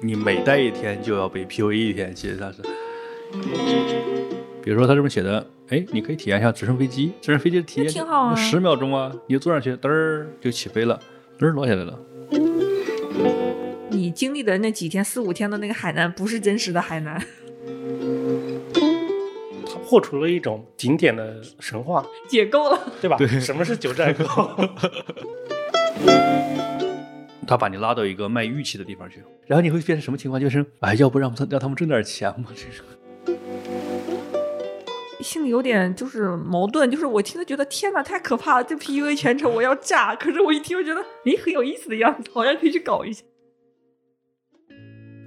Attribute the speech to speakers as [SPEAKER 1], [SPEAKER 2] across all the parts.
[SPEAKER 1] 你每待一天就要被 PUA 一天，其实它是。比如说，它这边写的，哎，你可以体验一下直升飞机，直升飞机的体验
[SPEAKER 2] 挺好啊
[SPEAKER 1] 十秒钟啊，你就坐上去，嘚儿就起飞了，嘚儿落下来了。
[SPEAKER 2] 你经历的那几天四五天的那个海南，不是真实的海南，
[SPEAKER 3] 它破除了一种景点的神话，
[SPEAKER 2] 解构了。
[SPEAKER 3] 对吧？
[SPEAKER 1] 对
[SPEAKER 3] 什么是九寨沟？
[SPEAKER 1] 他把你拉到一个卖玉器的地方去，然后你会变成什么情况？就是，哎，要不让他让他们挣点钱吧，这是。
[SPEAKER 2] 心里有点就是矛盾，就是我听着觉得天哪，太可怕了，这 PUA 全程我要炸。可是我一听又觉得，诶，很有意思的样子，好像可以去搞一下。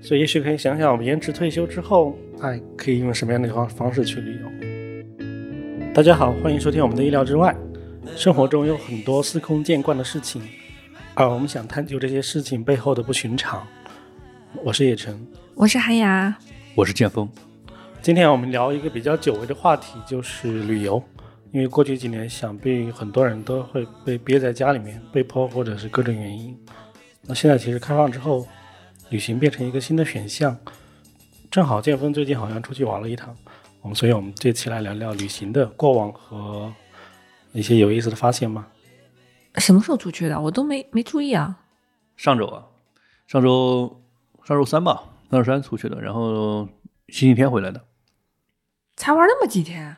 [SPEAKER 3] 所以也许可以想想，我们延迟退休之后，哎，可以用什么样的方方式去旅游？大家好，欢迎收听我们的意料之外。生活中有很多司空见惯的事情，而我们想探究这些事情背后的不寻常。我是叶晨，
[SPEAKER 2] 我是韩雅，
[SPEAKER 1] 我是剑锋，
[SPEAKER 3] 今天我们聊一个比较久违的话题，就是旅游。因为过去几年，想必很多人都会被憋在家里面，被迫或者是各种原因。那现在其实开放之后，旅行变成一个新的选项。正好建峰最近好像出去玩了一趟，我们所以我们这期来聊聊旅行的过往和一些有意思的发现吧。
[SPEAKER 2] 什么时候出去的？我都没没注意啊。
[SPEAKER 1] 上周啊，上周上周三吧，上周三出去的，然后星期天回来的，
[SPEAKER 2] 才玩那么几天，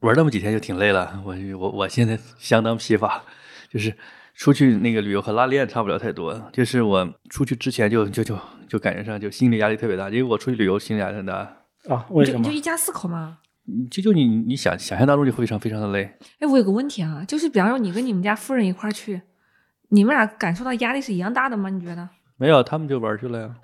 [SPEAKER 1] 玩那么几天就挺累了，我我我现在相当疲乏，就是出去那个旅游和拉练差不了太多，就是我出去之前就就就就感觉上就心理压力特别大，因为我出去旅游心理压力很大，
[SPEAKER 3] 啊，为
[SPEAKER 2] 就
[SPEAKER 3] 什么
[SPEAKER 2] 就？一家四口嘛。
[SPEAKER 1] 你这就你你想想象当中就非常非常的累，
[SPEAKER 2] 哎，我有个问题啊，就是比方说你跟你们家夫人一块儿去，你们俩感受到压力是一样大的吗？你觉得？
[SPEAKER 1] 没有他们就玩去了呀。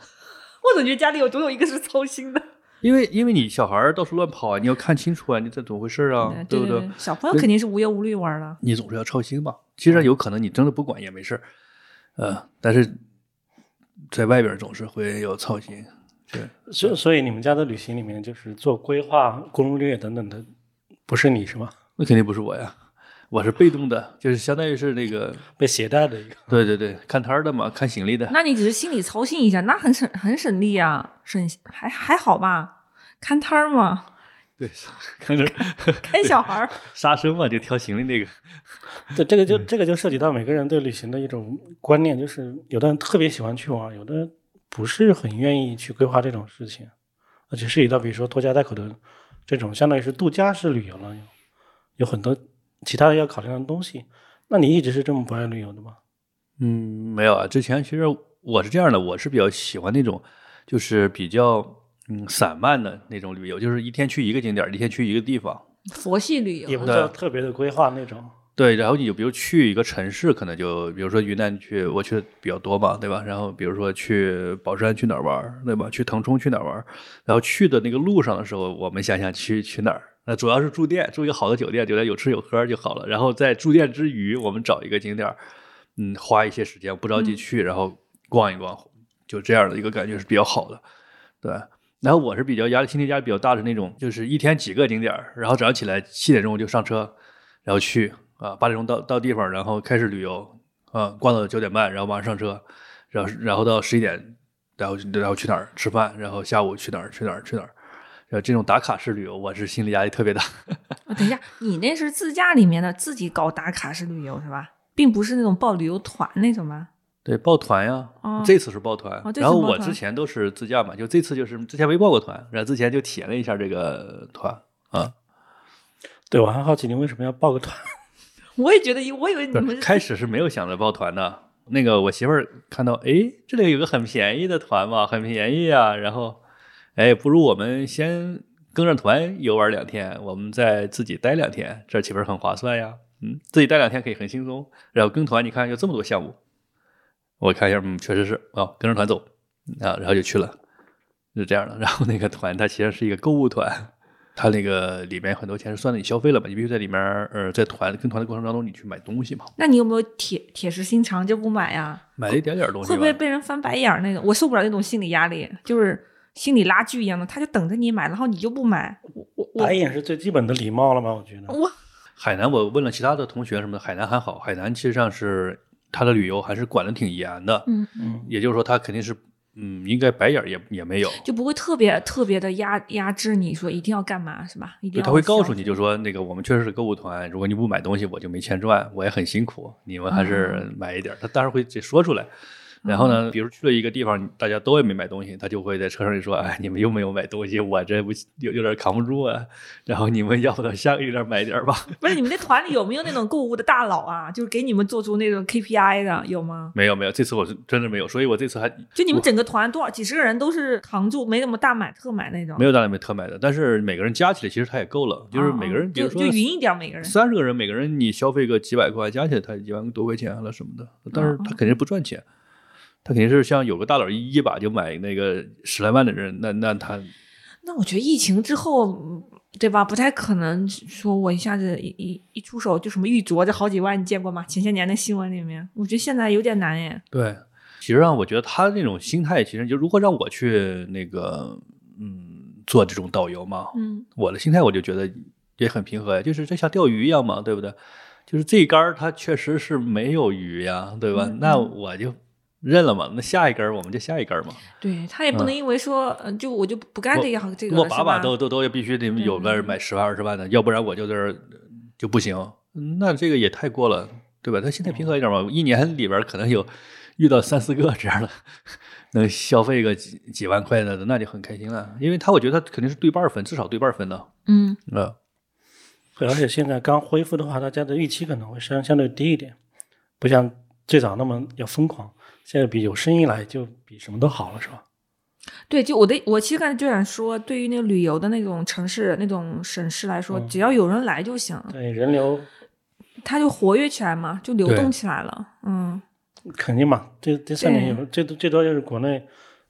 [SPEAKER 2] 我总觉得家里有总有一个是操心的，
[SPEAKER 1] 因为因为你小孩儿到处乱跑啊，你要看清楚啊，你这怎么回事啊，
[SPEAKER 2] 对
[SPEAKER 1] 不
[SPEAKER 2] 对对？小朋友肯定是无忧无虑玩了。
[SPEAKER 1] 你总是要操心吧？其实有可能你真的不管也没事儿，呃，但是在外边儿总是会有操心。对，
[SPEAKER 3] 所所以你们家的旅行里面，就是做规划、攻略等等的，不是你是吗？
[SPEAKER 1] 那肯定不是我呀，我是被动的，就是相当于是那个，
[SPEAKER 3] 被携带的一个。
[SPEAKER 1] 对对对，看摊儿的嘛，看行李的。
[SPEAKER 2] 那你只是心里操心一下，那很省很省力啊，省还还好吧？看摊儿 嘛，
[SPEAKER 1] 对， 看着
[SPEAKER 2] 看 小孩儿，
[SPEAKER 1] 杀生嘛，就挑行李那个。
[SPEAKER 3] 对，这个就这个就涉及到每个人对旅行的一种观念，就是有的人特别喜欢去玩，有的人不是很愿意去规划这种事情，而且涉及到比如说拖家带口的这种，相当于是度假式旅游了，有有很多其他的要考量的东西。那你一直是这么不爱旅游的吗？
[SPEAKER 1] 嗯，没有啊。之前其实我是这样的，我是比较喜欢那种，就是比较嗯散漫的那种旅游，就是一天去一个景点儿，一天去一个地方。
[SPEAKER 2] 佛系旅
[SPEAKER 3] 也
[SPEAKER 2] 游
[SPEAKER 3] 不叫特别的规划那种。
[SPEAKER 1] 对，然后你就比如去一个城市，可能就比如说云南去，我去的比较多嘛，对吧？然后比如说去宝山去哪儿玩儿，对吧？去腾冲去哪儿玩儿，然后去的那个路上的时候，我们想想去去哪儿。那主要是住店，住一个好的酒店，酒店有吃有喝就好了。然后在住店之余，我们找一个景点儿，嗯，花一些时间，不着急
[SPEAKER 2] 嗯
[SPEAKER 1] 去，然后逛一逛，就这样的一个感觉是比较好的，对。然后我是比较压力心理压力比较大的那种，就是一天几个景点儿，然后早上起来七点钟就上车，然后去啊八点钟到到地方，然后开始旅游啊，逛到九点半，然后马上上车，然后然后到十一点，然后然后去哪儿吃饭，然后下午去哪儿去哪儿去哪儿，然后这种打卡式旅游，我是心理压力特别大。
[SPEAKER 2] 哦等一下，你那是自驾里面的自己搞打卡式旅游是吧？并不是那种报旅游团那种吧？
[SPEAKER 1] 对，报团呀，
[SPEAKER 2] 哦
[SPEAKER 1] 这次是报团。
[SPEAKER 2] 哦这次
[SPEAKER 1] 然后
[SPEAKER 2] 报
[SPEAKER 1] 我
[SPEAKER 2] 团
[SPEAKER 1] 之前都是自驾嘛，就这次就是之前没报过团，然后之前就体验了一下这个团啊。
[SPEAKER 3] 对，我还好奇你为什么要报个团？
[SPEAKER 2] 我也觉得，嗯我以为你
[SPEAKER 1] 不是
[SPEAKER 2] 们
[SPEAKER 1] 开始是没有想着报团的，那个我媳妇儿看到，哎，这里有个很便宜的团嘛，很便宜啊，然后，哎，不如我们先跟着团游玩两天，我们再自己待两天，这岂不是很划算呀？嗯，自己待两天可以很轻松，然后跟团，你看有这么多项目，我看一下，嗯，确实是啊、哦跟着团走啊，然后就去了，就这样的。然后那个团它其实是一个购物团，它那个里面很多钱是算你消费了嘛，你必须在里面呃在团跟团的过程当中你去买东西嘛，
[SPEAKER 2] 那你有没有铁铁石心肠就不买呀、
[SPEAKER 1] 买了一点点东西
[SPEAKER 2] 会
[SPEAKER 1] 吧
[SPEAKER 2] 不会被人翻白眼儿那种？我受不了那种心理压力，就是心理拉锯一样的，他就等着你买，然后你就不买。我我我嗯
[SPEAKER 3] 白眼是最基本的礼貌了吗？我觉得。
[SPEAKER 1] 嗯
[SPEAKER 2] 我
[SPEAKER 1] 海南我问了其他的同学什么的，海南还好，海南其实上是它的旅游还是管的挺严的，
[SPEAKER 2] 嗯，
[SPEAKER 3] 嗯，
[SPEAKER 1] 也就是说它肯定是嗯，应该白眼儿也也没有，
[SPEAKER 2] 就不会特别特别的压压制你说一定要干嘛是吧？一定
[SPEAKER 1] 对，
[SPEAKER 2] 要
[SPEAKER 1] 他会告诉
[SPEAKER 2] 消
[SPEAKER 1] 你，
[SPEAKER 2] 费
[SPEAKER 1] 就说那个我们确实是购物团，如果你不买东西，我就没钱赚，我也很辛苦，你们还
[SPEAKER 2] 嗯
[SPEAKER 1] 是买一点儿。他当然会这说出来。然后呢，比如去了一个地方，大家都也没买东西，他就会在车上就说：“哎，你们又没有买东西，我这不有有点扛不住啊。”然后你们要不到下个月再买点儿吧？
[SPEAKER 2] 不是你们这团里有没有那种购物的大佬啊？就是给你们做出那种 KPI 的有吗？
[SPEAKER 1] 没有没有，这次我是真的没有，所以我这次还
[SPEAKER 2] 就你们整个团多少几十个人都是扛住，没怎么大买特买那种。
[SPEAKER 1] 没有大量买特买的，但是每个人加起来其实他也够了，就是每个人，
[SPEAKER 2] 啊
[SPEAKER 1] 比如
[SPEAKER 2] 就
[SPEAKER 1] 说
[SPEAKER 2] 就匀一点，每个人。
[SPEAKER 1] 三十个人，每个人你消费个几百块，加起来他一万多块钱啊了什么的，但
[SPEAKER 2] 哦
[SPEAKER 1] 是他肯定不赚钱，他肯定是像有个大佬一一把就买那个十来万的人，那那他
[SPEAKER 2] 那我觉得疫情之后，嗯对吧？不太可能说我一下子一一一出手就什么玉镯这好几万，你见过吗？前些年的新闻里面，我觉得现在有点难耶。嗯
[SPEAKER 1] 对，其实上我觉得他那种心态，其实就如何让我去那个嗯做这种导游嘛，
[SPEAKER 2] 嗯，
[SPEAKER 1] 我的心态我就觉得也很平和呀，就是这像钓鱼一样嘛，对不对？就是这一竿儿它确实是没有鱼呀，对吧？
[SPEAKER 2] 嗯
[SPEAKER 1] 那
[SPEAKER 2] 嗯
[SPEAKER 1] 我就认了嘛，那下一根儿我们就下一根儿嘛。
[SPEAKER 2] 对他也不能因为说，嗯、就我就不干这一行这个
[SPEAKER 1] 我
[SPEAKER 2] 了，
[SPEAKER 1] 把把
[SPEAKER 2] 是吧？
[SPEAKER 1] 都都都也必须得
[SPEAKER 2] 嗯
[SPEAKER 1] 有个人买十万二十万的，要不然我就在这儿就不行。嗯那这个也太过了，对吧？他心态平和一点嘛，一年里边可能有遇到三四个这样的，能消费个几几万块的，那就很开心了。因为他我觉得他肯定是对半儿分，至少对半儿分的。
[SPEAKER 2] 嗯，
[SPEAKER 1] 嗯，
[SPEAKER 3] 对，而且现在刚恢复的话，大家的预期可能会相相对低一点，不像最早那么要疯狂。现在比有生意来就比什么都好了，是吧？
[SPEAKER 2] 对，就我的，我其实刚才就想说，对于那个旅游的那种城市、那种省市来说，
[SPEAKER 3] 嗯
[SPEAKER 2] 只要有人来就行，
[SPEAKER 3] 对，人流
[SPEAKER 2] 它就活跃起来嘛，就流
[SPEAKER 1] 对
[SPEAKER 2] 动起来了。嗯，
[SPEAKER 3] 肯定嘛，这这三年有最多最多就是国内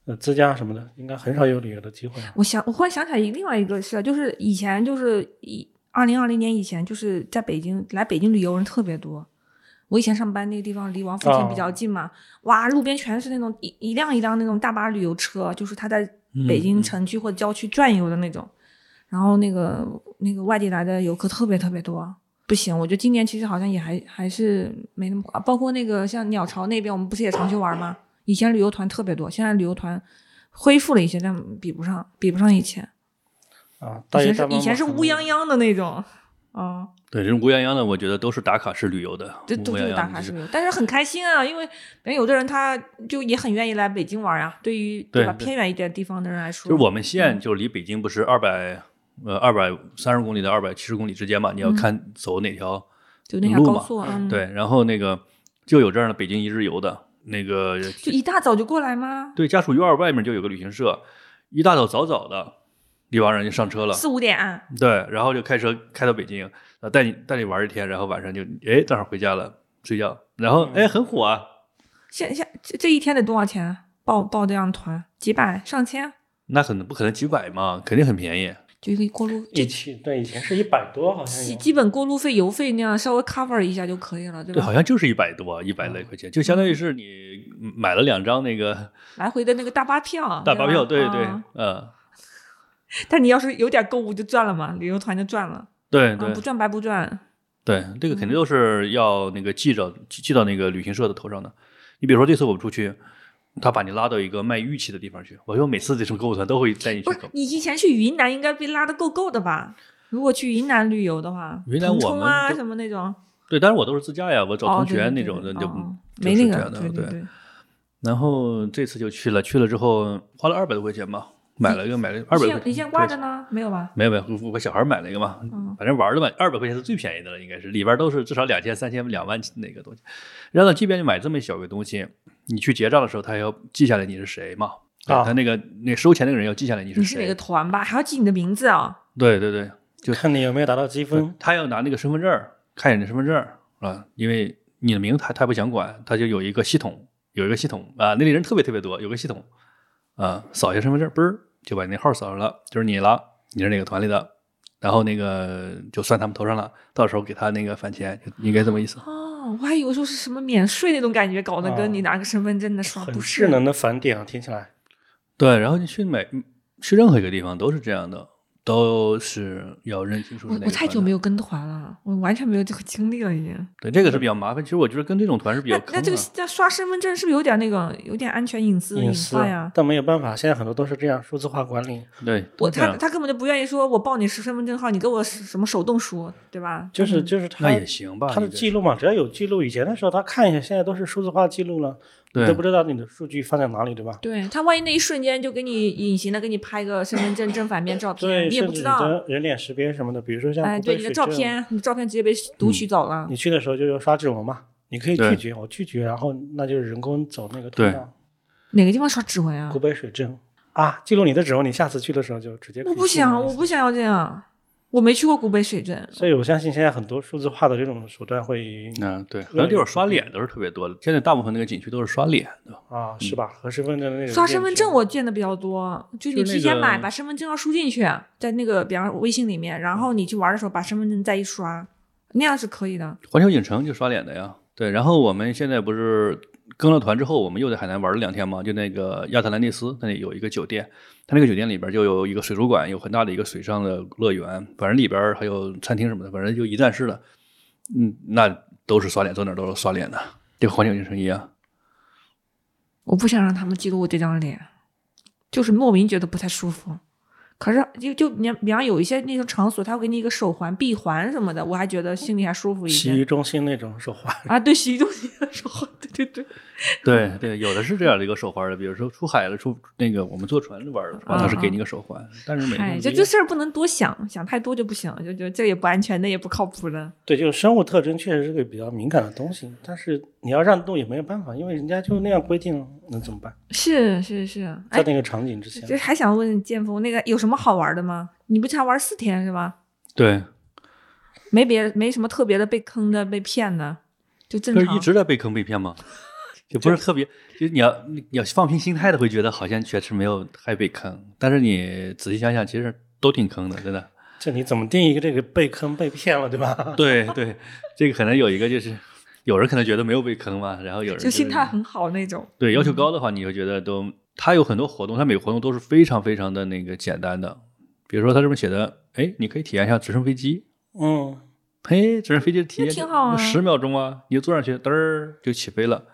[SPEAKER 3] 呃自驾什么的，应该很少有旅游的机会了。
[SPEAKER 2] 我想，我忽然想起来一另外一个事儿，就是以前就是一二零二零年以前，就是在北京来北京旅游人特别多。我以前上班那个地方离王府井比较近嘛，哇，路边全是那种一一辆一辆那种大巴旅游车，就是他在
[SPEAKER 3] 嗯
[SPEAKER 2] 北京城区或者郊区转悠的那种。然后那个那个外地来的游客特别特别多，不行，我觉得今年其实好像也还还是没那么，啊包括那个像鸟巢那边，我们不是也常去玩吗？以前旅游团特别多，现在旅游团恢复了一些，但比不上比不上以前。
[SPEAKER 3] 啊，大
[SPEAKER 2] 嗯以
[SPEAKER 3] 爷
[SPEAKER 2] 前
[SPEAKER 3] 大
[SPEAKER 2] 是
[SPEAKER 3] 妈
[SPEAKER 2] 以前
[SPEAKER 3] 嘛
[SPEAKER 2] 是
[SPEAKER 3] 可能
[SPEAKER 2] 乌泱泱的那种，啊，
[SPEAKER 1] 对，这种乌泱泱的，我觉得都是打卡式旅游的，
[SPEAKER 2] 这都
[SPEAKER 1] 乌泱
[SPEAKER 2] 是
[SPEAKER 1] 泱
[SPEAKER 2] 打
[SPEAKER 1] 的
[SPEAKER 2] 卡
[SPEAKER 1] 就
[SPEAKER 2] 式
[SPEAKER 1] 是
[SPEAKER 2] 旅游，但是很开心啊，因为比如有的人他就也很愿意来北京玩啊，对于
[SPEAKER 1] 对
[SPEAKER 2] 吧
[SPEAKER 1] 对
[SPEAKER 2] 偏远一点地方的人来说，
[SPEAKER 1] 就是我们县就离北京不是二百呃二百三十公里到二百七十公里之间嘛，你要看走哪条、
[SPEAKER 2] 就那条
[SPEAKER 1] 路
[SPEAKER 2] 高
[SPEAKER 1] 嘛
[SPEAKER 2] 速，嗯，，
[SPEAKER 1] 对，然后那个就有这样的北京一日游的那个，
[SPEAKER 2] 就一大早就过来吗？
[SPEAKER 1] 对，家属院外面就有个旅行社，一大早早早的，一帮人就上车了，
[SPEAKER 2] 四五点啊、
[SPEAKER 1] 对，然后就开车开到北京，呃，带你带你玩一天，然后晚上就哎正好回家了睡觉，然
[SPEAKER 2] 嗯
[SPEAKER 1] 后哎很火啊，
[SPEAKER 2] 现现这这一天得多少钱啊？报报这样团几百上千，
[SPEAKER 1] 那可能不可能几百嘛，肯定很便宜，
[SPEAKER 2] 就一个过路，
[SPEAKER 3] 一
[SPEAKER 2] 就
[SPEAKER 3] 起对以前是一百多好像
[SPEAKER 2] 基
[SPEAKER 3] 有，
[SPEAKER 2] 基本过路费、油费那样稍微 cover 一下就可以了，对
[SPEAKER 1] 对，
[SPEAKER 2] 吧？
[SPEAKER 1] 好像就是一百多一百
[SPEAKER 2] 嗯
[SPEAKER 1] 来块钱，就相当于是你买了两张那个
[SPEAKER 2] 来回的那个大巴票，
[SPEAKER 1] 大巴票，对
[SPEAKER 2] 吧
[SPEAKER 1] 对
[SPEAKER 2] 啊，
[SPEAKER 1] 嗯，
[SPEAKER 2] 但你要是有点购物就赚了嘛，旅游团就赚了，
[SPEAKER 1] 对
[SPEAKER 2] 啊
[SPEAKER 1] 对
[SPEAKER 2] 不赚嗯白不赚。
[SPEAKER 1] 对，这个肯定都是要那个记着记记到那个旅行社的头上的。你比如说这次我们出去，他把你拉到一个卖玉器的地方去，我说每次这种购物团都会带你去
[SPEAKER 2] 不是
[SPEAKER 1] 购。
[SPEAKER 2] 你以前去云南应该被拉的够够的吧？如果去云南旅游的话，
[SPEAKER 1] 云南
[SPEAKER 2] 腾
[SPEAKER 1] 我
[SPEAKER 2] 冲
[SPEAKER 1] 们
[SPEAKER 2] 啊
[SPEAKER 1] 就
[SPEAKER 2] 什么那种，
[SPEAKER 1] 对，当然我都是自驾呀，我找
[SPEAKER 2] 哦
[SPEAKER 1] 同
[SPEAKER 2] 对
[SPEAKER 1] 学
[SPEAKER 2] 对
[SPEAKER 1] 那
[SPEAKER 2] 对
[SPEAKER 1] 种的
[SPEAKER 2] 哦
[SPEAKER 1] 就
[SPEAKER 2] 哦
[SPEAKER 1] 就
[SPEAKER 2] 没
[SPEAKER 1] 是
[SPEAKER 2] 那
[SPEAKER 1] 这
[SPEAKER 2] 个，
[SPEAKER 1] 样的
[SPEAKER 2] 对
[SPEAKER 1] 对
[SPEAKER 2] 对。
[SPEAKER 1] 然后这次就去了，去了之后花了二百多块钱吧，买了一个买了二
[SPEAKER 2] 你
[SPEAKER 1] 百
[SPEAKER 2] 现
[SPEAKER 1] 块
[SPEAKER 2] 你
[SPEAKER 1] 钱。
[SPEAKER 2] 现在挂
[SPEAKER 1] 对
[SPEAKER 2] 着呢？没有吧？
[SPEAKER 1] 没有没有，我我小孩买了一个嘛，
[SPEAKER 2] 嗯
[SPEAKER 1] 反正玩的吧，二百块钱是最便宜的了，应该是里边都是至少两千、三千、两万那个东西。然后呢，即便你买这么小个东西，你去结账的时候，他也要记下来你是谁嘛。对
[SPEAKER 3] 啊
[SPEAKER 1] 他那个那收钱那个人要记下来你是
[SPEAKER 2] 你是
[SPEAKER 1] 谁。
[SPEAKER 2] 哪个团吧？还要记你的名字啊？
[SPEAKER 1] 对对对，就
[SPEAKER 3] 看你有没有达到积分。
[SPEAKER 1] 他要拿那个身份证儿看你的身份证儿啊，因为你的名他他不想管，他就有一个系统，有一个系统啊，那里人特别特别多，有个系统啊，扫一下身份证儿，嘣儿就把你那号扫上了，就是你了，你是哪个团里的，然后那个就算他们头上了，到时候给他那个返钱，就应该这么意思。
[SPEAKER 2] 哦，我还以为说是什么免税那种感觉，搞得跟
[SPEAKER 1] 啊
[SPEAKER 2] 你拿个身份证的爽，
[SPEAKER 3] 很
[SPEAKER 2] 不
[SPEAKER 3] 智
[SPEAKER 2] 是？
[SPEAKER 3] 能的返点啊，听起来
[SPEAKER 1] 嗯对，然后你去买去任何一个地方都是这样的，都是要认清楚是
[SPEAKER 2] 我
[SPEAKER 1] 哪
[SPEAKER 2] 我
[SPEAKER 1] 个
[SPEAKER 2] 太
[SPEAKER 1] 团
[SPEAKER 2] 久
[SPEAKER 1] 的
[SPEAKER 2] 没有跟团了，我完全没有这个经历了，已经。
[SPEAKER 1] 对这个是比较麻烦。其实我觉得跟这种团是比较
[SPEAKER 2] 那
[SPEAKER 1] 坑啊的、
[SPEAKER 2] 那这个那刷身份证是不是有点那个有点安全隐私的
[SPEAKER 3] 隐
[SPEAKER 2] 隐
[SPEAKER 3] 私啊
[SPEAKER 2] 患呀？
[SPEAKER 3] 但没有办法，现在很多都是这样数字化管理，
[SPEAKER 1] 对，
[SPEAKER 2] 我
[SPEAKER 1] 都这
[SPEAKER 2] 他
[SPEAKER 1] 样
[SPEAKER 2] 他根本就不愿意说，我报你是身份证号，你给我是什么手动输，对吧？
[SPEAKER 3] 就是
[SPEAKER 2] 嗯
[SPEAKER 3] 就是他
[SPEAKER 1] 那也行吧。
[SPEAKER 3] 他的
[SPEAKER 1] 你这
[SPEAKER 3] 记录嘛，只要有记录，以前的时候他看一下，现在都是数字化记录了，你
[SPEAKER 1] 对
[SPEAKER 3] 都不知道你的数据放在哪里，对吧？
[SPEAKER 2] 对他万一那一瞬间就给你隐形的给你拍个身份证正反面照
[SPEAKER 3] 对，
[SPEAKER 2] 片，你也
[SPEAKER 3] 甚
[SPEAKER 2] 不
[SPEAKER 3] 至
[SPEAKER 2] 知
[SPEAKER 3] 你
[SPEAKER 2] 道，
[SPEAKER 3] 的人脸识别什么的，比如说像
[SPEAKER 2] 哎，
[SPEAKER 3] 不
[SPEAKER 2] 对
[SPEAKER 3] 对
[SPEAKER 2] 你的
[SPEAKER 3] 水
[SPEAKER 2] 照
[SPEAKER 3] 证，
[SPEAKER 2] 片，你照片直接被读取走了。
[SPEAKER 3] 你去的时候就要刷指纹嘛，你可以
[SPEAKER 1] 对
[SPEAKER 3] 拒绝，我拒绝，然后那就是人工走那个
[SPEAKER 1] 对
[SPEAKER 3] 通道，
[SPEAKER 2] 哪个地方刷指纹啊
[SPEAKER 3] 古？北水证啊，记录你的指纹，你下次去的时候就直接可以
[SPEAKER 2] 我不
[SPEAKER 3] 进那
[SPEAKER 2] 想，
[SPEAKER 3] 个
[SPEAKER 2] 我不想要这样。我没去过古北水镇，
[SPEAKER 3] 所以我相信现在很多数字化的这种手段会
[SPEAKER 1] 嗯，对，很多地方刷脸都是特别多的。现在大部分那个景区都是刷脸的，
[SPEAKER 3] 啊，是吧？和身份证的那种
[SPEAKER 2] 刷身份证
[SPEAKER 3] 验证
[SPEAKER 2] 我见的比较多，就
[SPEAKER 1] 就
[SPEAKER 2] 你
[SPEAKER 1] 那
[SPEAKER 2] 提前买，
[SPEAKER 1] 个
[SPEAKER 2] 把身份证号输进去，在那个比方说微信里面，然后你去玩的时候把身份证再一刷，那样是可以的。
[SPEAKER 1] 环球影城就刷脸的呀。对，然后我们现在不是跟了团之后，我们又在海南玩了两天嘛，就那个亚特兰蒂斯那里有一个酒店，它那个酒店里边就有一个水族馆，有很大的一个水上的乐园，反正里边还有餐厅什么的，反正就一站式的。嗯，那都是刷脸，走哪儿都是刷脸的，就和环球影城一样。
[SPEAKER 2] 我不想让他们记录我这张脸，就是莫名觉得不太舒服。可是就就你比方有一些那种场所，他会给你一个手环、闭环什么的，我还觉得心里还舒服一
[SPEAKER 3] 洗浴
[SPEAKER 2] 些。
[SPEAKER 3] 中心那种手环，
[SPEAKER 2] 啊，对，洗浴中心的手环，对对对，
[SPEAKER 1] 对对，有的是这样的一个手环的，比如说出海了，出那个我们坐船玩的时候，
[SPEAKER 2] 啊
[SPEAKER 1] 它是给你一个手环，但是每
[SPEAKER 2] 哎，
[SPEAKER 1] 天
[SPEAKER 2] 这这事儿不能多想，想太多就不行，就就这也不安全，那也不靠谱的。
[SPEAKER 3] 对，就是生物特征确实是个比较敏感的东西，但是你要让渡也没有办法，因为人家就那样规定了，能怎么办？
[SPEAKER 2] 是是是，哎
[SPEAKER 3] 在，那个场景之前，
[SPEAKER 2] 这还想问剑锋，那个有什么好玩的吗？你不才玩四天是吧？
[SPEAKER 1] 对，
[SPEAKER 2] 没别没什么特别的被坑的、被骗的，就正
[SPEAKER 1] 就是
[SPEAKER 2] 常。
[SPEAKER 1] 一直在被坑被骗 吗？就不是特别，就是你要你要放平心态的，会觉得好像确实没有太被坑，但是你仔细想想，其实都挺坑的，真 的。
[SPEAKER 3] 这你怎么定义这个被坑被骗了，对吧？
[SPEAKER 1] 对对，这个可能有一个就是，有人可能觉得没有被坑嘛，然后有人
[SPEAKER 2] 就心
[SPEAKER 1] 是
[SPEAKER 2] 态很好那种。
[SPEAKER 1] 对要求高的话，你会觉得都它有很多活动，它每个活动都是非常非常的那个简单的，比如说它这边写的，哎，你可以体验一下直升飞机，
[SPEAKER 3] 嗯，
[SPEAKER 1] 嘿，直升飞机体验
[SPEAKER 2] 那挺好啊
[SPEAKER 1] 十秒钟啊，你就坐上去，嘚儿就起飞了，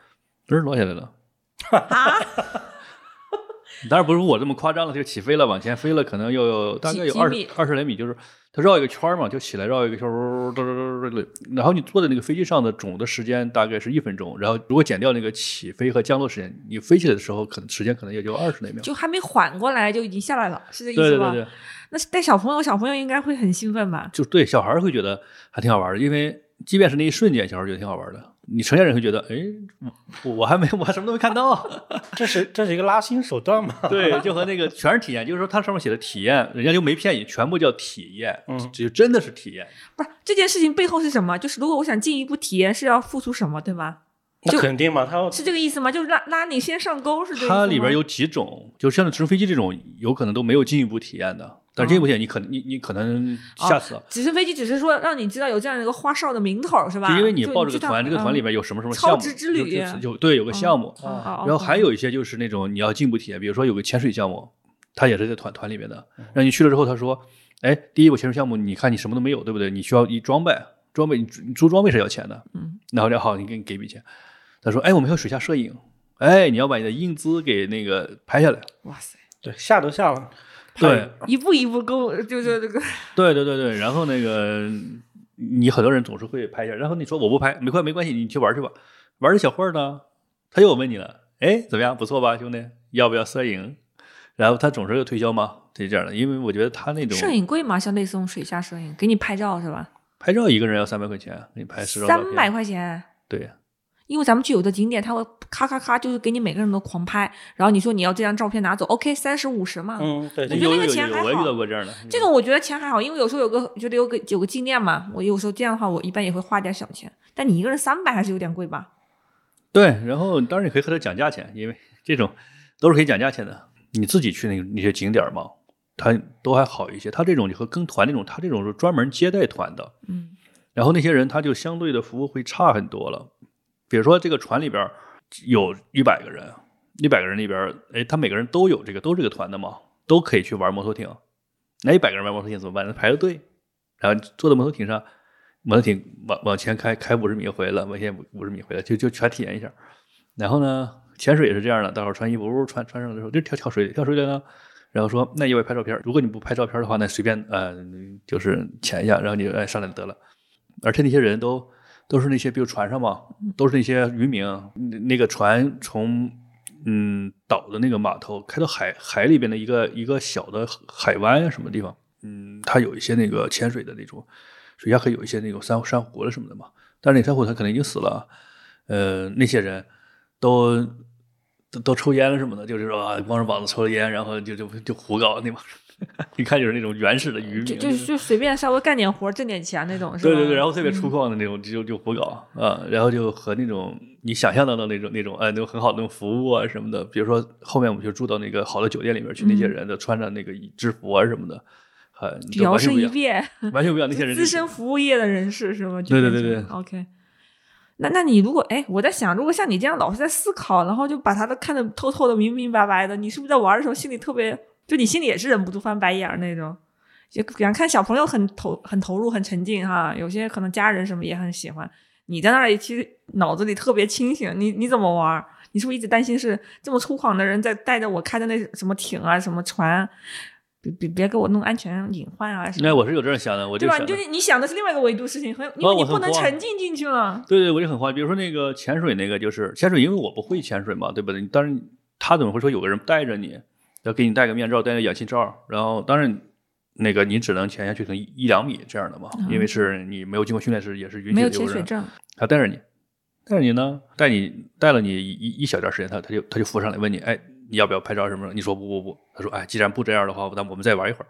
[SPEAKER 1] 嘚儿落下来了。
[SPEAKER 2] 啊，
[SPEAKER 1] 当然不是我这么夸张了，就起飞了，往前飞了，可能又有大概有
[SPEAKER 2] 几
[SPEAKER 1] 二
[SPEAKER 2] 米
[SPEAKER 1] 二十来米，就是它绕一个圈儿嘛，就起来绕一个圈儿，呜呜呜嘚嘚嘚嘚嘚然后你坐在那个飞机上的总的时间大概是一分钟，然后如果减掉那个起飞和降落时间，你飞起来的时候可能时间可能也就二十来秒。
[SPEAKER 2] 就还没缓过来就已经下来了，是这意
[SPEAKER 1] 对
[SPEAKER 2] 思
[SPEAKER 1] 对
[SPEAKER 2] 吧？
[SPEAKER 1] 对对，
[SPEAKER 2] 那是带小朋友，小朋友应该会很兴奋吧？
[SPEAKER 1] 就对小孩儿会觉得还挺好玩儿的，因为即便是那一瞬间，小孩儿觉得挺好玩儿的。你成年人会觉得，哎，我我还没， 我还什么都没看到。
[SPEAKER 3] 这是这是一个拉新手段嘛？
[SPEAKER 1] 对，就和那个全是体验，就是说它上面写的体验，人家就没骗你，全部叫体验，
[SPEAKER 3] 嗯
[SPEAKER 1] 就真的是体验。
[SPEAKER 2] 不是这件事情背后是什么？就是如果我想进一步体验，是要付出什么，对吧？
[SPEAKER 3] 那
[SPEAKER 2] 就
[SPEAKER 3] 肯定嘛，他要
[SPEAKER 2] 是这个意思吗？就是拉拉你先上钩，是这个意思吗
[SPEAKER 1] 它里边有几种，就像直升飞机这种，有可能都没有进一步体验的。但是
[SPEAKER 2] 嗯
[SPEAKER 1] 进一步体验，你可能你你可能
[SPEAKER 2] 哦
[SPEAKER 1] 吓死了，
[SPEAKER 2] 直升飞机，只是说让你知道有这样的一个花哨的名头，是吧？
[SPEAKER 1] 就因为
[SPEAKER 2] 你
[SPEAKER 1] 你报这个
[SPEAKER 2] 知道嗯
[SPEAKER 1] 团，这个团里。边有什么什么项
[SPEAKER 2] 超
[SPEAKER 1] 目，
[SPEAKER 2] 值之旅啊
[SPEAKER 1] 有有有对有个项目，
[SPEAKER 2] 嗯
[SPEAKER 3] 啊，
[SPEAKER 2] 哦
[SPEAKER 1] 然后还有一些就是那种你要进一步体验，比如说有个潜水项目，它也是在团团里面的，让你去了之后，他说，哎，第一个潜水项目，你看你什么都没有，对不对？你需要一装备，装备你租你租装备是要钱的，
[SPEAKER 2] 嗯，
[SPEAKER 1] 然后聊好，你给你给一笔钱，他说，哎，我们还有水下摄影，哎，你要把你的英姿给那个拍下来，
[SPEAKER 2] 哇塞，
[SPEAKER 3] 对下都下了，
[SPEAKER 1] 对，
[SPEAKER 2] 一步一步勾，就是这个
[SPEAKER 1] 对对对对，然后那个你很多人总是会拍一下，然后你说我不拍，没关没关系，你去玩去吧。玩这小会儿呢，他又问你了，哎，怎么样，不错吧，兄弟，要不要摄影？然后他总是有推销嘛，就这样的，因为我觉得他那种
[SPEAKER 2] 摄影贵吗？像类似这种水下摄影，给你拍照是吧？
[SPEAKER 1] 拍照一个人要三百块钱，给你拍十张照
[SPEAKER 2] 三
[SPEAKER 1] 片，
[SPEAKER 2] 百块钱，
[SPEAKER 1] 对
[SPEAKER 2] 因为咱们去有的景点，他会咔咔咔，就是给你每个人都狂拍，然后你说你要这张照片拿走，OK，三十五十嘛。
[SPEAKER 3] 嗯，对，
[SPEAKER 2] 觉
[SPEAKER 3] 就
[SPEAKER 1] 有
[SPEAKER 2] 得啊那
[SPEAKER 1] 有
[SPEAKER 2] 个
[SPEAKER 1] 有
[SPEAKER 2] 钱还
[SPEAKER 1] 有，我也
[SPEAKER 2] 好
[SPEAKER 1] 遇到过这样的，
[SPEAKER 2] 这种我觉得钱还好，因为有时候有个觉得有个有个纪念嘛，我有时候这样的话，我一般也会花点小钱。但你一个人三百还是有点贵吧？
[SPEAKER 1] 对，然后当然你可以和他讲价钱，因为 这种都是可以讲价钱的。你自己去那个那些景点儿嘛，他都还好一些。他这种就和跟团那种，他这种是专门接待团的，
[SPEAKER 2] 嗯，
[SPEAKER 1] 然后那些人他就相对的服务会差很多了。比如说这个船里边儿有一百个人，一百个人里边儿，哎，他每个人都有这个，都是这个团的嘛，都可以去玩摩托艇。那一百个人玩摩托艇怎么办？那排着队，然后坐在摩托艇上，摩托艇往往前开开五十米回来，往前五十米回来，就就全体验一下。然后呢，潜水也是这样的，大伙儿穿衣服，呜穿穿上的时候就跳跳水里，跳水里呢，然后说那一位拍照片，如果你不拍照片的话，那随便呃就是潜一下，然后你哎上来得了。而且那些人都都是那些，比如船上嘛，都是那些渔民，那那个船从嗯岛的那个码头开到海海里边的一个一个小的海湾啊呀什么地方，嗯，它有一些那个潜水的那种水下可以有一些那种珊瑚珊瑚了什么的嘛，但是那珊瑚它可能已经死了，呃，那些人都都都抽烟了什么的，就是说啊，光着膀子抽着烟，然后就就就胡搞 那帮人，一看就是那种原始的渔民，
[SPEAKER 2] 就
[SPEAKER 1] 就
[SPEAKER 2] 就是就随便稍微干点活儿挣点钱那种，是
[SPEAKER 1] 嗯
[SPEAKER 2] 吧？嗯
[SPEAKER 1] 对对对，然后特别粗犷的那种，就就胡搞啊，然后就和那种你想象到的那种那种呃那种很好的那种服务啊什么的，比如说后面我们就住到那个好的酒店里面去，那些
[SPEAKER 2] 嗯
[SPEAKER 1] 人都穿着那个制服啊什么的，很
[SPEAKER 2] 就摇
[SPEAKER 1] 完全不
[SPEAKER 2] 身
[SPEAKER 1] 一
[SPEAKER 2] 一
[SPEAKER 1] 样，
[SPEAKER 2] 变，
[SPEAKER 1] 完全不一样，那些人就
[SPEAKER 2] 资深服务业的人士是吗？就
[SPEAKER 1] 对对
[SPEAKER 2] 变
[SPEAKER 1] 对
[SPEAKER 2] 成
[SPEAKER 1] 对
[SPEAKER 2] OK，那那你如果哎，我在想，如果像你这样老是在思考，然后就把它都看得透透的、明明白白的，你是不是在玩的时候心里特别，就你心里也是忍不住翻白眼儿那种？也想看小朋友很投很投入、很沉浸哈，有些可能家人什么也很喜欢。你在那儿里其实脑子里特别清醒，你你怎么玩儿？你是不是一直担心是这么粗犷的人在带着我开的那什么艇啊、什么船，别别别给我弄安全隐患啊什么的？
[SPEAKER 1] 那我是有这样想的，我就
[SPEAKER 2] 对吧？
[SPEAKER 1] 想
[SPEAKER 2] 你
[SPEAKER 1] 的
[SPEAKER 2] 就。是你想的是另外一个维度事情，很因
[SPEAKER 1] 啊
[SPEAKER 2] 为你
[SPEAKER 1] 我很
[SPEAKER 2] 不能
[SPEAKER 1] 慌
[SPEAKER 2] 沉浸进去了。
[SPEAKER 1] 对对，我就很慌。比如说那个潜水，那个就是潜水，因为我不会潜水嘛，对不对？当然，他怎么会说有个人带着你，要给你戴个面罩，戴个氧气罩，然后当然那个你只能潜下去可能一一两米这样的嘛，因为是你没有经过训练是也是允许
[SPEAKER 2] 嗯没有
[SPEAKER 1] 的
[SPEAKER 2] 潜水
[SPEAKER 1] 人，
[SPEAKER 2] 证，
[SPEAKER 1] 他带着你，带着你呢，带你带了你一一一小段时间，他他就他就浮上来问你，哎，你要不要拍照什么的？你说不不不，他说哎，既然不这样的话，那我们再玩一会儿。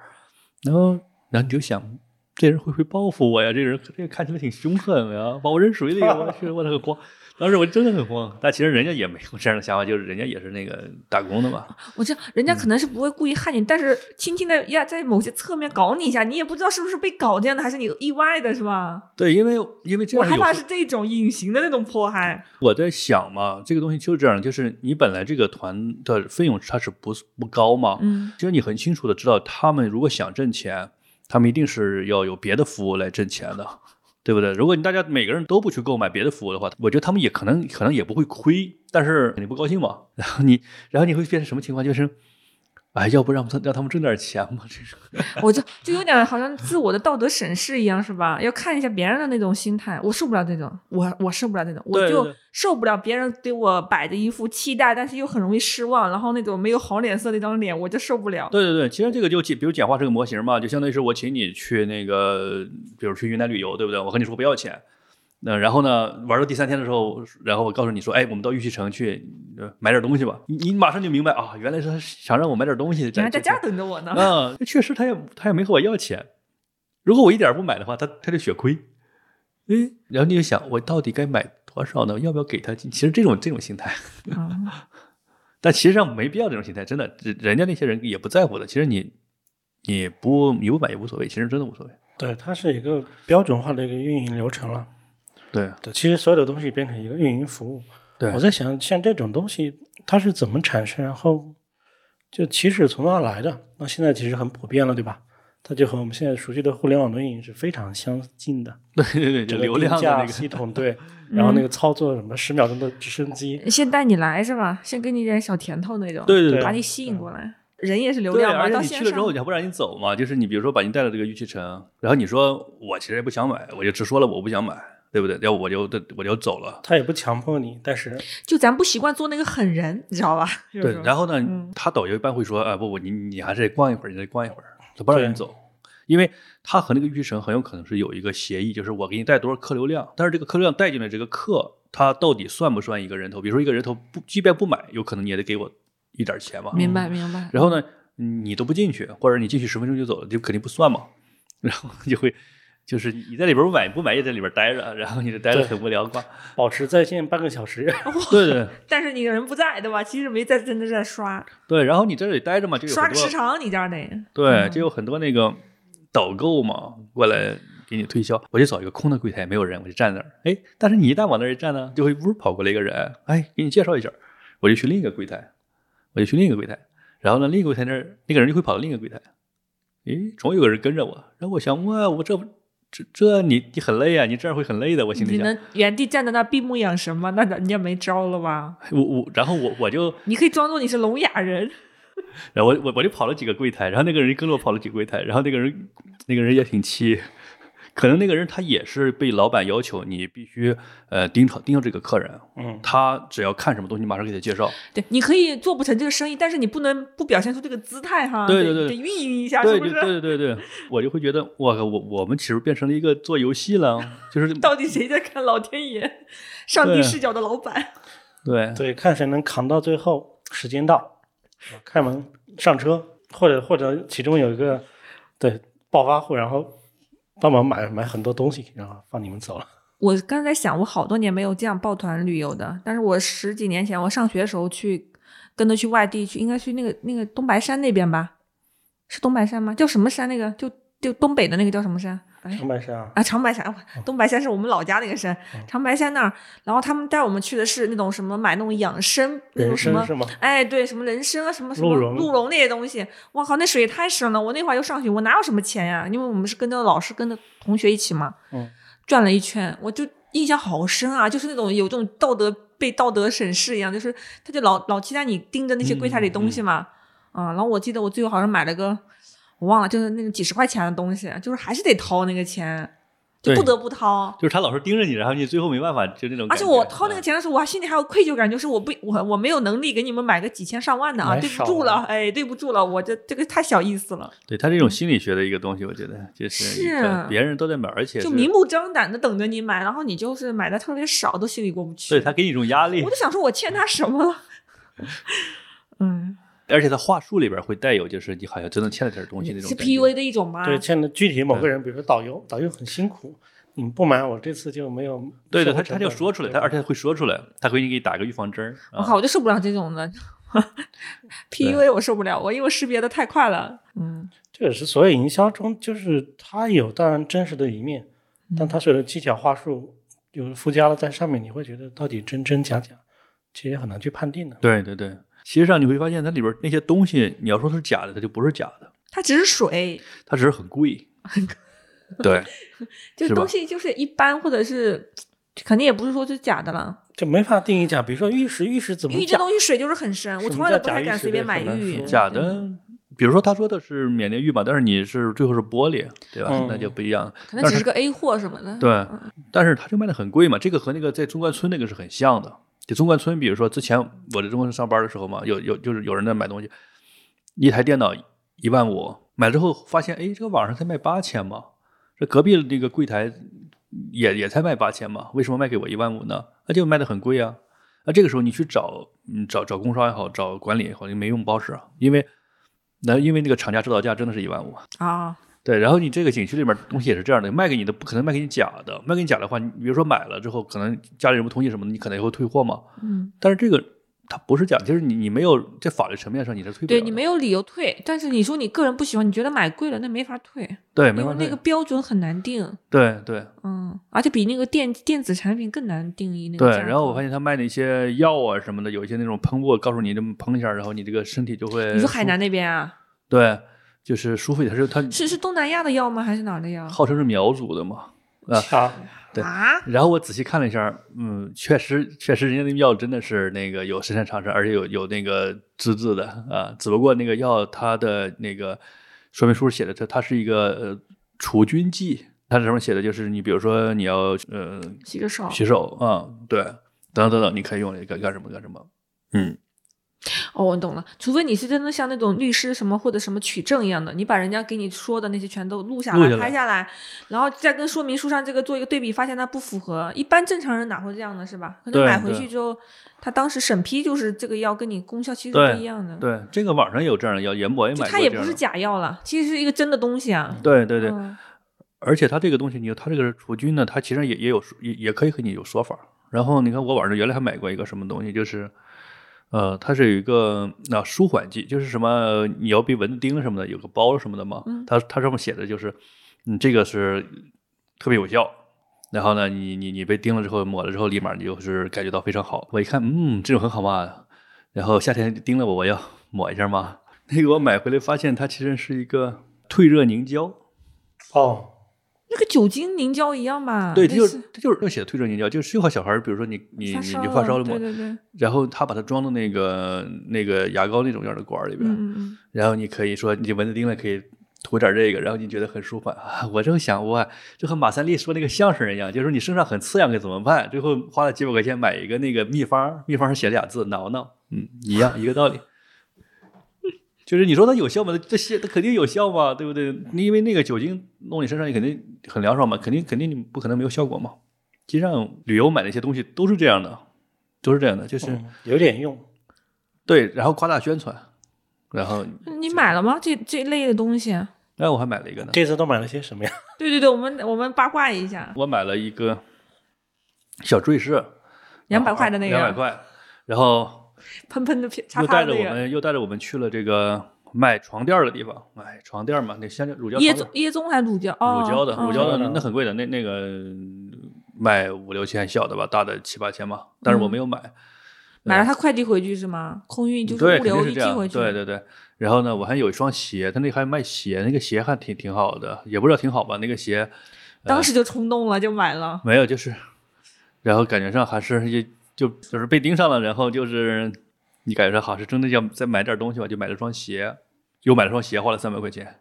[SPEAKER 1] 然后然后你就想，这人会不会报复我呀？这人这个看起来挺凶狠呀，把我扔水里，我去，我那个慌！当时我真的很慌，但其实人家也没有这样的想法，就是人家也是那个打工的嘛。
[SPEAKER 2] 我知道
[SPEAKER 1] 嗯
[SPEAKER 2] 人家可能是不会故意害你，但是轻轻的呀，在某些侧面搞你一下，你也不知道是不是被搞这样的，还是你意外的，是吧？
[SPEAKER 1] 对，因为因为这
[SPEAKER 2] 我
[SPEAKER 1] 样
[SPEAKER 2] 害
[SPEAKER 1] 有
[SPEAKER 2] 怕是这种隐形的那种迫害。
[SPEAKER 1] 我在想嘛，这个东西就是这样，就是你本来这个团的费用它是不不高嘛，
[SPEAKER 2] 嗯，
[SPEAKER 1] 其实你很清楚的知道，他们如果想挣钱，他们一定是要有别的服务来挣钱的，对不对？如果你大家每个人都不去购买别的服务的话，我觉得他们也可能可能也不会亏，但是肯定不高兴嘛。然后你，然后你会变成什么情况？就是，哎，要不让他让他们挣点钱嘛？这是
[SPEAKER 2] 嗯我就就有点好像自我的道德审视一样，是吧？要看一下别人的那种心态，我受不了这种，我我受不了这种，我
[SPEAKER 1] 对对
[SPEAKER 2] 就
[SPEAKER 1] 对
[SPEAKER 2] 受不了别人对我摆着一副期待，但是又很容易失望，然后那种没有好脸色那张脸，我就受不了。
[SPEAKER 1] 对对对，其实这个就简，比如简化这个模型嘛，就相当于是我请你去那个，比如去云南旅游，对不对？我和你说不要钱，那然后呢，玩到第三天的时候，然后我告诉你说，哎，我们到玉器城去呃买点东西吧，你你马上就明白啊，原来是他想让我买点东西，
[SPEAKER 2] 原来在家等着我呢。
[SPEAKER 1] 嗯，确实他也他也没和我要钱，如果我一点儿不买的话，他他就血亏。哎，然后你就想，我到底该买多少呢？要不要给他？其实这种这种心态。
[SPEAKER 2] 啊
[SPEAKER 1] 但其实上没必要这种心态，真的，人人家那些人也不在乎的。其实你你不你不买也无所谓，其实真的无所谓。
[SPEAKER 3] 对，它是一个标准化的一个运营流程了。
[SPEAKER 1] 对
[SPEAKER 3] 对，其实所有的东西变成一个运营服务。
[SPEAKER 1] 对
[SPEAKER 3] 我在想，像这种东西它是怎么产生，然后就起始从哪来的？那现在其实很普遍了，对吧？它就和我们现在熟悉的互联网的运营是非常相近的，
[SPEAKER 1] 对对对，就
[SPEAKER 3] 整
[SPEAKER 1] 流
[SPEAKER 3] 定
[SPEAKER 1] 量的
[SPEAKER 3] 价
[SPEAKER 1] 那
[SPEAKER 3] 系
[SPEAKER 1] 个， 嗯
[SPEAKER 3] 统对，然后那个操作什么十秒钟的直升机，
[SPEAKER 2] 先带你来是吧？先给你点小甜头那种，
[SPEAKER 1] 对对对
[SPEAKER 2] 把你吸引过来。人也是流
[SPEAKER 1] 对，
[SPEAKER 2] 量嘛，
[SPEAKER 1] 而且
[SPEAKER 2] 到
[SPEAKER 1] 你
[SPEAKER 2] 线
[SPEAKER 1] 去了之后，
[SPEAKER 2] 上
[SPEAKER 1] 你还不让你走嘛？就是你比如说把你带到这个玉器城，然后你说我其实也不想买，我就直说了我不想买，对不对？要不我就我就走了。
[SPEAKER 3] 它也不强迫你，但是
[SPEAKER 2] 就咱不习惯做那个狠人，你知道吧？有
[SPEAKER 1] 对
[SPEAKER 2] 时，候
[SPEAKER 1] 然后呢，
[SPEAKER 2] 嗯
[SPEAKER 1] 他导游一般会说，啊，不不，你你还是得逛一会儿，你得逛一会儿，他不让你
[SPEAKER 3] 对
[SPEAKER 1] 走，因为他和那个玉器城很有可能是有一个协议，就是我给你带多少客流量，但是这个客流量带进来这个客，他到底算不算一个人头？比如说一个人头不，即便不买，有可能你也得给我一点钱嘛。
[SPEAKER 2] 明白明白。
[SPEAKER 1] 嗯然后呢，你都不进去，或者你进去十分钟就走了，就肯定不算嘛。然后就会，就是你在里边不买，不买也在里边待着，然后你就待着
[SPEAKER 3] 对
[SPEAKER 1] 很无聊，逛。
[SPEAKER 3] 保持在线半个小时，
[SPEAKER 1] 对对
[SPEAKER 2] 哦但是你人不在，对吧？其实没在真的在刷
[SPEAKER 1] 对，然后你在这里待着嘛，就有
[SPEAKER 2] 刷
[SPEAKER 1] 很
[SPEAKER 2] 个
[SPEAKER 1] 多
[SPEAKER 2] 时长，你这儿得。
[SPEAKER 1] 对，
[SPEAKER 2] 嗯
[SPEAKER 1] 就有很多那个导购嘛过来给你推销，我就找一个空的柜台，没有人，我就站那儿。哎，但是你一旦往那儿一站呢，就会呜跑过来一个人，哎，给你介绍一下，我就去另一个柜台，我就去另一个柜台，然后呢，另一个柜台那儿那个人就会跑到另一个柜台，诶，总有个人跟着我。然后我想，哇，我这这这你你很累啊，你这样会很累的。我心
[SPEAKER 2] 你
[SPEAKER 1] 里想，
[SPEAKER 2] 能原地站在那儿闭目养神吗？那人家没招了吧？
[SPEAKER 1] 我我然后我我就
[SPEAKER 2] 你可以装作你是聋哑人，
[SPEAKER 1] 然后我我我就跑了几个柜台，然后那个人跟着我跑了几个柜台，然后那个人那个人也挺气，可能那个人他也是被老板要求你必须呃盯着盯着这个客人，
[SPEAKER 3] 嗯，
[SPEAKER 1] 他只要看什么东西马上给他介绍，
[SPEAKER 2] 对，你可以做不成这个生意，但是你不能不表现出这个姿态哈，
[SPEAKER 1] 对对对
[SPEAKER 2] 得得孕育一下，
[SPEAKER 1] 对
[SPEAKER 2] 是不
[SPEAKER 1] 对
[SPEAKER 2] 是？
[SPEAKER 1] 对对对，我就会觉得我靠我我们岂是变成了一个做游戏了，就是
[SPEAKER 2] 到底谁在看老天爷、上帝
[SPEAKER 1] 对
[SPEAKER 2] 视角的老板？
[SPEAKER 1] 对
[SPEAKER 3] 对，看谁能扛到最后，时间到，啊开门上车，或者或者其中有一个对暴发户，然后帮忙买买很多东西，然后放你们走了。
[SPEAKER 2] 我刚才在想，我好多年没有这样抱团旅游的，但是我十几年前我上学的时候去，跟着去外地去，应该去那个那个东白山那边吧？是东白山吗？叫什么山？那个就就东北的那个叫什么山？哎
[SPEAKER 3] 长白山啊，
[SPEAKER 2] 啊，长白山，哦啊东白山是我们老家那个山，长白山那儿，然后他们带我们去的是那种什么买那种养生那
[SPEAKER 3] 人
[SPEAKER 2] 种什么
[SPEAKER 3] 参是吗？
[SPEAKER 2] 哎，对，什么人参啊，什么什
[SPEAKER 3] 鹿
[SPEAKER 2] 么
[SPEAKER 3] 茸
[SPEAKER 2] 鹿茸那些东西，我靠，那水也太深了。我那会儿又上学，我哪有什么钱呀、因为我们是跟着老师、跟着同学一起嘛，
[SPEAKER 3] 嗯，
[SPEAKER 2] 转了一圈，我就印象好深啊，就是那种有这种道德被道德审视一样，就是他就老老期待你盯着那些柜
[SPEAKER 3] 嗯
[SPEAKER 2] 台里东西嘛，啊，然后我记得我最后好像买了个，我忘了，就是那种几十块钱的东西，就是还是得掏那个钱，就
[SPEAKER 1] 对
[SPEAKER 2] 不得不掏，
[SPEAKER 1] 就是他老是盯着你，然后你最后没办法，就那种感
[SPEAKER 2] 而
[SPEAKER 1] 觉。
[SPEAKER 2] 且我掏那个
[SPEAKER 1] 啊，
[SPEAKER 2] 钱的时候，我还心里还有愧疚感，就是我不我我没有能力给你们买个几千上万的啊，
[SPEAKER 3] 买
[SPEAKER 2] 对不
[SPEAKER 3] 少
[SPEAKER 2] 住
[SPEAKER 3] 了
[SPEAKER 2] 了，哎，对不住了，我这这个太小意思了，
[SPEAKER 1] 对他这种心理学的一个东西，我觉得就是一个
[SPEAKER 2] 是啊
[SPEAKER 1] 别人都在买，而且
[SPEAKER 2] 就是明目张胆的等着你买，然后你就是买的特别少，都心里过不去。
[SPEAKER 1] 对他给你一种压力
[SPEAKER 2] 我，就想说我欠他什 么了？嗯，
[SPEAKER 1] 而且他话术里边会带有就是你好像真的欠了点东西那种
[SPEAKER 2] 是
[SPEAKER 1] 感觉
[SPEAKER 2] PUA 的一种吧？
[SPEAKER 3] 对，欠的具体某个人，比如说导游，导游很辛苦，你们不买我这次就没有生活成
[SPEAKER 1] 对
[SPEAKER 3] 本。
[SPEAKER 1] 对，他他就说出来，他而
[SPEAKER 3] 且
[SPEAKER 1] 且会说出来，他会给你打个预防针儿。
[SPEAKER 3] 哦
[SPEAKER 2] 我
[SPEAKER 1] 啊
[SPEAKER 2] 靠，我就受不了这 种的 PUA，我受不了，我因为识别的太快了。嗯，
[SPEAKER 3] 这也是所有营销中，就是他有当然真实的一面，
[SPEAKER 2] 嗯
[SPEAKER 3] 但他所有的技巧话术有附加了在上面，你会觉得到底真真假假，其实很难去判定的。
[SPEAKER 1] 对对对，其实上你会发现它里边那些东西，你要说是假的，它就不是假的，
[SPEAKER 2] 它只是水，
[SPEAKER 1] 它只是很 贵。对
[SPEAKER 2] 就是
[SPEAKER 1] 吧
[SPEAKER 2] 东西就是一般，或者是肯定也不是说是假的了。
[SPEAKER 3] 就没法定义假，比如说玉
[SPEAKER 2] 嗯
[SPEAKER 3] 石，玉石怎么
[SPEAKER 2] 玉这
[SPEAKER 3] 假？
[SPEAKER 2] 东西水就是很深，
[SPEAKER 3] 什
[SPEAKER 2] 我
[SPEAKER 3] 么
[SPEAKER 2] 从来
[SPEAKER 3] 叫
[SPEAKER 2] 都不
[SPEAKER 3] 假
[SPEAKER 2] 太
[SPEAKER 3] 玉
[SPEAKER 2] 敢
[SPEAKER 3] 石
[SPEAKER 2] 随
[SPEAKER 3] 这
[SPEAKER 2] 便
[SPEAKER 3] 很
[SPEAKER 2] 买
[SPEAKER 3] 难
[SPEAKER 2] 玉。
[SPEAKER 3] 说
[SPEAKER 1] 假的，比如说他说的是缅甸玉嘛，但是你是最后是玻璃，对吧？
[SPEAKER 3] 嗯
[SPEAKER 1] 那就不一样。
[SPEAKER 2] 可能
[SPEAKER 1] 但
[SPEAKER 2] 只是
[SPEAKER 1] 是
[SPEAKER 2] 个 A 货什么的。
[SPEAKER 1] 对，但是它就卖的很贵嘛，这个和那个在中关村那个是很像的。就中关村，比如说之前我在中关村上班的时候嘛，有有就是有人在买东西，一台电脑一万五，买之后发现，哎，这个网上才卖八千嘛，这隔壁那个柜台也也才卖八千嘛，为什么卖给我一万五呢？那就卖的很贵啊。那这个时候你去找，嗯，找找供商也好，找管理也好，你没用不好使啊，因为那因为那个厂家指导价真的是一万五，
[SPEAKER 2] 啊，
[SPEAKER 1] 对，然后你这个景区里面东西也是这样的，卖给你的不可能卖给你假的，卖给你假的话，你比如说买了之后，可能家里人不同意什么的，你可能也会退货嘛。
[SPEAKER 2] 嗯，
[SPEAKER 1] 但是这个它不是假，就是你你没有在法律层面上你是退不了
[SPEAKER 2] 对
[SPEAKER 1] 的，
[SPEAKER 2] 你没有理由退，但是你说你个人不喜欢，你觉得买贵了，那没法退，
[SPEAKER 1] 对没
[SPEAKER 2] 因为
[SPEAKER 1] 法
[SPEAKER 2] 那
[SPEAKER 1] 退
[SPEAKER 2] 个标准很难定。
[SPEAKER 1] 对对
[SPEAKER 2] 嗯，而且比那个电电子产品更难定义那
[SPEAKER 1] 对
[SPEAKER 2] 个价。格。
[SPEAKER 1] 然后我发现他卖那些药啊什么的，有一些那种喷雾，告诉你这么喷一下，然后你这个身体就会
[SPEAKER 2] 你说海
[SPEAKER 1] 舒
[SPEAKER 2] 南那边啊，
[SPEAKER 1] 对，就是舒服一点，它是
[SPEAKER 2] 是是东南亚的药吗？还是哪儿的药
[SPEAKER 1] 它？号称是苗族的嘛。啊
[SPEAKER 3] 假
[SPEAKER 1] 对
[SPEAKER 2] 啊，
[SPEAKER 1] 然后我仔细看了一下，嗯，确实，确实，人家那药真的是那个有神山长山，而且有有那个资质的啊。只不过那个药它的那个说明书写的，它它是一个呃除菌剂，它上面写的就是你比如说你要呃
[SPEAKER 2] 洗个手。
[SPEAKER 1] 洗手啊、对，等等等等，你可以用这个干什么干什么。嗯，
[SPEAKER 2] 哦，我懂了，除非你是真的像那种律师什么或者什么取证一样的，你把人家给你说的那些全都录下
[SPEAKER 1] 录
[SPEAKER 2] 来、
[SPEAKER 1] 下来
[SPEAKER 2] 拍下来，然后再跟说明书上这个做一个对比，发现它不符合。一般正常人哪会这样呢？是吧？可能
[SPEAKER 1] 对
[SPEAKER 2] 买回
[SPEAKER 1] 对
[SPEAKER 2] 去之后，他当时审批就是这个药跟你功效其实是不
[SPEAKER 1] 对
[SPEAKER 2] 一样的，
[SPEAKER 1] 对，这个网上也有这样的药，研磨也
[SPEAKER 2] 就
[SPEAKER 1] 买过
[SPEAKER 2] 它
[SPEAKER 1] 这
[SPEAKER 2] 也
[SPEAKER 1] 样
[SPEAKER 2] 不
[SPEAKER 1] 的。
[SPEAKER 2] 是假药了，其实是一个真的东西啊。
[SPEAKER 1] 对对对，
[SPEAKER 2] 嗯
[SPEAKER 1] 而且它这个东西，你它这个除菌呢，它其实也也有说也也可以和你有说法儿。然后你看，我网上原来还买过一个什么东西，就是，呃，它是有一个那、舒缓剂，就是什么呃你要被蚊子叮了什么的，有个包什么的嘛，
[SPEAKER 2] 嗯
[SPEAKER 1] 它它上面写的就是，嗯，这个是特别有效。然后呢，你你你被叮了之后抹了之后，立马你就是感觉到非常好。我一看，嗯，这种很好嘛。然后夏天叮了我，我要抹一下嘛。那个我买回来发现它其实是一个退热凝胶，
[SPEAKER 3] 哦，
[SPEAKER 2] 那个酒精凝胶一样吧？
[SPEAKER 1] 对，它
[SPEAKER 2] 类
[SPEAKER 1] 就是
[SPEAKER 2] 似
[SPEAKER 1] 它就是就写的退热凝胶，就是好小孩儿，比如说你你你
[SPEAKER 2] 发
[SPEAKER 1] 你发烧了
[SPEAKER 2] 对
[SPEAKER 1] 嘛，
[SPEAKER 2] 对对，嗯
[SPEAKER 1] 然后他把它装到那个那个牙膏那种样的管儿里边，
[SPEAKER 2] 嗯嗯，
[SPEAKER 1] 然后你可以说你蚊子叮了可以涂点这个，然后你觉得很舒缓啊。我正想哇，就和马三立说那个相声一样，就是说你身上很刺痒该怎么办？最后花了几百块钱买一个那个秘方，秘方上写俩字“挠挠”，嗯，一样一个道理。 就是你说它有效吗？这些它肯定有效嘛，对不对？你因为那个酒精弄你身上，你肯定很凉爽嘛，肯定肯定你不可能没有效果嘛。街上旅游买那些东西都是这样的，都是这样的，就是、
[SPEAKER 3] 嗯有点用。
[SPEAKER 1] 对，然后夸大宣传，然后
[SPEAKER 2] 嗯你买了吗？这这一类的东西？
[SPEAKER 1] 哎，我还买了一个呢。
[SPEAKER 3] 这次都买了些什么呀？
[SPEAKER 2] 对对对，我们我们八卦一下，
[SPEAKER 1] 我买了一个小坠饰，
[SPEAKER 2] 两百块的那
[SPEAKER 1] 两百
[SPEAKER 2] 个，
[SPEAKER 1] 块，然后
[SPEAKER 2] 喷喷的片茶
[SPEAKER 1] 又
[SPEAKER 2] 发
[SPEAKER 1] 带着
[SPEAKER 2] 的那
[SPEAKER 1] 我
[SPEAKER 2] 个。
[SPEAKER 1] 们又带着我们去了这个卖床垫儿的地方，哎，床垫儿嘛，那香蕉乳胶
[SPEAKER 2] 椰
[SPEAKER 1] 床
[SPEAKER 2] 棕椰棕还是乳胶？
[SPEAKER 1] 垫儿
[SPEAKER 2] 哦，
[SPEAKER 1] 乳胶的，乳胶
[SPEAKER 2] 哦
[SPEAKER 1] 的
[SPEAKER 3] 嗯
[SPEAKER 1] 那那很贵的，那那个卖五六千小的吧，大的七八千吧，但是
[SPEAKER 2] 嗯
[SPEAKER 1] 我没有买，
[SPEAKER 2] 买了它快递回去是吗？空运就是
[SPEAKER 1] 对，
[SPEAKER 2] 物
[SPEAKER 1] 肯定
[SPEAKER 2] 流
[SPEAKER 1] 是
[SPEAKER 2] 一
[SPEAKER 1] 这
[SPEAKER 2] 寄
[SPEAKER 1] 样
[SPEAKER 2] 回，去。
[SPEAKER 1] 对对对。然后呢，我还有一双鞋，他那还卖鞋，那个鞋还挺挺好的，也不知道挺好吧，那个鞋
[SPEAKER 2] 当时就冲动了，就买了。
[SPEAKER 1] 没有，就是，然后感觉上还是也就就是被盯上了，然后就是你感觉上好像是真的要再买点东西吧，就买了双鞋，又买了双鞋，花了三百块钱。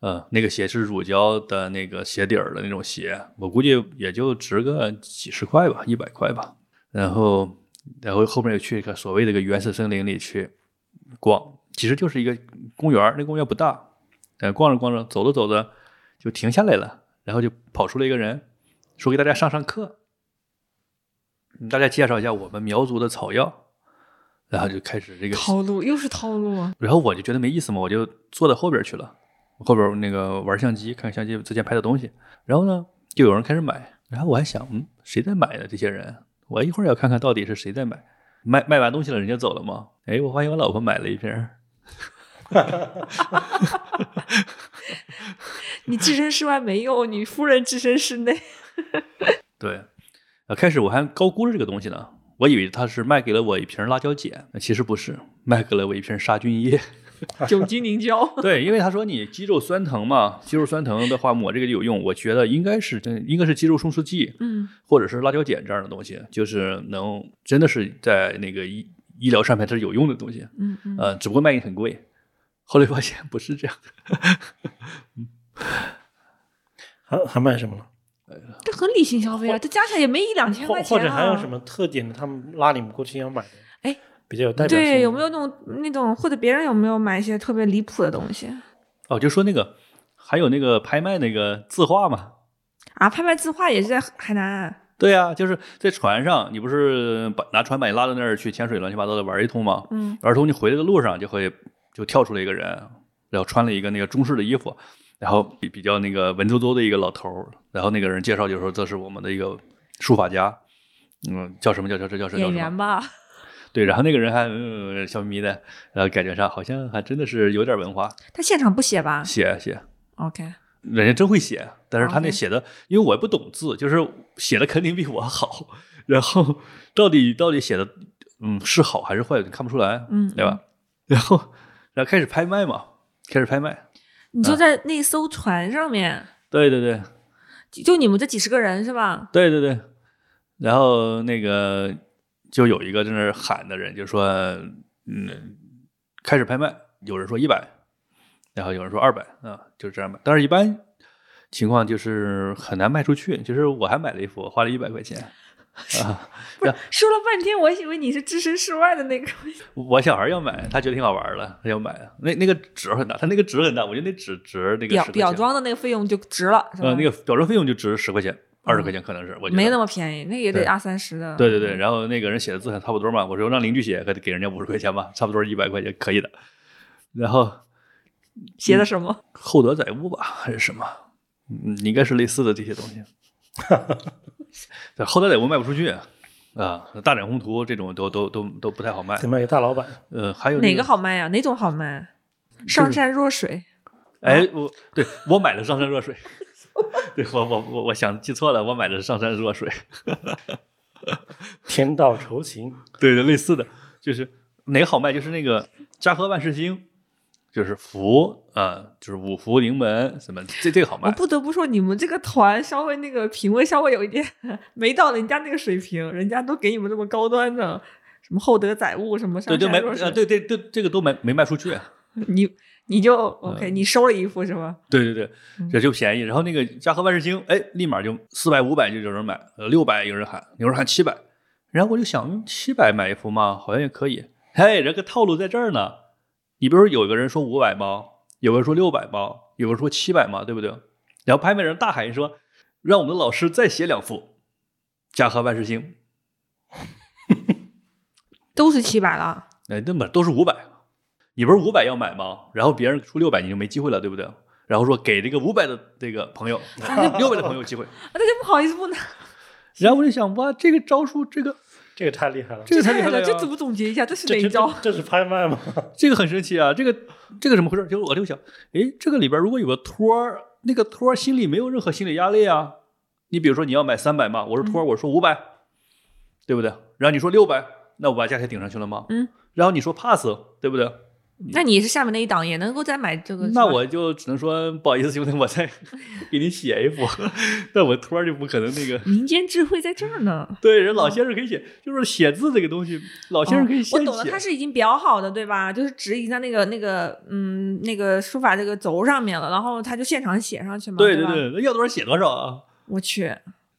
[SPEAKER 1] 嗯，那个鞋是乳胶的那个鞋底儿的那种鞋，我估计也就值个几十块吧，一百块吧。然后，然后后面又去一个所谓的一个原始森林里去逛，其实就是一个公园儿，那公园不大，但逛着逛着，走着走着就停下来了，然后就跑出来一个人，说给大家上上课，嗯大家介绍一下我们苗族的草药，然后就开始这个，
[SPEAKER 2] 套路又是套路，啊
[SPEAKER 1] 然后我就觉得没意思嘛，我就坐到后边去了，后边那个玩相机，看相机之前拍的东西，然后呢，就有人开始买，然后我还想，嗯，谁在买呢？这些人，我一会儿要看看到底是谁在买，卖卖完东西了，人家走了吗？哎，我发现我老婆买了一瓶儿，
[SPEAKER 2] 你置身事外没用，你夫人置身事 内。
[SPEAKER 1] 对，呃，开始我还高估了这个东西呢，我以为他是卖给了我一瓶辣椒碱，其实不是，卖给了我一瓶杀菌液。
[SPEAKER 2] 酒精凝胶
[SPEAKER 1] 对，因为他说你肌肉酸疼嘛，肌肉酸疼的话抹这个就有用，我觉得应该是真应该是肌肉松弛剂，
[SPEAKER 2] 嗯，
[SPEAKER 1] 或者是辣椒碱这样的东西，就是能真的是在那个医医疗上面它是有用的东西，
[SPEAKER 2] 嗯嗯，
[SPEAKER 1] 呃，只不过卖你很贵。后来发现不是这样的，
[SPEAKER 3] 还还买什么了？
[SPEAKER 2] 这很理性消费啊，这加起来也没一两千
[SPEAKER 3] 或
[SPEAKER 2] 块钱、啊、
[SPEAKER 3] 或者还有什？么特点的？他们拉你们过去要买的？
[SPEAKER 2] 哎，
[SPEAKER 3] 比较有代表性的。
[SPEAKER 2] 对，有没有那种那种，或者别人有没有买一些特别离谱的东西
[SPEAKER 1] 哦，就说那个还有那个拍卖那个字画嘛，
[SPEAKER 2] 啊？拍卖字画也是在海南，
[SPEAKER 1] 对啊，就是在船上，你不是把拿船把你拉到那儿去潜水，乱七八糟的玩一通吗？
[SPEAKER 2] 嗯，
[SPEAKER 1] 而从你回来的路上就会就跳出来一个人，然后穿了一个那个中式的衣服，然后比比较那个文绉绉的一个老头儿，然后那个人介绍就说这是我们的一个书法家，嗯，叫什么叫叫这叫什么
[SPEAKER 2] 演
[SPEAKER 1] 叫什
[SPEAKER 2] 员
[SPEAKER 1] 么？
[SPEAKER 2] 吧，
[SPEAKER 1] 对，然后那个人还嗯笑眯眯的，然后感觉上好像还真的是有点文化，
[SPEAKER 2] 他现场不写吧
[SPEAKER 1] 写写。
[SPEAKER 2] ？OK，
[SPEAKER 1] 人家真会写，但是他那
[SPEAKER 2] OK
[SPEAKER 1] 写的因为我也不懂字，就是写的肯定比我好。然后到底到底写的，嗯，是好还是坏，你看不出来，
[SPEAKER 2] 嗯
[SPEAKER 1] 对吧？然后然后开始拍卖嘛，开始拍卖，
[SPEAKER 2] 你
[SPEAKER 1] 嗯
[SPEAKER 2] 就在那艘船上面，
[SPEAKER 1] 对对对
[SPEAKER 2] 就就你们这几十个人是吧？
[SPEAKER 1] 对对对。然后那个就有一个在那儿喊的人，就说，嗯，开始拍卖，有人说一百，然后有人说二百啊，就是这样买。但是一般情况就是很难卖出去。就是我还买了一幅，花了一百块钱啊。
[SPEAKER 2] 说了半天，我以为你是置身事外的那个，
[SPEAKER 1] 我小孩要买，他觉得挺好玩的，他要买。那那个纸很大，他那个纸很大，我觉得那纸值那个
[SPEAKER 2] 表
[SPEAKER 1] 10块钱
[SPEAKER 2] 表装的那个费用就值了，是吧？嗯
[SPEAKER 1] 呃那个表装费用就值十块钱、二十块钱可能是，我觉得
[SPEAKER 2] 没那么嗯便宜，那也
[SPEAKER 1] 对
[SPEAKER 2] 得二三十的。
[SPEAKER 1] 对对对，然后那个人写的字还差不多嘛，我说让邻居写，给给人家五十块钱吧，差不多一百块钱可以的。然后
[SPEAKER 2] 写
[SPEAKER 1] 嗯
[SPEAKER 2] 的什么？
[SPEAKER 1] 厚德载物吧，还是什么？嗯，应该是类似的这些东西。 对，厚德载物卖不出去啊，大展宏图这种都都都都不太好卖
[SPEAKER 3] 得。卖给大老板？
[SPEAKER 1] 呃，还有、那
[SPEAKER 2] 哪个？好卖啊呀、哪种好卖？上善若水，
[SPEAKER 1] 哎，我对我买的上善若 水，对我我我我想记错了，我买的是上善若水。
[SPEAKER 3] 天道酬勤，
[SPEAKER 1] 对对，类似的，就是哪个好卖，就是那个家和万事兴，就是福啊、就是五福临门，什么这这个好
[SPEAKER 2] 我
[SPEAKER 1] 卖，
[SPEAKER 2] 不得不说，你们这个团稍微那个品味稍微有一点没到人家那个水平，人家都给你们这么高端的，什么厚德载物什么上
[SPEAKER 1] 对，就
[SPEAKER 2] 善
[SPEAKER 1] 没
[SPEAKER 2] 若水
[SPEAKER 1] 啊，对对对，这个都没没卖出去， 啊
[SPEAKER 2] 你你就
[SPEAKER 1] 嗯
[SPEAKER 2] OK，、你收了一副是吧？
[SPEAKER 1] 对对对
[SPEAKER 2] 嗯，
[SPEAKER 1] 这就便宜。然后那个嘉禾万事兴，哎，立马就四百五百就有人买，呃，六百有人喊，有人喊七百，然后我就想用七百买一幅嘛，好像也可以。嘿，人个套路在这儿呢。你比如说有个人说五百包，有个人说六百包，有个人说七百嘛，对不对？然后拍卖人大喊一说，让我们的老师再写两幅嘉禾万事兴，
[SPEAKER 2] 都是七百了，
[SPEAKER 1] 哎，根本都是五百。你不是五百要买吗？然后别人出六百，你就没机会了，对不对？然后说给这个五百的这个朋友，六百的朋友机会。
[SPEAKER 2] 那就啊不好意思 不拿。
[SPEAKER 1] 然后我就想，哇，这个招数，这个
[SPEAKER 3] 这个太厉 害了，
[SPEAKER 1] 这个太厉
[SPEAKER 2] 太
[SPEAKER 1] 害了呀，
[SPEAKER 2] 这怎么总结一下？这是哪
[SPEAKER 3] 这
[SPEAKER 2] 一招？
[SPEAKER 3] 这这是拍卖吗？
[SPEAKER 1] 这个很神奇啊，这个这个怎么回事？就是我就想，诶，这个里边如果有个托儿，那个托儿心里没有任何心理压力啊。你比如说你要买三百嘛，我说托
[SPEAKER 2] 嗯
[SPEAKER 1] 儿，我说五百，对不对？然后你说六百，那我把价钱顶上去了吗？
[SPEAKER 2] 嗯。
[SPEAKER 1] 然后你说 pass，对不对？
[SPEAKER 2] 那你是下面那一档也能够再买这个？
[SPEAKER 1] 那
[SPEAKER 2] 是吧
[SPEAKER 1] 我就只能说不好意思，兄弟，我再给你写一幅， 那我托儿就不可能那个。
[SPEAKER 2] 民间智慧在这儿呢。
[SPEAKER 1] 对，人老先生可以写，就是写字这个东西，老先生可以
[SPEAKER 2] 哦
[SPEAKER 1] 先
[SPEAKER 2] 我
[SPEAKER 1] 写。
[SPEAKER 2] 懂了，它是已经裱好的，对吧？就是纸已经在那个那个嗯那个书法这个轴上面了，然后他就现场写上去嘛，
[SPEAKER 1] 对对
[SPEAKER 2] 对吧，
[SPEAKER 1] 对，那要多少写多少啊！
[SPEAKER 2] 我去，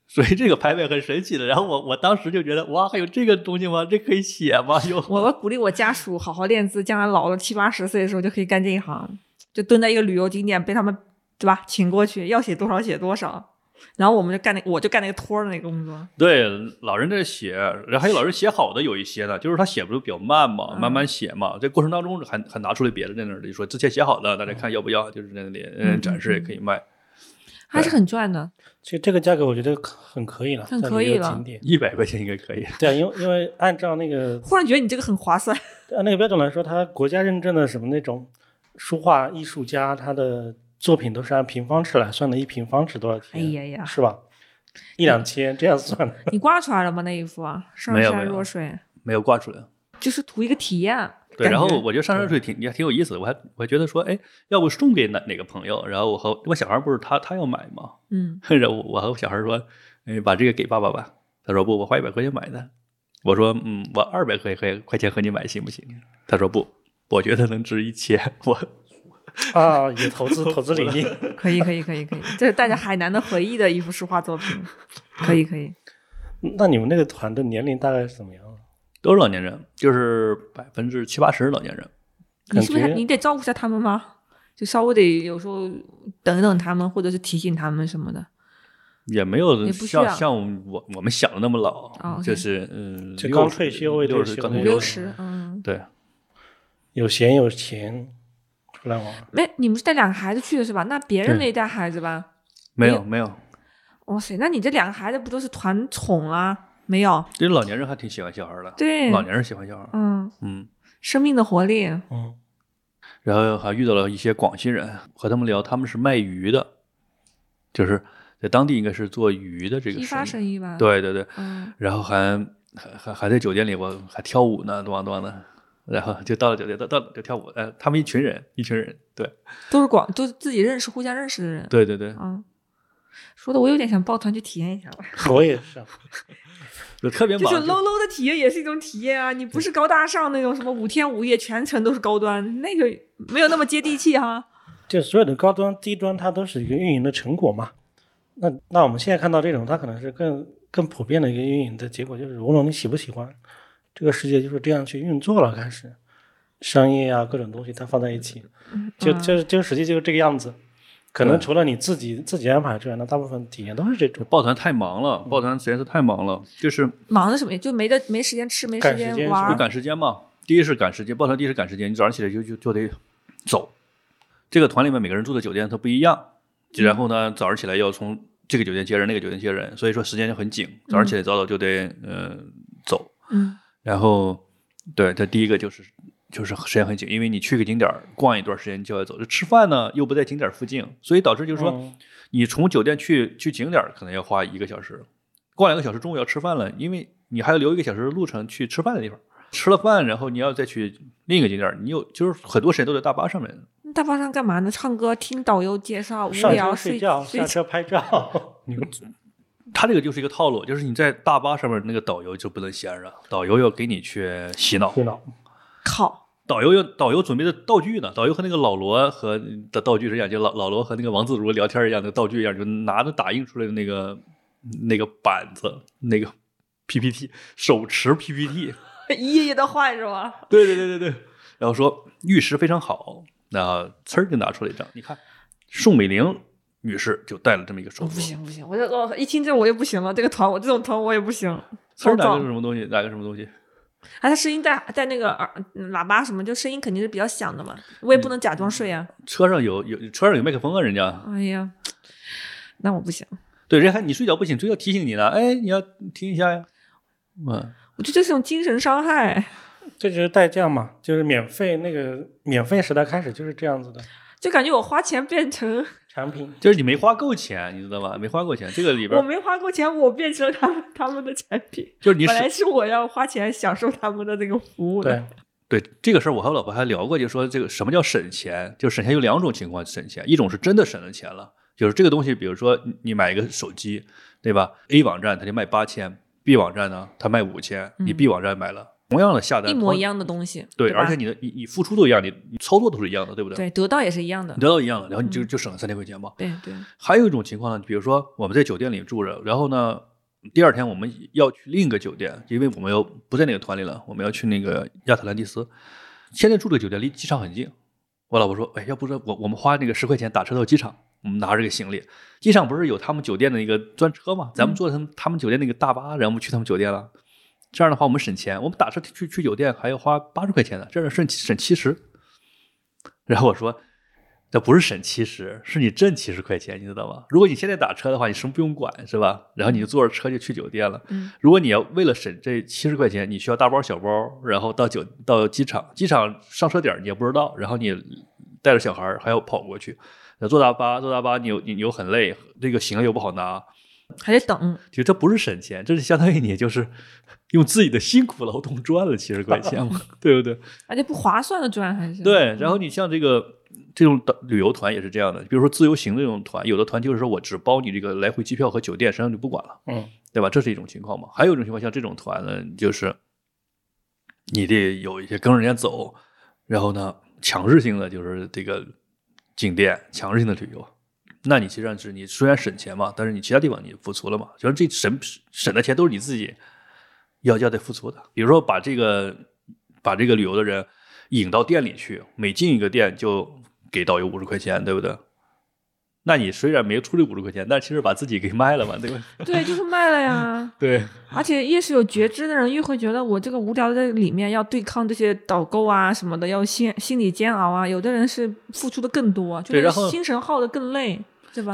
[SPEAKER 1] 所以这个排位很神奇的。然后我我当时就觉得，哇，还有这个东西吗？这可以写吗？有
[SPEAKER 2] 我我鼓励我家属好好练字，将来老了七八十岁的时候就可以干这一行，就蹲在一个旅游景点被他们对吧请过去，要写多少写多少，然后我们就干那我就干那个托儿的那个工作，
[SPEAKER 1] 对老人在写，然后还有老人写好的有一些呢，就是他写不是比较慢嘛，
[SPEAKER 2] 嗯
[SPEAKER 1] 慢慢写嘛，这过程当中还还拿出来别的在那里说，之前写好的，大家看要不要？就是在那里嗯
[SPEAKER 2] 嗯
[SPEAKER 1] 展示也可以卖
[SPEAKER 2] 还是很赚的。
[SPEAKER 3] 这这个价格我觉得很可以了，
[SPEAKER 2] 很
[SPEAKER 3] 在
[SPEAKER 2] 可以
[SPEAKER 3] 旅游
[SPEAKER 2] 了
[SPEAKER 3] 景点。
[SPEAKER 1] 一百块钱应该可以。
[SPEAKER 3] 对啊，因为因为按照那个
[SPEAKER 2] 忽然觉得你这个很划算，
[SPEAKER 3] 呃按那个标准来说，它国家认证的什么那种书画艺术家，他的作品都是按平方尺来算的，一平方尺多少钱？
[SPEAKER 2] 哎呀呀，
[SPEAKER 3] 是吧？一两千这样算的。
[SPEAKER 2] 你挂出来了吗？那一幅啊，上
[SPEAKER 1] 没有
[SPEAKER 2] 善
[SPEAKER 1] 没有
[SPEAKER 2] 若水，
[SPEAKER 1] 没有挂出来。
[SPEAKER 2] 就是图一个体验。
[SPEAKER 1] 对，
[SPEAKER 2] 感
[SPEAKER 1] 然后
[SPEAKER 2] 觉
[SPEAKER 1] 我觉得上山水挺也挺有意思的，我还我还觉得说，哎，要不送给哪哪个朋友？然后我和我小孩不是他他要买吗？
[SPEAKER 2] 嗯，
[SPEAKER 1] 然后我和我小孩说：“哎，把这个给爸爸吧。”他说：“不，我花一百块钱买的。”我说：“嗯，我二百块块块钱和你买行不行？”他说：“不，我觉得能值一千。”我
[SPEAKER 3] 啊，也投资投资领域。
[SPEAKER 2] 可以可以可以可以，这是带着海南的回忆的一幅书画 作品，可以可以。
[SPEAKER 3] 那你们那个团的年龄大概是怎么样啊？
[SPEAKER 1] 都是老年人，就是百分之七八十是老年人。
[SPEAKER 2] 你是不是
[SPEAKER 3] 感
[SPEAKER 2] 还
[SPEAKER 3] 觉
[SPEAKER 2] 你得照顾一下他们吗？就稍微得有时候等一等他们，或者是提醒他们什么的。
[SPEAKER 1] 也没有
[SPEAKER 2] 也不需
[SPEAKER 1] 像
[SPEAKER 2] 要
[SPEAKER 1] 像我我们想的那么老，
[SPEAKER 2] 哦，OK
[SPEAKER 1] 就是嗯，
[SPEAKER 3] 就
[SPEAKER 1] 六
[SPEAKER 3] 刚退休也得
[SPEAKER 1] 六十
[SPEAKER 3] 休
[SPEAKER 1] 刚退休
[SPEAKER 2] 五
[SPEAKER 3] 五
[SPEAKER 2] 六
[SPEAKER 3] 六
[SPEAKER 2] 十，嗯，
[SPEAKER 1] 对，
[SPEAKER 3] 有闲有钱出来玩。
[SPEAKER 2] 没，你们是带两个孩子去的是吧？那别人
[SPEAKER 1] 对
[SPEAKER 2] 没带孩子吧？
[SPEAKER 1] 没有
[SPEAKER 2] 没
[SPEAKER 1] 没有，
[SPEAKER 2] 哇塞，那你这两个孩子不都是团宠啊？没有，
[SPEAKER 1] 这老年人还挺喜欢小孩的，
[SPEAKER 2] 对，
[SPEAKER 1] 老年人喜欢小孩，
[SPEAKER 2] 嗯，
[SPEAKER 1] 嗯。
[SPEAKER 2] 生命的活力，
[SPEAKER 3] 嗯，
[SPEAKER 1] 然后还遇到了一些广西人，和他们聊，他们是卖鱼的，就是在当地应该是做鱼的这个
[SPEAKER 2] 批发
[SPEAKER 1] 生
[SPEAKER 2] 生
[SPEAKER 1] 意。
[SPEAKER 2] 意啊吧？，
[SPEAKER 1] 对对对，
[SPEAKER 2] 嗯，
[SPEAKER 1] 然后还还还还在酒店里，我还跳舞呢，咚咚的。然后就到了酒店，到到就跳舞。呃，他们一群人，一群人，对
[SPEAKER 2] 都是广，都是自己认识、互相认识的人。
[SPEAKER 1] 对对对，
[SPEAKER 2] 嗯，说的我有点想抱团去体验一下 吧，
[SPEAKER 3] 我也是啊。
[SPEAKER 1] 就特别
[SPEAKER 2] 就
[SPEAKER 1] 忙。
[SPEAKER 2] 是 low low 的体验也是一种体验啊，你不是高大上那种什么五天五夜全程都是高端，那个没有那么接地气哈。
[SPEAKER 3] 就所有的高端、低端，它都是一个运营的成果嘛。那那我们现在看到这种，它可能是更更普遍的一个运营的结果，就是无论你喜不喜欢，这个世界就是这样去运作了。开始，商业啊，各种东西它放在一起，就
[SPEAKER 2] 嗯
[SPEAKER 3] 就是就实际就是这个样子。可能
[SPEAKER 1] 对
[SPEAKER 3] 除了你自己自己安排之外，那大部分体验都是这种。
[SPEAKER 1] 抱团太忙了，抱团实在是太忙了，就是
[SPEAKER 2] 忙着什么？就没得没时间吃，没时
[SPEAKER 3] 赶时间
[SPEAKER 2] 玩
[SPEAKER 3] 是
[SPEAKER 1] 就
[SPEAKER 2] 儿。
[SPEAKER 1] 赶时间嘛。第一是赶时间，抱团第一是赶时间，你早上起来就就就得走。这个团里面每个人住的酒店它不一样，就然后呢，早上起来要从这个酒店接人，那个酒店接人，所以说时间就很紧。早上起来早早就得呃走，
[SPEAKER 2] 嗯，
[SPEAKER 1] 然后对，这第一个就是就是时间很紧，因为你去个景点儿逛一段时间就要走，这吃饭呢又不在景点儿附近，所以导致就是说、
[SPEAKER 3] 嗯
[SPEAKER 1] 你从酒店去去景点儿可能要花一个小时，逛两个小时，中午要吃饭了，因为你还要留一个小时的路程去吃饭的地方。吃了饭，然后你要再去另一个景点儿，你有就是很多时间都在大巴上面。
[SPEAKER 2] 那大巴上干嘛呢？唱歌、听导游介绍、无
[SPEAKER 3] 上
[SPEAKER 2] 聊
[SPEAKER 3] 车睡
[SPEAKER 2] 睡
[SPEAKER 3] 觉，
[SPEAKER 2] 睡
[SPEAKER 3] 下车拍 照。
[SPEAKER 1] 他这个就是一个套路，就是你在大巴上面那个导游就不能闲着，导游要给你去洗脑，
[SPEAKER 3] 电脑
[SPEAKER 2] 靠，
[SPEAKER 1] 导游有导游准备的道具呢，导游和那个老罗和的道具是一样，就老老罗和那个王自如聊天一样的道具一样，就拿着打印出来的那个那个板子，那个 PPT 手持 PPT，
[SPEAKER 2] 一一的换是吧？
[SPEAKER 1] 对对对对对，然后说玉石非常好，那呲儿就拿出来一张，你看宋美龄女士就戴了这么一个手
[SPEAKER 2] 不
[SPEAKER 1] 镯，
[SPEAKER 2] 行不行，我就我一听这我就不行了，这个团我这种团我也不行。
[SPEAKER 1] 呲儿哪
[SPEAKER 2] 暴
[SPEAKER 1] 个
[SPEAKER 2] 躁
[SPEAKER 1] 是什么东西，哪个什么东西，
[SPEAKER 2] 啊，他声音带带那个耳嗯喇叭什么，就声音肯定是比较响的嘛。我也
[SPEAKER 1] 嗯
[SPEAKER 2] 不能假装睡啊。
[SPEAKER 1] 车上有有车上有麦克风啊，人家
[SPEAKER 2] 哎呀，那我不行，
[SPEAKER 1] 对人家还你睡觉不醒，就要提醒你呢，哎，你要听一下呀，嗯。
[SPEAKER 2] 我觉得这是种精神伤害。
[SPEAKER 3] 这就是代价嘛，就是免费那个免费时代开始就是这样子的
[SPEAKER 2] 就感觉我花钱变成
[SPEAKER 3] 产品。
[SPEAKER 1] 就是你没花够钱，你知道吧？没花够钱，这个里边
[SPEAKER 2] 我
[SPEAKER 1] 儿
[SPEAKER 2] 没花够钱，我变成了他们他们的产品。
[SPEAKER 1] 就是你
[SPEAKER 2] 本
[SPEAKER 1] 是
[SPEAKER 2] 来是我要花钱享受他们的这个服务的。
[SPEAKER 3] 对，
[SPEAKER 1] 对这个事儿，我和我老婆还聊过，就说这个什么叫省钱？就省钱有两种情况，省钱一种是真的省了钱了，就是这个东西，比如说你你买一个手机，对吧？A 网站它就卖八千，B 网站呢它卖五千，你
[SPEAKER 2] 嗯
[SPEAKER 1] B 网站买了同样的下单，
[SPEAKER 2] 一模
[SPEAKER 1] 同
[SPEAKER 2] 一。样的东西，
[SPEAKER 1] 对，
[SPEAKER 2] 吧
[SPEAKER 1] 而且你的你你付出都一样，你你操作都是一样的，对不对？
[SPEAKER 2] 对得到也是一样的
[SPEAKER 1] 你，得到一样的，然后你就
[SPEAKER 2] 嗯
[SPEAKER 1] 就省了三千块钱嘛。
[SPEAKER 2] 对对，
[SPEAKER 1] 还有一种情况呢，比如说我们在酒店里住着，然后呢，第二天我们要去另一个酒店，因为我们要不在那个团里了，我们要去那个亚特兰蒂斯。现在住的酒店离机场很近，我老婆说：“哎，要不说我我们花那个十块钱打车到机场，我们拿这个行李，机场不是有他们酒店的一个专车吗？咱们坐他们他们酒店那个大巴，然后我们去他们酒店了。这样的话，我们省钱，我们打车去去酒店还要花八十块钱呢，这样省省七十。然后我说，这不是省七十，是你挣七十块钱，你知道吗？如果你现在打车的话，你什么不用管是吧？然后你就坐着车就去酒店了。
[SPEAKER 2] 嗯
[SPEAKER 1] 如果你要为了省这七十块钱，你需要大包小包，然后到酒到机场，机场上车点儿你也不知道，然后你带着小孩儿还要跑过去，那坐大巴坐大巴你又你你又很累，这个行李又不好拿，
[SPEAKER 2] 还得等。
[SPEAKER 1] 其实这不是省钱，这是相当于你就是 用自己的辛苦劳动赚了七十块钱嘛，对不对？
[SPEAKER 2] 而且不划算的赚还是
[SPEAKER 1] 对，然后你像这个这种导旅游团也是这样的，比如说自由行这种团，有的团就是说我只包你这个来回机票和酒店，实际上就不管了，
[SPEAKER 3] 嗯，
[SPEAKER 1] 对吧？这是一种情况嘛。还有一种情况，像这种团呢，就是你得有一些跟着人家走，然后呢，强制性的就是这个景点，强制性的旅游。那你其实上是你虽然省钱嘛，但是你其他地方你付出了嘛，就是这省省的钱都是你自己要要得付出的。比如说把这个把这个旅游的人引到店里去，每进一个店就给导游五十块钱，对不对？那你虽然没出这五十块钱，但其实把自己给卖了嘛，对吧？
[SPEAKER 2] 对，就是卖了呀。
[SPEAKER 1] 对，
[SPEAKER 2] 而且越是有觉知的人，越会觉得我这个无聊在里面要对抗这些导购啊什么的，要心心理煎熬啊。有的人是付出的更多，就
[SPEAKER 1] 对
[SPEAKER 2] 是
[SPEAKER 1] 然后
[SPEAKER 2] 精神耗的更累，对吧？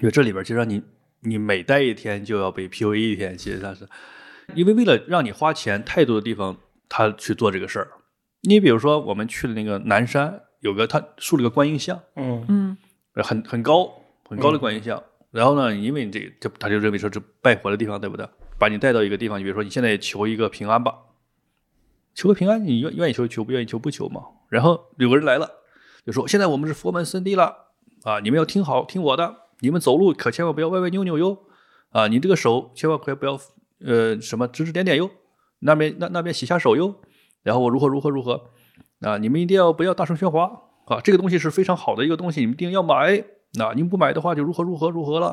[SPEAKER 1] 因为这里边其实让你你每待一天就要被 PUA 一天，其实它是因为为了让你花钱，太多的地方他去做这个事儿。你比如说，我们去了那个南山，有个他竖了个观音像，
[SPEAKER 3] 嗯，
[SPEAKER 2] 嗯，
[SPEAKER 1] 很很高很高的观音像。然后呢，因为你这个这他就认为说这拜佛的地方，对不对？把你带到一个地方，你比如说你现在求一个平安吧，求个平安，你愿愿意求求，不愿意求不求嘛。然后有个人来了，就说现在我们是佛门圣地了啊，你们要听好听我的，你们走路可千万不要歪歪扭扭哟啊，你这个手千万可不要呃什么指指点点哟，那边那那边洗下手哟，然后我如何如何如何啊，你们一定要不要大声喧哗啊，这个东西是非常好的一个东西，你们一定要买。那、你们不买的话，就如何如何如何了。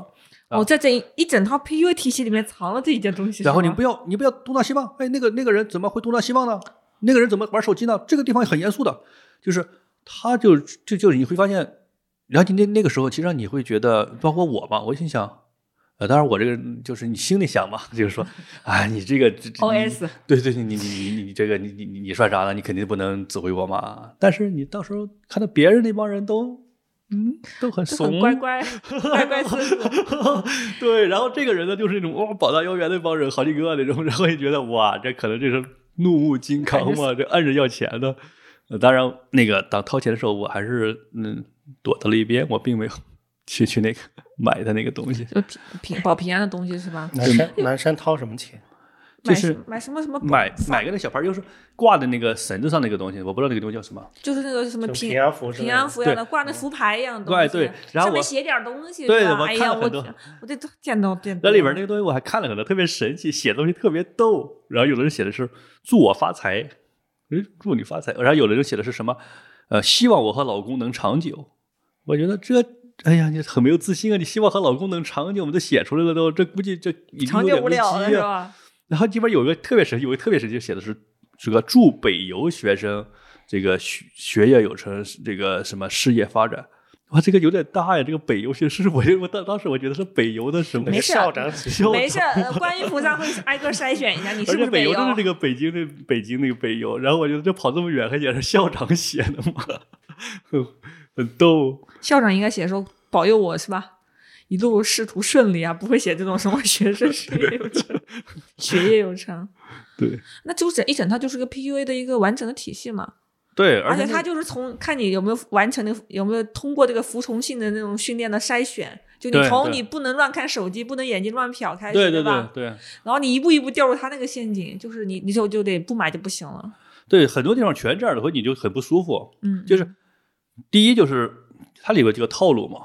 [SPEAKER 1] 啊
[SPEAKER 2] 哦，在这一一整套 PUA 体系里面藏了这一件东西，
[SPEAKER 1] 然后你
[SPEAKER 2] 不
[SPEAKER 1] 不要，你不要东张西望。哎，那个那个人怎么会东张西望呢？那个人怎么玩手机呢？这个地方很严肃的，就是他就就就是你会发现，然后你那那个时候，其实你会觉得，包括我嘛，我心想，呃，当然我这个人就是你心里想嘛，就是说，哎，你这个这这
[SPEAKER 2] OS
[SPEAKER 1] 对对，你你你你你这个你你你你算啥呢？你肯定不能指挥我嘛。但是你到时候看到别人那帮人都，嗯，都很
[SPEAKER 2] 就
[SPEAKER 1] 怂，
[SPEAKER 2] 很乖乖乖乖孙 子。
[SPEAKER 1] 对，然后这个人呢，就是那种哇，宝藏妖园那帮人好几个那种，然后你觉得哇，这可能这是怒目金刚嘛，这摁着要钱的。呃当然，那个当掏钱的时候，我还是嗯躲到了一边，我并没有去去那个买他那个东西。
[SPEAKER 2] 就平平保平安的东西是吧？
[SPEAKER 3] 南山南山掏什么钱？
[SPEAKER 1] 就
[SPEAKER 2] 买
[SPEAKER 1] 是
[SPEAKER 2] 什买什么什么宝
[SPEAKER 1] 买买个那小牌儿，就是挂的那个绳子上那个东西，我不知道那个东西叫什么。
[SPEAKER 2] 就是那个什么
[SPEAKER 3] 就
[SPEAKER 2] 平
[SPEAKER 3] 平安符之类
[SPEAKER 2] 平
[SPEAKER 3] 的
[SPEAKER 2] 安符一样的，
[SPEAKER 1] 对
[SPEAKER 2] 挂那福牌一样的东
[SPEAKER 1] 对
[SPEAKER 2] 西，
[SPEAKER 1] 对然后
[SPEAKER 2] 上面
[SPEAKER 1] 我
[SPEAKER 2] 写点东西，
[SPEAKER 1] 对
[SPEAKER 2] 是吧
[SPEAKER 1] 我
[SPEAKER 2] 哎
[SPEAKER 1] 看
[SPEAKER 2] 呀，
[SPEAKER 1] 了
[SPEAKER 2] 我
[SPEAKER 1] 很多
[SPEAKER 2] 天我这都见到见
[SPEAKER 1] 那
[SPEAKER 2] 多
[SPEAKER 1] 里边
[SPEAKER 2] 了
[SPEAKER 1] 那个东西我还看了很多，特别神奇，写的东西特别逗。然后有的人写的是“祝我发财”，哎，祝你发财。然后有的人写的是什么？呃，希望我和老公能长久。我觉得这，哎呀，你很没有自信啊！你希望和老公能长久，我们都写出来了都，这估计这已经
[SPEAKER 2] 长
[SPEAKER 1] 有
[SPEAKER 2] 久
[SPEAKER 1] 点
[SPEAKER 2] 不了了
[SPEAKER 1] 危机
[SPEAKER 2] 是
[SPEAKER 1] 啊
[SPEAKER 2] 吧？
[SPEAKER 1] 然后这边有一个特别神奇，有一个特别神奇，写的是这个祝北邮学生这个学学业有成，这个什么事业发展。哇，这个有点大呀！这个北邮学是我 我当当时我觉得是北邮的什么
[SPEAKER 3] 那
[SPEAKER 2] 没
[SPEAKER 3] 个
[SPEAKER 2] 事
[SPEAKER 3] 校长写
[SPEAKER 1] 校
[SPEAKER 2] 没事，呃观音菩萨 会挨个筛选一下，你是
[SPEAKER 1] 而
[SPEAKER 2] 不
[SPEAKER 1] 且
[SPEAKER 2] 是
[SPEAKER 1] 北
[SPEAKER 2] 邮
[SPEAKER 1] 邮？就是这个北京的北京那个北邮，然后我觉得这跑这么远还写是校长写的嘛，很很逗。
[SPEAKER 2] 校长应该写说保佑我是吧？一路仕途顺利啊，不会写这种什么学生事业 有成、学业有成，
[SPEAKER 1] 对
[SPEAKER 2] 那就整一整套就是个 PUA 的一个完整的体系嘛。
[SPEAKER 1] 对，
[SPEAKER 2] 而且他就是从看你有没有完成那个有没有通过这个服从性的那种训练的筛选，就你
[SPEAKER 1] 对
[SPEAKER 2] 从
[SPEAKER 1] 对
[SPEAKER 2] 你不能乱看手机，不能眼睛乱瞟开始，
[SPEAKER 1] 对对对
[SPEAKER 2] 吧？
[SPEAKER 1] 对
[SPEAKER 2] 然后你一步一步掉入他那个陷阱，就是你你就就得不买就不行了。
[SPEAKER 1] 对，很多地方全这样的话，你就很不舒服。
[SPEAKER 2] 嗯，
[SPEAKER 1] 就是第一就是它里边这个套路嘛，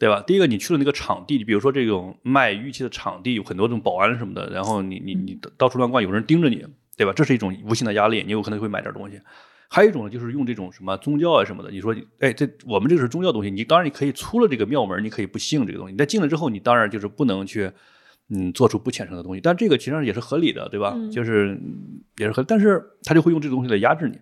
[SPEAKER 1] 对吧？第一个你去了那个场地，比如说这种卖玉器的场地，有很多这种保安什么的，然后你你你
[SPEAKER 2] 嗯
[SPEAKER 1] 到处乱逛，有人盯着你，对吧？这是一种无形的压力，你有可能会买点东西。还有一种呢，就是用这种什么宗教啊什么的，你说，哎，这我们这个是宗教东西，你当然你可以出了这个庙门，你可以不信这个东西。你在进了之后，你当然就是不能去，嗯，做出不虔诚的东西。但这个其实上也是合理的，对吧？
[SPEAKER 2] 嗯
[SPEAKER 1] 就是嗯也是合，但是他就会用这东西来压制你。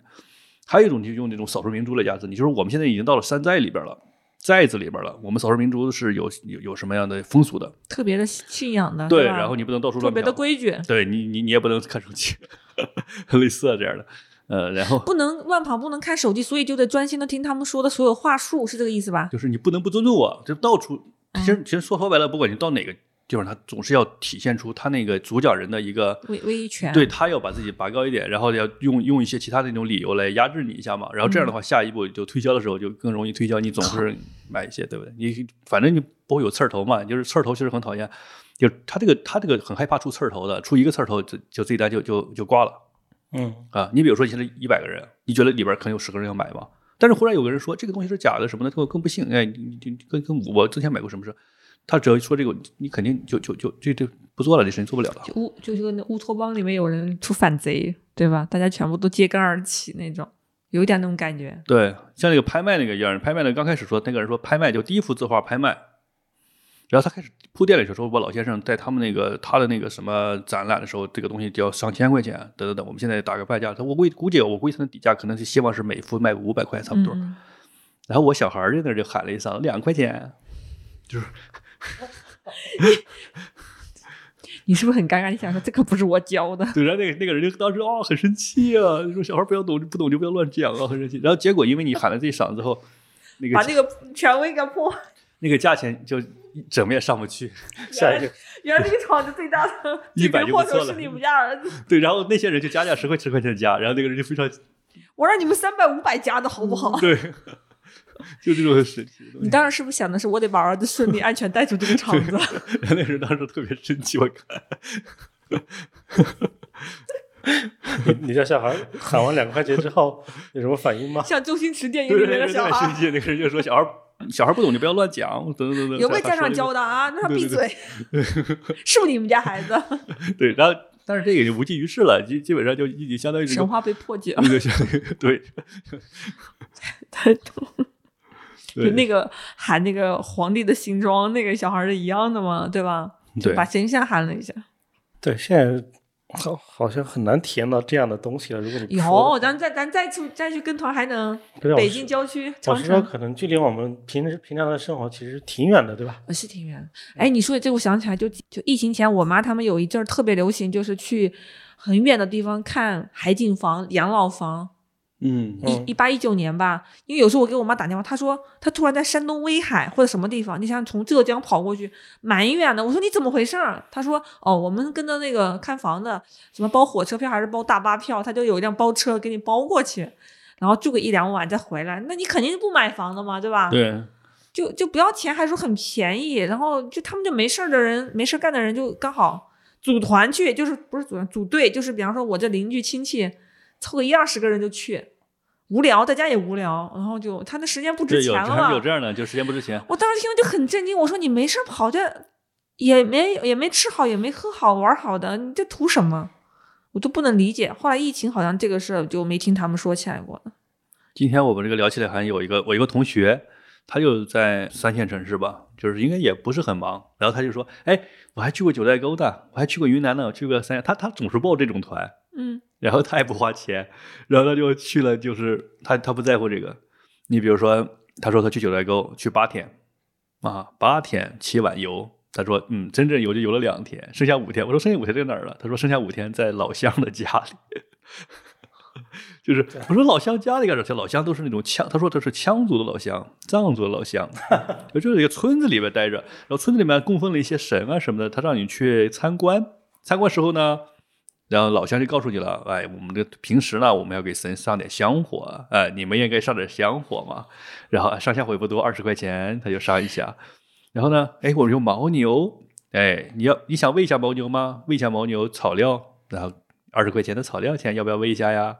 [SPEAKER 1] 还有一种就用这种少数民族来压制你，就是我们现在已经到了山寨里边了，寨子里边了。我们少数民族是有有有什么样的风俗的？
[SPEAKER 2] 特别的信仰的，
[SPEAKER 1] 对，
[SPEAKER 2] 啊吧
[SPEAKER 1] 然后你不能到处
[SPEAKER 2] 特
[SPEAKER 1] 乱
[SPEAKER 2] 别的
[SPEAKER 1] 飘，
[SPEAKER 2] 规矩，
[SPEAKER 1] 对你你你也不能看手机， 类似啊这样的。呃，然后
[SPEAKER 2] 不能乱跑，不能看手机，所以就得专心的听他们说的所有话术，是这个意思吧？
[SPEAKER 1] 就是你不能不尊重我，就到处。
[SPEAKER 2] 嗯
[SPEAKER 1] 其实其实说说白了，不管你到哪个地方，他总是要体现出他那个主讲人的一个
[SPEAKER 2] 威嗯威一拳，
[SPEAKER 1] 对他要把自己拔高一点，然后要用用一些其他的那种理由来压制你一下嘛。然后这
[SPEAKER 2] 嗯
[SPEAKER 1] 样的话，下一步就推销的时候就更容易推销，你总是买一些，对不对？你反正你不会有刺儿头嘛，就是刺儿头其实很讨厌，就他这个他这个很害怕出刺儿头的，出一个刺儿头就就这一单就就就挂了
[SPEAKER 3] 嗯，
[SPEAKER 1] 啊。你比如说你现在一百个人，你觉得里边可能有十个人要买吧？但是忽然有个人说这个东西是假的什么的，更更不信，哎，你你你跟跟我之前买过什么事，他只要一说这个，你肯定就就就就就不做了，这事情做不了了。
[SPEAKER 2] 就乌就是那乌托邦里面有人出反贼，对吧？大家全部都揭竿而起那种，有一点那种感觉。
[SPEAKER 1] 对，像那个拍卖那个一样，拍卖那个刚开始说那个人说拍卖就第一幅字画拍卖，然后他开始铺垫了一下，说我老先生在他们那个他的那个什么展览的时候，这个东西就要上千块钱，等等等，我们现在打个半价，他我估计估计我估计他的底价可能是希望是每幅卖五百块差不多，
[SPEAKER 2] 嗯
[SPEAKER 1] 然后我小孩儿在那儿就喊了一声两块钱，
[SPEAKER 2] 你是不是很尴尬？你想说这可不是我教的，
[SPEAKER 1] 对，然后那个那个人就当时啊、很生气啊，说小孩儿不要懂不懂就不要乱讲啊，很生气，然后结果因为你喊了这一嗓子后，那
[SPEAKER 2] 把
[SPEAKER 1] 个
[SPEAKER 2] 那个权威给破。
[SPEAKER 1] 那个价钱就整面上不去。
[SPEAKER 3] 下一个
[SPEAKER 2] 原来这个厂子最大的
[SPEAKER 1] 一百
[SPEAKER 2] 这
[SPEAKER 1] 就不
[SPEAKER 2] 个祸
[SPEAKER 1] 错
[SPEAKER 2] 首
[SPEAKER 1] 了
[SPEAKER 2] 是你们家儿子，
[SPEAKER 1] 对，然后那些人就加价十块十块钱加，然后那个人就非常
[SPEAKER 2] 我让你们三百五百加的好不好？
[SPEAKER 1] 对， 就这种很神奇的东
[SPEAKER 2] 你
[SPEAKER 1] 西。
[SPEAKER 2] 当时是不是想的是我得把儿子顺利安全带出这个厂 子？
[SPEAKER 1] 然后那人当时特别生气，我看
[SPEAKER 3] 你你家小孩喊完两块钱之后有什么反应吗？
[SPEAKER 2] 像周星驰电影
[SPEAKER 1] 对
[SPEAKER 2] 里
[SPEAKER 1] 对
[SPEAKER 2] 面
[SPEAKER 1] 对，特
[SPEAKER 2] 的小
[SPEAKER 1] 别生
[SPEAKER 2] 孩，
[SPEAKER 1] 气。那个人就说：“小孩儿小孩儿不懂就不要乱讲。”等等等等，
[SPEAKER 2] 有没有
[SPEAKER 1] 他
[SPEAKER 2] 家
[SPEAKER 1] 说
[SPEAKER 2] 长
[SPEAKER 1] 这
[SPEAKER 2] 教的啊？让他
[SPEAKER 1] 对
[SPEAKER 2] 闭
[SPEAKER 1] 对对
[SPEAKER 2] 嘴， 是不是你们家孩子？
[SPEAKER 1] 个？对，然后但是这个也无济于事了，基基本上就已经相当 于这
[SPEAKER 2] 神
[SPEAKER 1] 个
[SPEAKER 2] 话被破解了。
[SPEAKER 1] 那个 相当于对
[SPEAKER 2] 太逗了
[SPEAKER 1] 对
[SPEAKER 2] 就那个喊那个皇帝的行装，那个小孩儿是一样的嘛，对吧？就
[SPEAKER 1] 对
[SPEAKER 2] 把神仙喊了一下。
[SPEAKER 3] 对，现在好好像很难体验到这样的东西了。如果你
[SPEAKER 2] 有，咱再咱再去再去跟团还能
[SPEAKER 3] 不是我
[SPEAKER 2] 北
[SPEAKER 3] 是
[SPEAKER 2] 京郊区、
[SPEAKER 3] 我
[SPEAKER 2] 长
[SPEAKER 3] 是说，
[SPEAKER 2] 城，
[SPEAKER 3] 可能距离我们平时平常的生活其实挺远的，对吧？
[SPEAKER 2] 呃是挺远的。哎，你说的这，我想起来就，就疫情前，我妈他们有一阵儿特别流行，就是去很远的地方看海景房、养老房。
[SPEAKER 1] 嗯
[SPEAKER 3] 嗯
[SPEAKER 2] 一一八一九年吧，因为有时候我给我妈打电话，她说她突然在山东威海或者什么地方，你想从浙江跑过去蛮远的，我说你怎么回事儿？她说哦，我们跟着那个看房的，什么包火车票还是包大巴票，他就有一辆包车给你包过去，然后住个一两晚再回来，那你肯定不买房的嘛，对吧？
[SPEAKER 1] 对
[SPEAKER 2] 就就不要钱，还说很便宜，然后就他们就没事儿的人，没事儿干的人就刚好组团去，就是不是组团组队，就是比方说我这邻居亲戚凑个一二十个人就去，无聊，在家也无聊，然后就他那时间不值
[SPEAKER 1] 对，
[SPEAKER 2] 钱
[SPEAKER 1] 有
[SPEAKER 2] 了
[SPEAKER 1] 还
[SPEAKER 2] 嘛
[SPEAKER 1] 是有这样的，就时间不值钱。
[SPEAKER 2] 我当时听了就很震惊，我说你没事儿跑这，也没也没吃好，也没喝好，玩儿好的，你这图什么？我都不能理解。后来疫情好像这个事儿就没听他们说起来过了。
[SPEAKER 1] 今天我们这个聊起来，还有一个我一个同学，他就在三线城市吧，就是应该也不是很忙。然后他就说：“哎，我还去过九寨沟的，我还去过云南呢，我去过三亚。”他他总是报这种团，
[SPEAKER 2] 嗯，
[SPEAKER 1] 然后他也不花钱，然后他就去了，就是他他不在乎这个。你比如说，他说他去九寨沟去八天，啊，八天七晚游。他说，嗯，真正游就游了两天，剩下五天。我说剩下五天在哪儿了？他说剩下五天在老乡的家里。 就是我说老乡家里干啥去？老乡都是那种羌，他说这是羌族的老乡，藏族的老乡，就就是一个村子里边待着，然后村子里面供奉了一些神啊什么的，他让你去参观。参观时候呢，然后老乡就告诉你了，哎，我们这平时呢，我们要给神上点香火，哎，你们也该上点香火嘛。然后上下火也不多，二十块钱他就上一下。然后呢，哎，我们有牦牛，哎，你要你想喂一下牦牛吗？喂一下牦牛草料，然后二十块钱的草料钱要不要喂一下呀？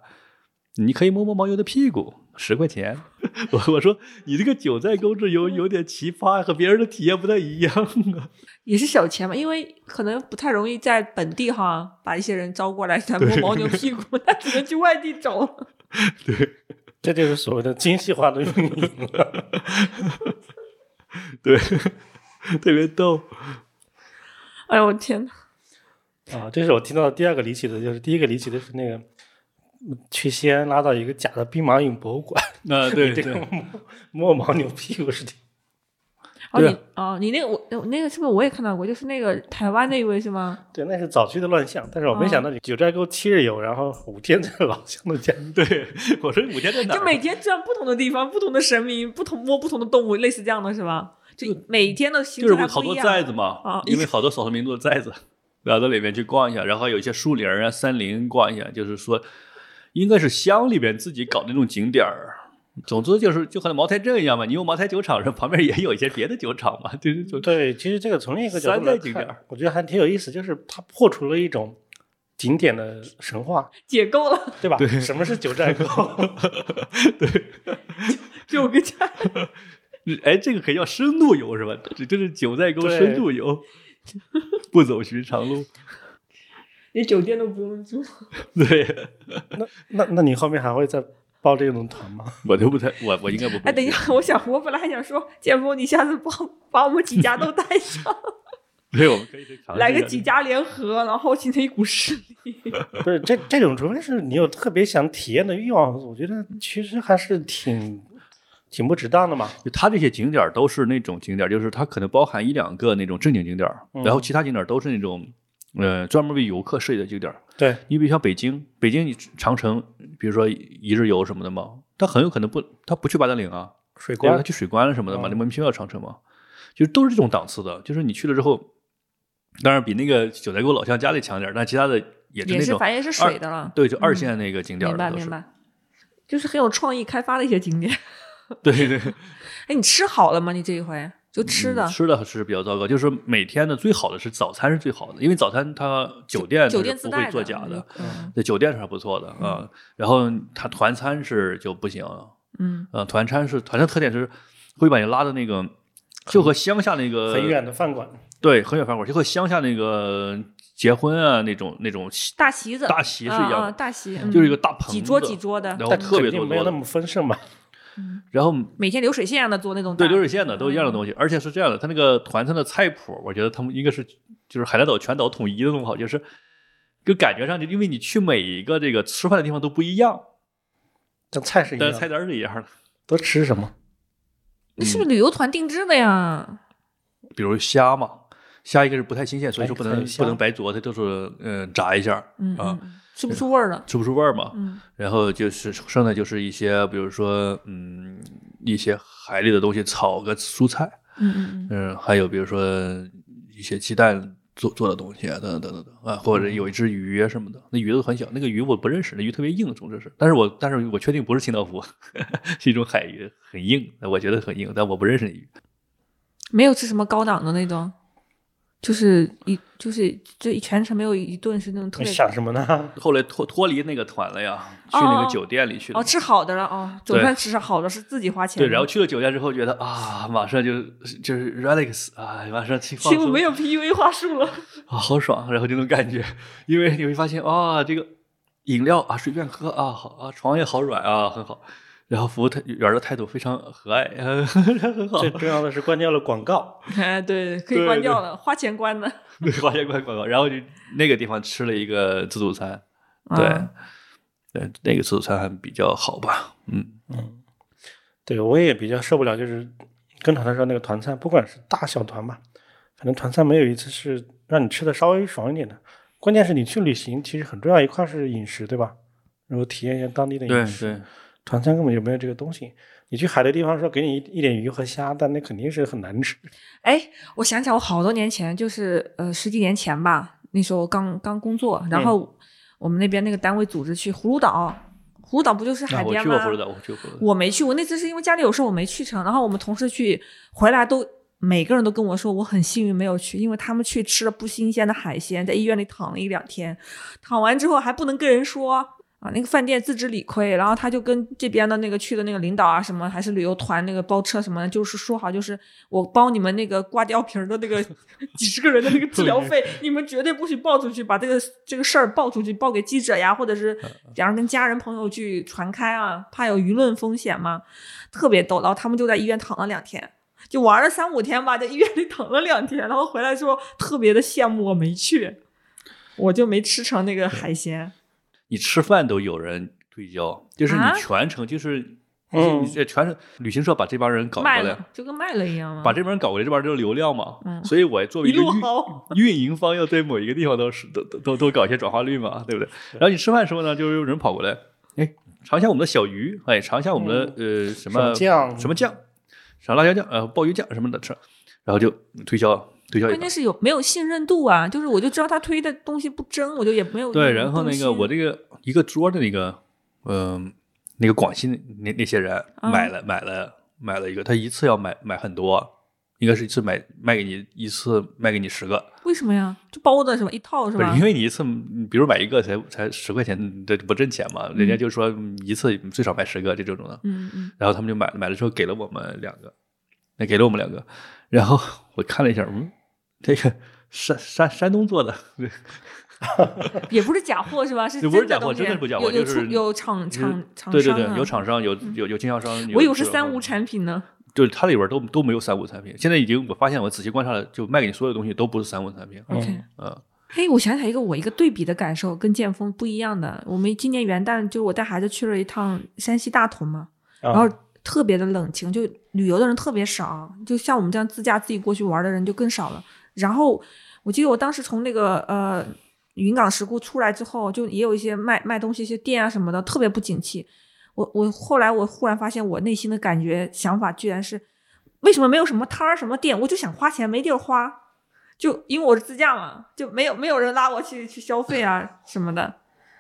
[SPEAKER 1] 你可以摸摸牦牛的屁股，十块钱。 我我说你这个九寨沟之游有点奇葩，和别人的体验不太一样啊。
[SPEAKER 2] 也是小钱嘛，因为可能不太容易在本地哈把一些人招过来，咱摸牦牛屁股，他只能去外地找。
[SPEAKER 3] 这就是所谓的精细化的运营。
[SPEAKER 1] 对，特别逗。
[SPEAKER 2] 哎呦我天呐，
[SPEAKER 3] 啊，这是我听到的第二个离奇的，就是第一个离奇的是那个嗯去西安拉到一个假的兵马俑博物馆，
[SPEAKER 1] 那对
[SPEAKER 3] 这
[SPEAKER 1] 对
[SPEAKER 3] 个摸摸牦牛屁股是挺
[SPEAKER 2] 哦
[SPEAKER 1] 对啊
[SPEAKER 2] 你哦你那个我我那个是不是我也看到过？就是那个台湾那一位是吗？
[SPEAKER 3] 对，那是早期的乱象，但是我没
[SPEAKER 2] 哦
[SPEAKER 3] 想到你九寨沟七日游，然后五天在老乡的家，
[SPEAKER 1] 对，我说五天在哪儿？啊
[SPEAKER 2] 就每天转不同的地方，不同的神明，不同摸不同的动物，类似这样的是吧？就每天的行
[SPEAKER 1] 就是
[SPEAKER 2] 程还
[SPEAKER 1] 好
[SPEAKER 2] 不
[SPEAKER 1] 多
[SPEAKER 2] 一样。
[SPEAKER 1] 寨子嘛，
[SPEAKER 2] 啊
[SPEAKER 1] 因为好多少数民族的寨子，然后到里面去逛一下，然后有一些树林儿啊、山林逛一下，就是说应该是乡里边自己搞的那种景点儿。总之就是就和茅台镇一样嘛，你有茅台酒厂，然后旁边也有一些别的酒厂嘛，就是 就
[SPEAKER 3] 对，其实这个从另一个角
[SPEAKER 1] 山
[SPEAKER 3] 度
[SPEAKER 1] 寨
[SPEAKER 3] 来
[SPEAKER 1] 景点
[SPEAKER 3] 看
[SPEAKER 1] 儿，
[SPEAKER 3] 我觉得还挺有意思，就是它破除了一种景点的神话，
[SPEAKER 2] 解构了
[SPEAKER 3] 对吧？ 什么是九寨沟？
[SPEAKER 2] 九个家，
[SPEAKER 1] 哎，这个可以叫深度游是吧？这这是九寨沟
[SPEAKER 3] 对
[SPEAKER 1] 深度游，不走寻常路。
[SPEAKER 2] 连酒店都不用住。
[SPEAKER 1] 对
[SPEAKER 3] 那那你后面还会再报这种团吗？
[SPEAKER 1] 我都不太，我我应该不会。
[SPEAKER 2] 哎，等一，下，我想，我本来还想说，建峰，你下次帮把我们几家都带 上，
[SPEAKER 1] 对，我们可以去尝试一下
[SPEAKER 2] 来个几家联合，然后形成一股势力。
[SPEAKER 3] 不是这这种，除非是你有特别想体验的欲望，我觉得其实还是挺挺不值当的嘛。
[SPEAKER 1] 就它这些景点儿都是那种景点儿，就是它可能包含一两个那种正经景点儿，
[SPEAKER 3] 嗯
[SPEAKER 1] 然后其他景点儿都是那种呃专门为游客设计的景点儿。
[SPEAKER 3] 对，
[SPEAKER 1] 你比如像北京，北京你长城，比如说一日游什么的嘛，他很有可能不，他不去八达岭啊，
[SPEAKER 3] 水
[SPEAKER 1] 对吧？他
[SPEAKER 3] 关
[SPEAKER 1] 去水关了什么的嘛，
[SPEAKER 3] 嗯
[SPEAKER 1] 那莫名其妙长城嘛，就是都是这种档次的。就是你去了之后，当然比那个九寨沟老乡家里强点儿，但其他的也是那种
[SPEAKER 2] 正也是
[SPEAKER 1] 水
[SPEAKER 2] 的了，
[SPEAKER 1] 对，就二线那个景点儿
[SPEAKER 2] 明白
[SPEAKER 1] 的都
[SPEAKER 2] 明
[SPEAKER 1] 是。
[SPEAKER 2] 白，就是很有创意开发的一些景点。
[SPEAKER 1] 对对，
[SPEAKER 2] 哎，你吃好了吗？你这一回就吃的
[SPEAKER 1] 嗯，吃的是比较糟糕，就是每天的最好的是早餐是最好的，因为早餐它酒店
[SPEAKER 2] 酒
[SPEAKER 1] 它
[SPEAKER 2] 店
[SPEAKER 1] 是
[SPEAKER 2] 自
[SPEAKER 1] 不
[SPEAKER 2] 带
[SPEAKER 1] 会
[SPEAKER 2] 的
[SPEAKER 1] 做假的，，
[SPEAKER 2] 嗯
[SPEAKER 1] 在酒店是还不错的啊、然后它团餐是就不行，
[SPEAKER 2] 嗯，
[SPEAKER 1] 呃，团餐是团餐特点是会把你拉到那个就和乡下那个
[SPEAKER 3] 很远的饭馆，
[SPEAKER 1] 对很远饭馆，就和乡下那个结婚啊那种那种喜
[SPEAKER 2] 大席子，
[SPEAKER 1] 大席是一
[SPEAKER 2] 啊
[SPEAKER 1] 样的，
[SPEAKER 2] 啊大席，嗯
[SPEAKER 1] 就是一个大棚子
[SPEAKER 2] 几桌几，桌的，
[SPEAKER 1] 然后
[SPEAKER 3] 但
[SPEAKER 1] 特别
[SPEAKER 3] 肯
[SPEAKER 1] 多
[SPEAKER 3] 定没有那
[SPEAKER 1] 桌子，
[SPEAKER 3] 么丰盛吧？
[SPEAKER 1] 然后
[SPEAKER 2] 每天流水线一样的做那种大，
[SPEAKER 3] 嗯
[SPEAKER 1] 对流水线的都一样的东西，而且是这样的，它那个团餐的菜谱，我觉得他们应该是就是海南岛全岛统一的弄好，就是就感觉上就因为你去每一个这个吃饭的地方都不一样，
[SPEAKER 3] 但菜是一
[SPEAKER 1] 但
[SPEAKER 3] 样
[SPEAKER 1] 是菜
[SPEAKER 3] 的，
[SPEAKER 1] 单儿是一样的，
[SPEAKER 3] 都吃什么？
[SPEAKER 2] 那
[SPEAKER 1] 嗯
[SPEAKER 2] 是不是旅游团定制的呀？
[SPEAKER 1] 比如虾嘛。虾一个是不太新鲜，所以说不
[SPEAKER 3] 白
[SPEAKER 1] 能
[SPEAKER 3] 菜虾
[SPEAKER 1] 不能白灼，它就是嗯炸一下，
[SPEAKER 2] 嗯，
[SPEAKER 1] 啊
[SPEAKER 2] 嗯嗯吃不出味儿了。
[SPEAKER 1] 吃不出味儿嘛。
[SPEAKER 2] 嗯，
[SPEAKER 1] 然后就是剩的就是一些，比如说嗯一些海里的东西，炒个蔬菜，
[SPEAKER 2] 嗯嗯嗯，
[SPEAKER 1] 嗯，还有比如说一些鸡蛋做做的东西啊，等等等等等啊，或者有一只鱼啊什么的，那鱼都很小，那个鱼我不认识，那鱼特别硬，总之是，但是我但是我确定不是清道夫， 是一种海鱼，很硬，我觉得很硬，但我不认识那鱼。
[SPEAKER 2] 没有吃什么高档的那种，就是一就是这一全程没有一顿是那种特
[SPEAKER 3] 你
[SPEAKER 2] 别
[SPEAKER 3] 想什么呢？
[SPEAKER 1] 后来脱脱离那个团了呀，去那个酒店里去了。
[SPEAKER 2] 哦吃好的了哦，总
[SPEAKER 1] 对
[SPEAKER 2] 算吃上好的是自己花钱的。
[SPEAKER 1] 对，然后去了酒店之后，觉得啊，马上就就是 relax 啊，马上轻放
[SPEAKER 2] 欺负
[SPEAKER 1] 松，
[SPEAKER 2] 没有 PUA 话术了，
[SPEAKER 1] 啊，好爽，然后这种感觉，因为你会发现啊，这个饮料啊随便喝啊，好啊，床也好软啊，很好。然后服务态员的态度非常和蔼， 呃很好
[SPEAKER 3] 最。重要的是关掉了广告，
[SPEAKER 2] 哎，对，可以
[SPEAKER 1] 对
[SPEAKER 2] 关
[SPEAKER 1] 对
[SPEAKER 2] 掉了，花钱关的。
[SPEAKER 1] 对，花钱怪广告。然后就那个地方吃了一个自助餐，对，
[SPEAKER 2] 啊
[SPEAKER 1] 对，那个自助餐还比较好吧，嗯，
[SPEAKER 3] 对我也比较受不了，就是跟团的时候那个团餐，不管是大小团吧，反正团餐没有一次是让你吃的稍微爽一点的。关键是你去旅行，其实很重要一块是饮食，对吧？然后体验一下当地的饮食。团餐根本就没有这个东西。你去海的地方说给你一一点鱼和虾，但那肯定是很难吃。
[SPEAKER 2] 哎，我想起来，我好多年前，就是呃十几年前吧，那时候我刚刚工作，
[SPEAKER 1] 嗯
[SPEAKER 2] 然后我们那边那个单位组织去葫芦岛，葫芦岛不就是
[SPEAKER 1] 那
[SPEAKER 2] 海
[SPEAKER 1] 我
[SPEAKER 2] 边
[SPEAKER 1] 去
[SPEAKER 2] 吗？
[SPEAKER 1] 过葫芦岛，我去过葫芦岛，
[SPEAKER 2] 我没去，我那次是因为家里有事我没去成，然后我们同事去回来都每个人都跟我说我很幸运没有去，因为他们去吃了不新鲜的海鲜，在医院里躺了一两天，躺完之后还不能跟人说啊，那个饭店自知理亏，然后他就跟这边的那个去的那个领导啊什么，还是旅游团那个包车什么的，就是说好就是我包你们那个挂吊瓶儿的那个几十个人的那个治疗费，你们绝对不许报出去，把这个这个事儿报出去，报给记者呀，或者是然后跟家人朋友去传开啊，怕有舆论风险嘛，特别逗。然后他们就在医院躺了两天，就玩了三五天吧，在医院里躺了两天，然后回来之后特别的羡慕我没去，我就没吃成那个海鲜。
[SPEAKER 1] 你吃饭都有人对焦，就是
[SPEAKER 2] 啊
[SPEAKER 1] 你全程就是，
[SPEAKER 3] 嗯
[SPEAKER 1] 你这全程旅行社把这帮人搞过
[SPEAKER 2] 卖
[SPEAKER 1] 来，
[SPEAKER 2] 了，就跟卖了一样嘛。
[SPEAKER 1] 把这帮人搞过来，这帮人就是流量嘛，
[SPEAKER 2] 嗯
[SPEAKER 1] 所以我作为
[SPEAKER 2] 一
[SPEAKER 1] 一个
[SPEAKER 2] 路
[SPEAKER 1] 运
[SPEAKER 2] 薅，
[SPEAKER 1] 运营方要对某一个地方都是都都都都搞一些转化率嘛，对不对？然后你吃饭的时候呢，就是有人跑过来，哎，尝一下我们的小鱼，哎，尝一下我们的、
[SPEAKER 2] 嗯
[SPEAKER 1] 呃什么
[SPEAKER 3] 酱？
[SPEAKER 1] 什么酱，啥辣椒酱，呃，鲍鱼酱什么的吃，然后就推销推销一
[SPEAKER 2] 关
[SPEAKER 1] 把
[SPEAKER 2] 键。是有没有信任度啊？就是我就知道他推的东西不真，我就也没有
[SPEAKER 1] 对，然后
[SPEAKER 2] 动
[SPEAKER 1] 那个
[SPEAKER 2] 心
[SPEAKER 1] 我这个一个桌的那个，嗯、那个广西那那些人
[SPEAKER 2] 嗯
[SPEAKER 1] 买了、买了买了一个，他一次要买买很多，应该是一次买卖给你一次卖给你十个，
[SPEAKER 2] 为什么呀？就包的什么一套是
[SPEAKER 1] 不是
[SPEAKER 2] 吧？
[SPEAKER 1] 因为你一次，你比如买一个才才十块钱，这不挣钱嘛？人家
[SPEAKER 2] 嗯
[SPEAKER 1] 就说一次最少买十个这种的，
[SPEAKER 2] 嗯嗯，
[SPEAKER 1] 然后他们就买买了之后给了我们两个，那给了我们两个，然后我看了一下，嗯，这个山山山东做的，
[SPEAKER 2] 也不是假货是 吧？是
[SPEAKER 1] 也不是假
[SPEAKER 2] 的
[SPEAKER 1] 货
[SPEAKER 2] 东西
[SPEAKER 1] 真的不假货
[SPEAKER 2] 有有
[SPEAKER 1] 就是
[SPEAKER 2] 出有厂厂厂商、啊，嗯
[SPEAKER 1] 对对对，有。厂商，有有有经销商，
[SPEAKER 2] 我以
[SPEAKER 1] 有
[SPEAKER 2] 为是
[SPEAKER 1] 制造
[SPEAKER 2] 三
[SPEAKER 1] 商
[SPEAKER 2] 无，产品呢，
[SPEAKER 1] 就是它里边都都没有三无产品。现在已经我发现，我仔细观察了，就卖给你所有的东西都不是三无产品，
[SPEAKER 3] 嗯
[SPEAKER 2] OK
[SPEAKER 1] 嗯，
[SPEAKER 2] 嘿，我想起来一个我一个对比的感受，跟剑锋不一样的。我们今年元旦就是我带孩子去了一趟山西大同嘛，
[SPEAKER 3] 啊
[SPEAKER 2] 然后特别的冷清，就旅游的人特别少，就像我们这样自驾自己过去玩的人就更少了。然后我记得我当时从那个呃云冈石窟出来之后，就也有一些卖卖东西一些店啊什么的，特别不景气。我我后来我忽然发现，我内心的感觉想法居然是，为什么没有什么摊儿什么店，我就想花钱没地儿花，就因为我是自驾嘛，就没有没有人拉我去去消费啊什么的，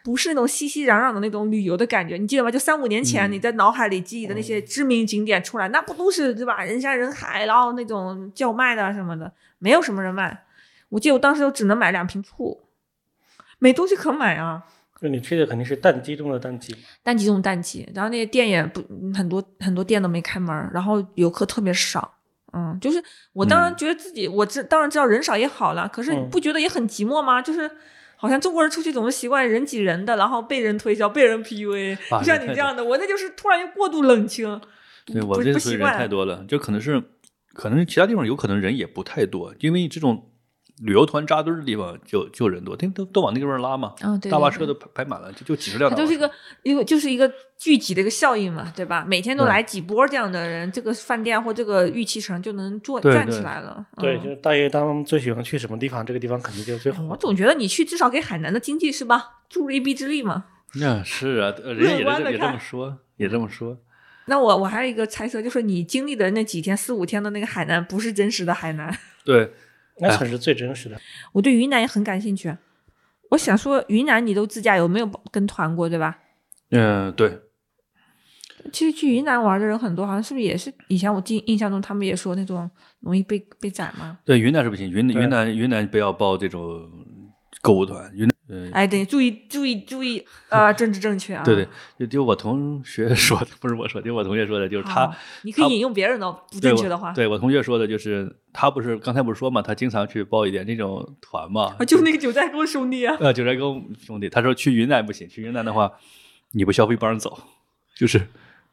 [SPEAKER 2] 不是那种熙熙攘攘的那种旅游的感觉，你记得吗？就三五年前
[SPEAKER 1] 嗯
[SPEAKER 2] 你在脑海里记忆的那些知名景点出来，那不都是对吧？人山人海，然后那种叫卖的什么的，没有什么人卖。我记得我当时就只能买两瓶醋，没东西可买啊。
[SPEAKER 3] 就你去的肯定是淡季中的淡季。
[SPEAKER 2] 淡季中淡季，然后那些店也不嗯很多，很多店都没开门儿，然后游客特别少。嗯，就是我当然觉得自己，我知当然知道人少也好了，可是你
[SPEAKER 3] 嗯
[SPEAKER 2] 不觉得也很寂寞吗？就是好像中国人出去总是习惯人挤人的，然后被人推销、被人 PUA，、
[SPEAKER 1] 啊
[SPEAKER 2] 就像
[SPEAKER 1] 人
[SPEAKER 2] 你
[SPEAKER 1] 太
[SPEAKER 2] 这样的，我那就是突然就过度冷清，
[SPEAKER 1] 对
[SPEAKER 2] 不
[SPEAKER 1] 我这
[SPEAKER 2] 不
[SPEAKER 1] 次
[SPEAKER 2] 习
[SPEAKER 1] 人
[SPEAKER 2] 惯
[SPEAKER 1] 太多了，就可能是，可能其他地方有可能人也不太多，因为这种旅游团扎堆儿的地方就就人多，都都都往那个地方拉嘛，
[SPEAKER 2] 啊，对
[SPEAKER 1] 大巴
[SPEAKER 2] 对
[SPEAKER 1] 车
[SPEAKER 2] 对
[SPEAKER 1] 都排排满了，就就几十辆
[SPEAKER 2] 它
[SPEAKER 1] 大巴车，
[SPEAKER 2] 就是一个，因为就是一个聚集的一个效应嘛，对吧？每天都
[SPEAKER 1] 对
[SPEAKER 2] 来几波这样的人，这个饭店或这个玉器城就能做
[SPEAKER 1] 对
[SPEAKER 2] 站
[SPEAKER 1] 对
[SPEAKER 2] 起来了。
[SPEAKER 3] 对，
[SPEAKER 2] 嗯
[SPEAKER 3] 就是大爷他们最喜欢去什么地方，这个地方肯定就是最
[SPEAKER 2] 我
[SPEAKER 3] 好。
[SPEAKER 2] 总觉得你去至少给海南的经济是吧助了一臂之力嘛。
[SPEAKER 1] 那是啊， 呃人家也
[SPEAKER 2] 乐观
[SPEAKER 1] 这
[SPEAKER 2] 地
[SPEAKER 1] 也这么
[SPEAKER 2] 看
[SPEAKER 1] 说，也这么说，
[SPEAKER 2] 那我我还有一个猜测，就是你经历的那几天四五天的那个海南不是真实的海南。
[SPEAKER 1] 对，
[SPEAKER 3] 那才是最真实的。
[SPEAKER 2] 我对云南也很感兴趣，我想说云南你都自驾游没有跟团过对吧？
[SPEAKER 1] 嗯，对，
[SPEAKER 2] 其实去云南玩的人很多，好像是不是也是以前我记印象中他们也说那种容易被被宰嘛？
[SPEAKER 1] 对，云南是不行，云
[SPEAKER 3] 对
[SPEAKER 1] 云南云南不要报这种购物团，云南嗯。
[SPEAKER 2] 哎，对，注意注意注意，呃，政治正确啊！
[SPEAKER 1] 对对，就就我同学 说的，不是我说的，就我同学说的，就是他
[SPEAKER 2] 好，你可
[SPEAKER 1] 他
[SPEAKER 2] 以引用别人的哦不
[SPEAKER 1] 对
[SPEAKER 2] 正
[SPEAKER 1] 我
[SPEAKER 2] 确的话，
[SPEAKER 1] 对我同学说的，就是他不是刚才不是说嘛，他经常去报一点这种团嘛
[SPEAKER 2] 啊，， 就是那个九寨沟兄弟啊，
[SPEAKER 1] 呃，九寨沟兄弟，他说去云南不行，去云南的话，你不消费不让走，就是，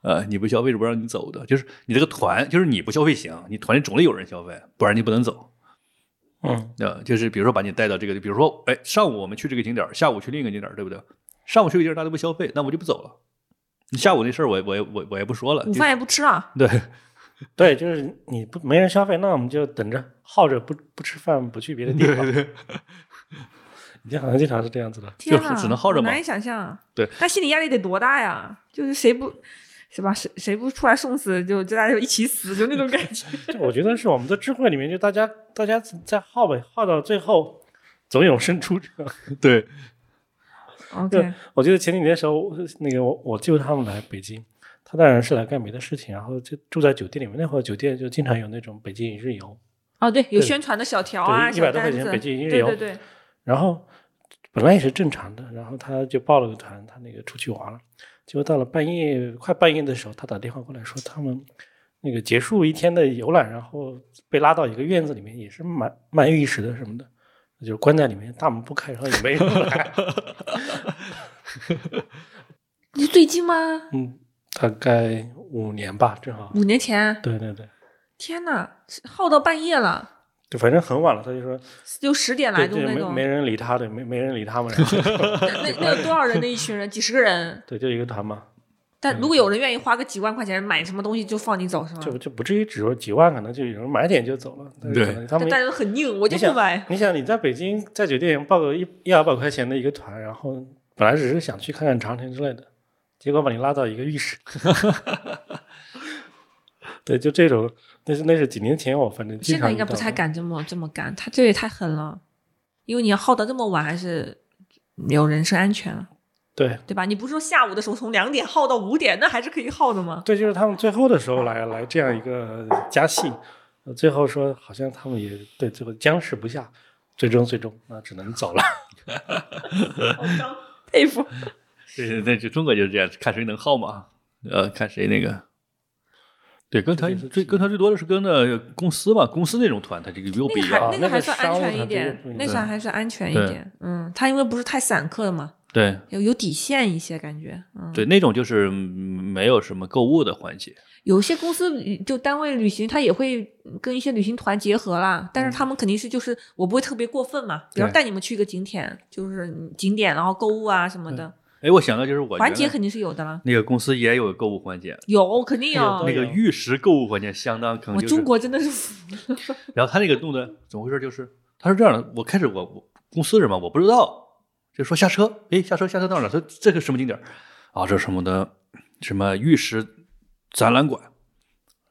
[SPEAKER 1] 呃，你不消费是不让你走的，就是你这个团，就是你不消费行，你团里总得有人消费，不然你不能走。
[SPEAKER 3] 嗯，
[SPEAKER 1] 呃，就是比如说把你带到这个，比如说，哎，上午我们去这个景点儿，下午去另一个景点儿，对不对？上午去个景点儿大家不消费，那我就不走了。你下午那事儿我也我也我我也不说了，
[SPEAKER 2] 午
[SPEAKER 1] 就
[SPEAKER 2] 饭也不吃啊，
[SPEAKER 1] 对
[SPEAKER 3] 对，就是你不没人消费，那我们就等着耗着不不吃饭，不去别的地方。对对，以前好像经常是这样子的。
[SPEAKER 2] 天
[SPEAKER 1] 就
[SPEAKER 2] 呐，
[SPEAKER 1] 只能耗着
[SPEAKER 2] 我
[SPEAKER 1] 嘛
[SPEAKER 2] 难以想象。啊
[SPEAKER 1] 对，
[SPEAKER 2] 但心理压力得多大呀？就是谁不是吧？谁谁不出来送死，就就大家就一起死，就那种感 觉。
[SPEAKER 3] 这我觉得是我们的智慧里面，就大家大家在耗呗，耗到最后总有胜出者。
[SPEAKER 1] 对，
[SPEAKER 2] OK，
[SPEAKER 3] 我记得前几年的时候，那个我我舅他们来北京，他当然是来干别的事情，然后就住在酒店里面。那会儿酒店就经常有那种北京一日游，
[SPEAKER 2] 哦对，有
[SPEAKER 3] 对
[SPEAKER 2] 宣传的小条啊，
[SPEAKER 3] 对
[SPEAKER 2] 小
[SPEAKER 3] 100多
[SPEAKER 2] 单
[SPEAKER 3] 块
[SPEAKER 2] 子，
[SPEAKER 3] 钱北京一日
[SPEAKER 2] 对
[SPEAKER 3] 游
[SPEAKER 2] 对对，
[SPEAKER 3] 然后本来也是正常的，然后他就报了个团，他那个出去玩了，结果到了半夜快半夜的时候，他打电话过来说他们那个结束一天的游览，然后被拉到一个院子里面，也是卖卖玉石的什么的，就是关在里面，大门不开，然后也没人来。
[SPEAKER 2] 你最近吗？
[SPEAKER 3] 嗯，大概五年吧，正好。
[SPEAKER 2] 五年前，
[SPEAKER 3] 对对对，
[SPEAKER 2] 天呐，是耗到半夜了，
[SPEAKER 3] 就反正很晚了，他就说
[SPEAKER 2] 就十点来
[SPEAKER 3] 对
[SPEAKER 2] 钟
[SPEAKER 3] 对，
[SPEAKER 2] 那
[SPEAKER 3] 没
[SPEAKER 2] 种。
[SPEAKER 3] 没人理他，对，没没人理他们，然后
[SPEAKER 2] 那那有多少人？那一群人，几十个人。
[SPEAKER 3] 对，就一个团嘛，
[SPEAKER 2] 但如果有人愿意花个几万块钱买什么东西，就放你走是吗？
[SPEAKER 3] 嗯就就不至于只有几万，可能就有人买点就走了，但是
[SPEAKER 1] 对
[SPEAKER 3] 可能他
[SPEAKER 2] 但
[SPEAKER 3] 们
[SPEAKER 2] 大家都很硬，我就不买。
[SPEAKER 3] 你想你在北京在酒店报个一一二百块钱的一个团，然后本来只是想去看看长城之类的，结果把你拉到一个浴 室。对，就这种，那是那是几年前我反正经
[SPEAKER 2] 现在
[SPEAKER 3] 常
[SPEAKER 2] 应该
[SPEAKER 3] 遇到
[SPEAKER 2] 不太
[SPEAKER 3] 的。
[SPEAKER 2] 敢这么这么干，他这也太狠了，因为你要耗到这么晚，还是有人身安全了，
[SPEAKER 3] 对
[SPEAKER 2] 对吧？你不是说下午的时候从两点耗到五点，那还是可以耗的 吗？
[SPEAKER 3] 对，就是他们最后的时候来来这样一个加戏，呃最后说好像他们也对最后僵持不下，最终最终那只能走了。
[SPEAKER 2] 佩服。
[SPEAKER 1] 对，那就中国就是这样，看谁能耗嘛，呃，看谁那个。对，跟团
[SPEAKER 3] 这就是
[SPEAKER 1] 最跟团最多的是跟着公司吧，公司那种团，它这个有
[SPEAKER 2] 那
[SPEAKER 1] 比
[SPEAKER 2] 个
[SPEAKER 1] 较。
[SPEAKER 2] 还那
[SPEAKER 3] 那
[SPEAKER 2] 个还
[SPEAKER 3] 个
[SPEAKER 2] 算
[SPEAKER 3] 商
[SPEAKER 2] 安
[SPEAKER 3] 务
[SPEAKER 2] 全一
[SPEAKER 3] 团
[SPEAKER 2] 点
[SPEAKER 3] 这个不，一
[SPEAKER 2] 那
[SPEAKER 3] 样
[SPEAKER 2] 算还算安全一
[SPEAKER 1] 对
[SPEAKER 2] 点。嗯，他因为不是太散客的嘛，
[SPEAKER 1] 对
[SPEAKER 2] 有有底线一些感觉。嗯，
[SPEAKER 1] 对，那种就是嗯没有什么购物的环节。
[SPEAKER 2] 有些公司旅就单位旅行，他也会跟一些旅行团结合啦，但是他们肯定是就是我不会特别过分嘛，比如
[SPEAKER 3] 嗯对
[SPEAKER 2] 带你们去一个景点，就是景点然后购物啊什么的，
[SPEAKER 1] 哎，我想到就是我
[SPEAKER 2] 环节
[SPEAKER 1] 原来
[SPEAKER 2] 肯定是有的啦，
[SPEAKER 1] 那个公司也有购物环节，
[SPEAKER 2] 有肯定哦有。
[SPEAKER 3] 有都
[SPEAKER 1] 那个玉石购物环节相当可能
[SPEAKER 2] 我
[SPEAKER 1] 就是
[SPEAKER 2] 中国真的是服了，
[SPEAKER 1] 然后他那个弄的怎么回事？就是他是这样的，我开始我我公司人嘛，我不知道，就说下车，哎，下车下车到哪儿？他说这个什么景点儿啊？这是什么的什么玉石展览馆？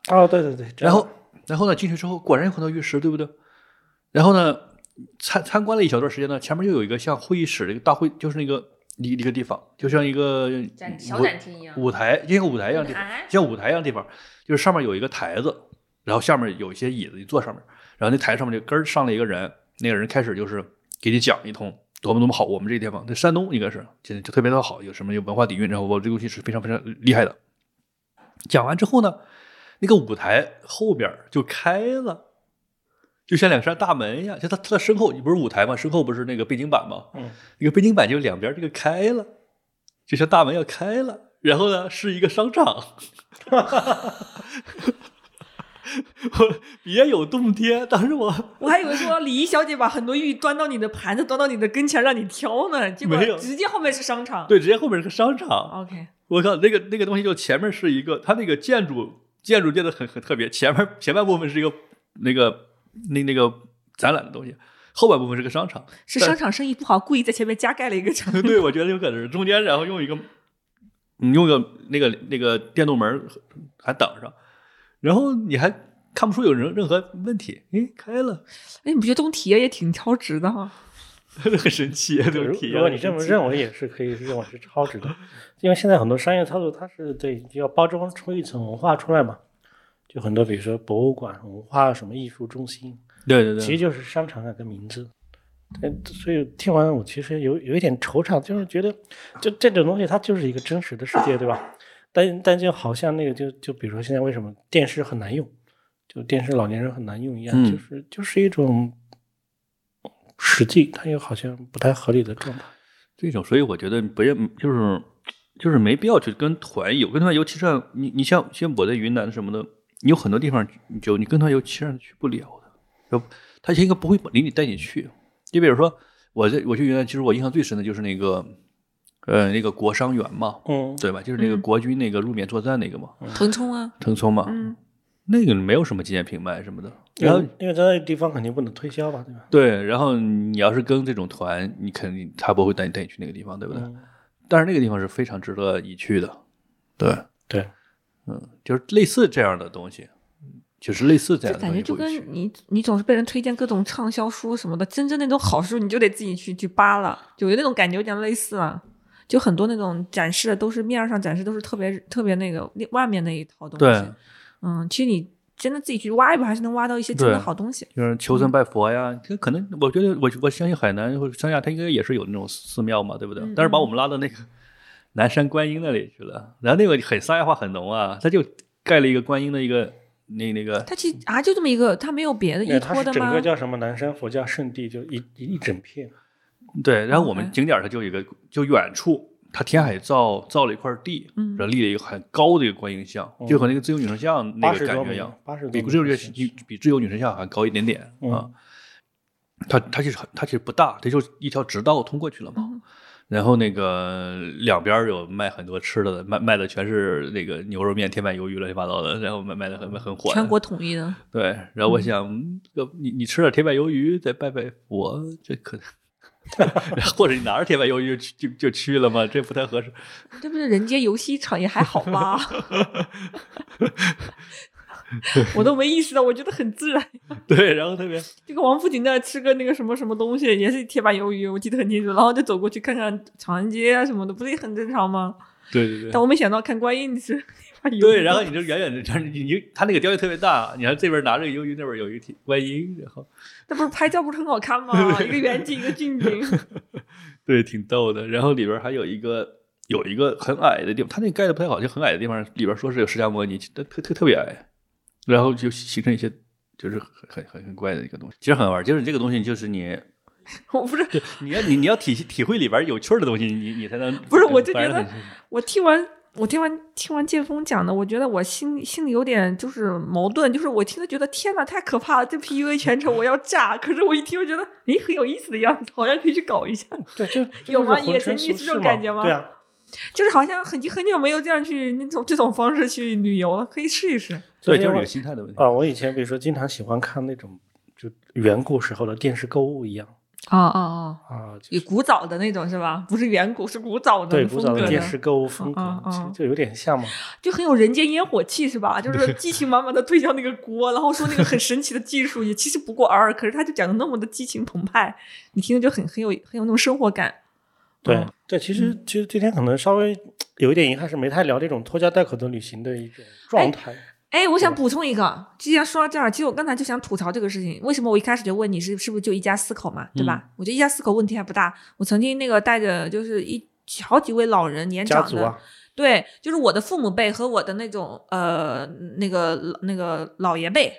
[SPEAKER 3] 哦，对对对，这
[SPEAKER 1] 然
[SPEAKER 3] 样
[SPEAKER 1] 后然后呢，进去之后果然有很多玉石，对不对？然后呢，参参观了一小段时间呢，前面又有一个像会议室，一个大会，就是那个一一个地方，就像一个嗯
[SPEAKER 2] 展
[SPEAKER 1] 舞
[SPEAKER 2] 小展厅一样。
[SPEAKER 1] 舞台，就像舞台一样的地方，
[SPEAKER 2] 哎
[SPEAKER 1] 像舞台一样的地方，就是上面有一个台子，然后下面有一些椅子，你坐上面，然后那台上面就根儿上了一个人，那个人开始就是给你讲一通多么多么好，我们这地方，那山东应该是现在就特别的好，有什么有文化底蕴，然后我这个东西是非常非常厉害的。讲完之后呢，那个舞台后边儿就开了。就像两扇大门一样，就他他的身后，你不是舞台吗？身后不是那个背景板吗？
[SPEAKER 3] 嗯，
[SPEAKER 1] 那个背景板就两边这个开了，就像大门要开了，然后呢是一个商场， 我别有洞天。当时我
[SPEAKER 2] 我还以为说礼仪小姐把很多玉端到你的盘子，端到你的跟前让你挑呢，结果
[SPEAKER 1] 没有
[SPEAKER 2] 直接后面是商场。
[SPEAKER 1] 对，直接后面是个商场，
[SPEAKER 2] ，OK，
[SPEAKER 1] 我靠，那个那个东西就前面是一个，它那个建筑建筑建的很很特别，前面前半部分是一个那个那那个展览的东西，后半部分是个商场。
[SPEAKER 2] 是
[SPEAKER 1] 但
[SPEAKER 2] 商场生意不好，故意在前面加盖了一个 哎场。
[SPEAKER 1] 对，我觉得有可能是中间，然后用一个，你用个那个那个电动门儿还挡上，然后你还看不出有任任何问题，诶，开了，
[SPEAKER 2] 哎，你不觉得这种体验也挺超值的哈？
[SPEAKER 1] 很神奇，这
[SPEAKER 3] 如
[SPEAKER 1] 种体验。
[SPEAKER 3] 如果你这么认为，也是可以认为是超 值的，因为现在很多商业操作它是对就要包装出一层文化出来嘛，就很多比如说博物馆、文化什么艺术中心，
[SPEAKER 1] 对对对，
[SPEAKER 3] 其实就是商场啊改革名字。对，所以听完我其实有有一点惆怅，就是觉得就这种东西它就是一个真实的世界，对吧？但但就好像那个就就比如说现在为什么电视很难用，就电视老年人很难用一样，
[SPEAKER 1] 嗯
[SPEAKER 3] 就是就是一种实际，它又好像不太合理的状态。
[SPEAKER 1] 这种，所以我觉得不认就是就是没必要去跟团游，跟团游其实上你你像像我在云南什么的，你有很多地方你就你跟团游其实上去不了的，就他应该不会领你带你去。就比如说我在我去云南，其实我印象最深的就是那个呃那个国殇园嘛，
[SPEAKER 3] 嗯，
[SPEAKER 1] 对吧？就是那个
[SPEAKER 2] 嗯
[SPEAKER 1] 国军那个路面作战那个嘛，
[SPEAKER 2] 腾冲啊，
[SPEAKER 1] 腾冲嘛，
[SPEAKER 2] 嗯，
[SPEAKER 1] 那个没有什么纪念品卖什么的。
[SPEAKER 3] 因
[SPEAKER 1] 然后
[SPEAKER 3] 为因为在那个地方肯定不能推销吧，对吧？
[SPEAKER 1] 对，然后你要是跟这种团，你肯定他不会带你带你去那个地方，对不对？
[SPEAKER 3] 嗯
[SPEAKER 1] 但是那个地方是非常值得一去的，对，
[SPEAKER 3] 对，
[SPEAKER 1] 嗯，就是类似这样的东西，就是类似这
[SPEAKER 2] 这
[SPEAKER 1] 样的
[SPEAKER 2] 感
[SPEAKER 1] 东
[SPEAKER 2] 觉
[SPEAKER 1] 西
[SPEAKER 2] 就
[SPEAKER 1] 不会去。
[SPEAKER 2] 跟你你总是被人推荐各种畅销书什么的，真正那种好书你就得自己去去扒了，就有那种感觉有点类似啊。就很多那种展示的都是面儿上展示都是特别特别那个外面那一套东西，
[SPEAKER 1] 对，
[SPEAKER 2] 嗯，其实你真的自己去挖一把，还是能挖到一些真的
[SPEAKER 1] 对
[SPEAKER 2] 好东西。
[SPEAKER 1] 就是求
[SPEAKER 2] 嗯
[SPEAKER 1] 神拜佛呀，这可能我觉得我我相信海南或者三亚，它应该也是有那种寺庙嘛，对不对？
[SPEAKER 2] 嗯
[SPEAKER 1] 但是把
[SPEAKER 2] 嗯
[SPEAKER 1] 我们拉到那个南山观音那里去了，然后那个很三亚化很浓啊，他就盖了一个观音的一个那那个
[SPEAKER 2] 它其实啊，就这么一个，它没有别的
[SPEAKER 3] 因为
[SPEAKER 2] 依
[SPEAKER 3] 它
[SPEAKER 2] 托
[SPEAKER 3] 是
[SPEAKER 2] 的
[SPEAKER 3] 整
[SPEAKER 2] 吗
[SPEAKER 3] 个？叫什么南山佛教圣地，就一一一整片。
[SPEAKER 1] 对，然后我们
[SPEAKER 2] OK
[SPEAKER 1] 景点儿它就有一个，就远处它填海造造了一块地，
[SPEAKER 2] 嗯
[SPEAKER 1] 然后立了一个很高的一个观音像，
[SPEAKER 3] 嗯
[SPEAKER 1] 就和那个自由女神像那
[SPEAKER 3] 八
[SPEAKER 1] 个
[SPEAKER 3] 十
[SPEAKER 1] 感
[SPEAKER 3] 多
[SPEAKER 1] 觉一
[SPEAKER 3] 米
[SPEAKER 1] 样，，
[SPEAKER 3] 八十
[SPEAKER 1] 比
[SPEAKER 2] 嗯
[SPEAKER 3] 多米
[SPEAKER 1] 自由
[SPEAKER 3] 的
[SPEAKER 1] 女
[SPEAKER 3] 形
[SPEAKER 1] 比
[SPEAKER 3] 式，
[SPEAKER 1] 比自由女神像还高一点点、
[SPEAKER 3] 嗯
[SPEAKER 1] 啊。它它就是很它其实不大，它就一条直道通过去了嘛。
[SPEAKER 2] 嗯
[SPEAKER 1] 然后那个两边儿有卖很多吃的，卖卖的全是那个牛肉面、铁板鱿鱼乱七八糟的，然后卖卖的很很火的。
[SPEAKER 2] 全国统一的，
[SPEAKER 1] 对，然后我想，嗯要不你你吃点铁板鱿鱼再拜拜佛，这可能， 或者你拿着铁板鱿鱼就去就就去了嘛，这不太合适。
[SPEAKER 2] 这不是人间游戏场也还好 吧？ 我都没意识到，我觉得很自然。
[SPEAKER 1] 对，然后特别
[SPEAKER 2] 就跟王府井那吃个那个什么什么东西，也是铁板鱿鱼，我记得很清楚。然后就走过去看看长安街啊什么的，不是也很正常吗？
[SPEAKER 1] 对对
[SPEAKER 2] 但
[SPEAKER 1] 对。
[SPEAKER 2] 我没想到看观音是铁 板鱿鱼。
[SPEAKER 1] 对，然后你就远远的，就是你你他那个雕像特别大，你看这边拿着鱿鱼，那边有一个铁观音，然后
[SPEAKER 2] 那不是拍照不是很好看吗？一个远景，一个近景。
[SPEAKER 1] 对，挺逗的。然后里边还有一个有一个很矮的地方，他那个盖的不太好，就很矮的地方，里边说是有释迦摩尼，但特特特别矮，然后就形成一些就是很很很很怪的一个东西，其实很好玩。就是这个东西，就是你
[SPEAKER 2] 我不是
[SPEAKER 1] 你要你你要体系体会里边有趣儿的东西，你你才能
[SPEAKER 2] 不是我就
[SPEAKER 1] 反而
[SPEAKER 2] 觉得
[SPEAKER 1] 很
[SPEAKER 2] 我听完我听完听完剑锋讲的，我觉得我心心里有点就是矛盾，就是我听着觉得天哪，太可怕了，这 PUA 全程我要炸。可是我一听又觉得，诶，很有意思的样子，好像可以去搞一下，
[SPEAKER 3] 对，就
[SPEAKER 2] 有吗
[SPEAKER 3] 也
[SPEAKER 2] 野神秘是这种感觉吗
[SPEAKER 3] 对啊，
[SPEAKER 2] 就是好像很很久没有这样去那种这种方式去旅游了，可以试一试。
[SPEAKER 1] 对，
[SPEAKER 3] 所
[SPEAKER 1] 就
[SPEAKER 3] 以
[SPEAKER 1] 是这
[SPEAKER 3] 我
[SPEAKER 1] 个心态的问题。
[SPEAKER 3] 啊，我以前比如说经常喜欢看那种就远古时候的电视购物一样
[SPEAKER 2] 哦哦哦，
[SPEAKER 3] 啊，就
[SPEAKER 2] 有古早的那种是吧？不是远古，是古早的
[SPEAKER 3] 对
[SPEAKER 2] 风
[SPEAKER 3] 古
[SPEAKER 2] 格
[SPEAKER 3] 早
[SPEAKER 2] 的
[SPEAKER 3] 的电视购物
[SPEAKER 2] 嗯
[SPEAKER 3] 风格，
[SPEAKER 2] 嗯
[SPEAKER 3] 其实
[SPEAKER 2] 嗯
[SPEAKER 3] 就有点像嘛。
[SPEAKER 2] 就很有人间烟火气是吧？ 就是激情满满的推销那个锅，然后说那个很神奇的技术，也其实不过尔尔，可是他就讲的那么的激情澎湃，你听着就很很有很有那种生活感。
[SPEAKER 3] 对
[SPEAKER 2] 嗯
[SPEAKER 3] 对，其实其实今天可能稍微有一点遗憾，是没太聊这种拖家带口的旅行的一种状态。
[SPEAKER 2] 哎，我想补充一个，既然说到这儿，其实我刚才就想吐槽这个事情。为什么我一开始就问你是是不是就一家四口嘛，对
[SPEAKER 3] 嗯
[SPEAKER 2] 吧？我觉得一家四口问题还不大。我曾经那个带着就是一好几位老人年
[SPEAKER 3] 家
[SPEAKER 2] 长
[SPEAKER 3] 族
[SPEAKER 2] 的，
[SPEAKER 3] 啊，
[SPEAKER 2] 对，就是我的父母辈和我的那种呃那个那个老爷辈，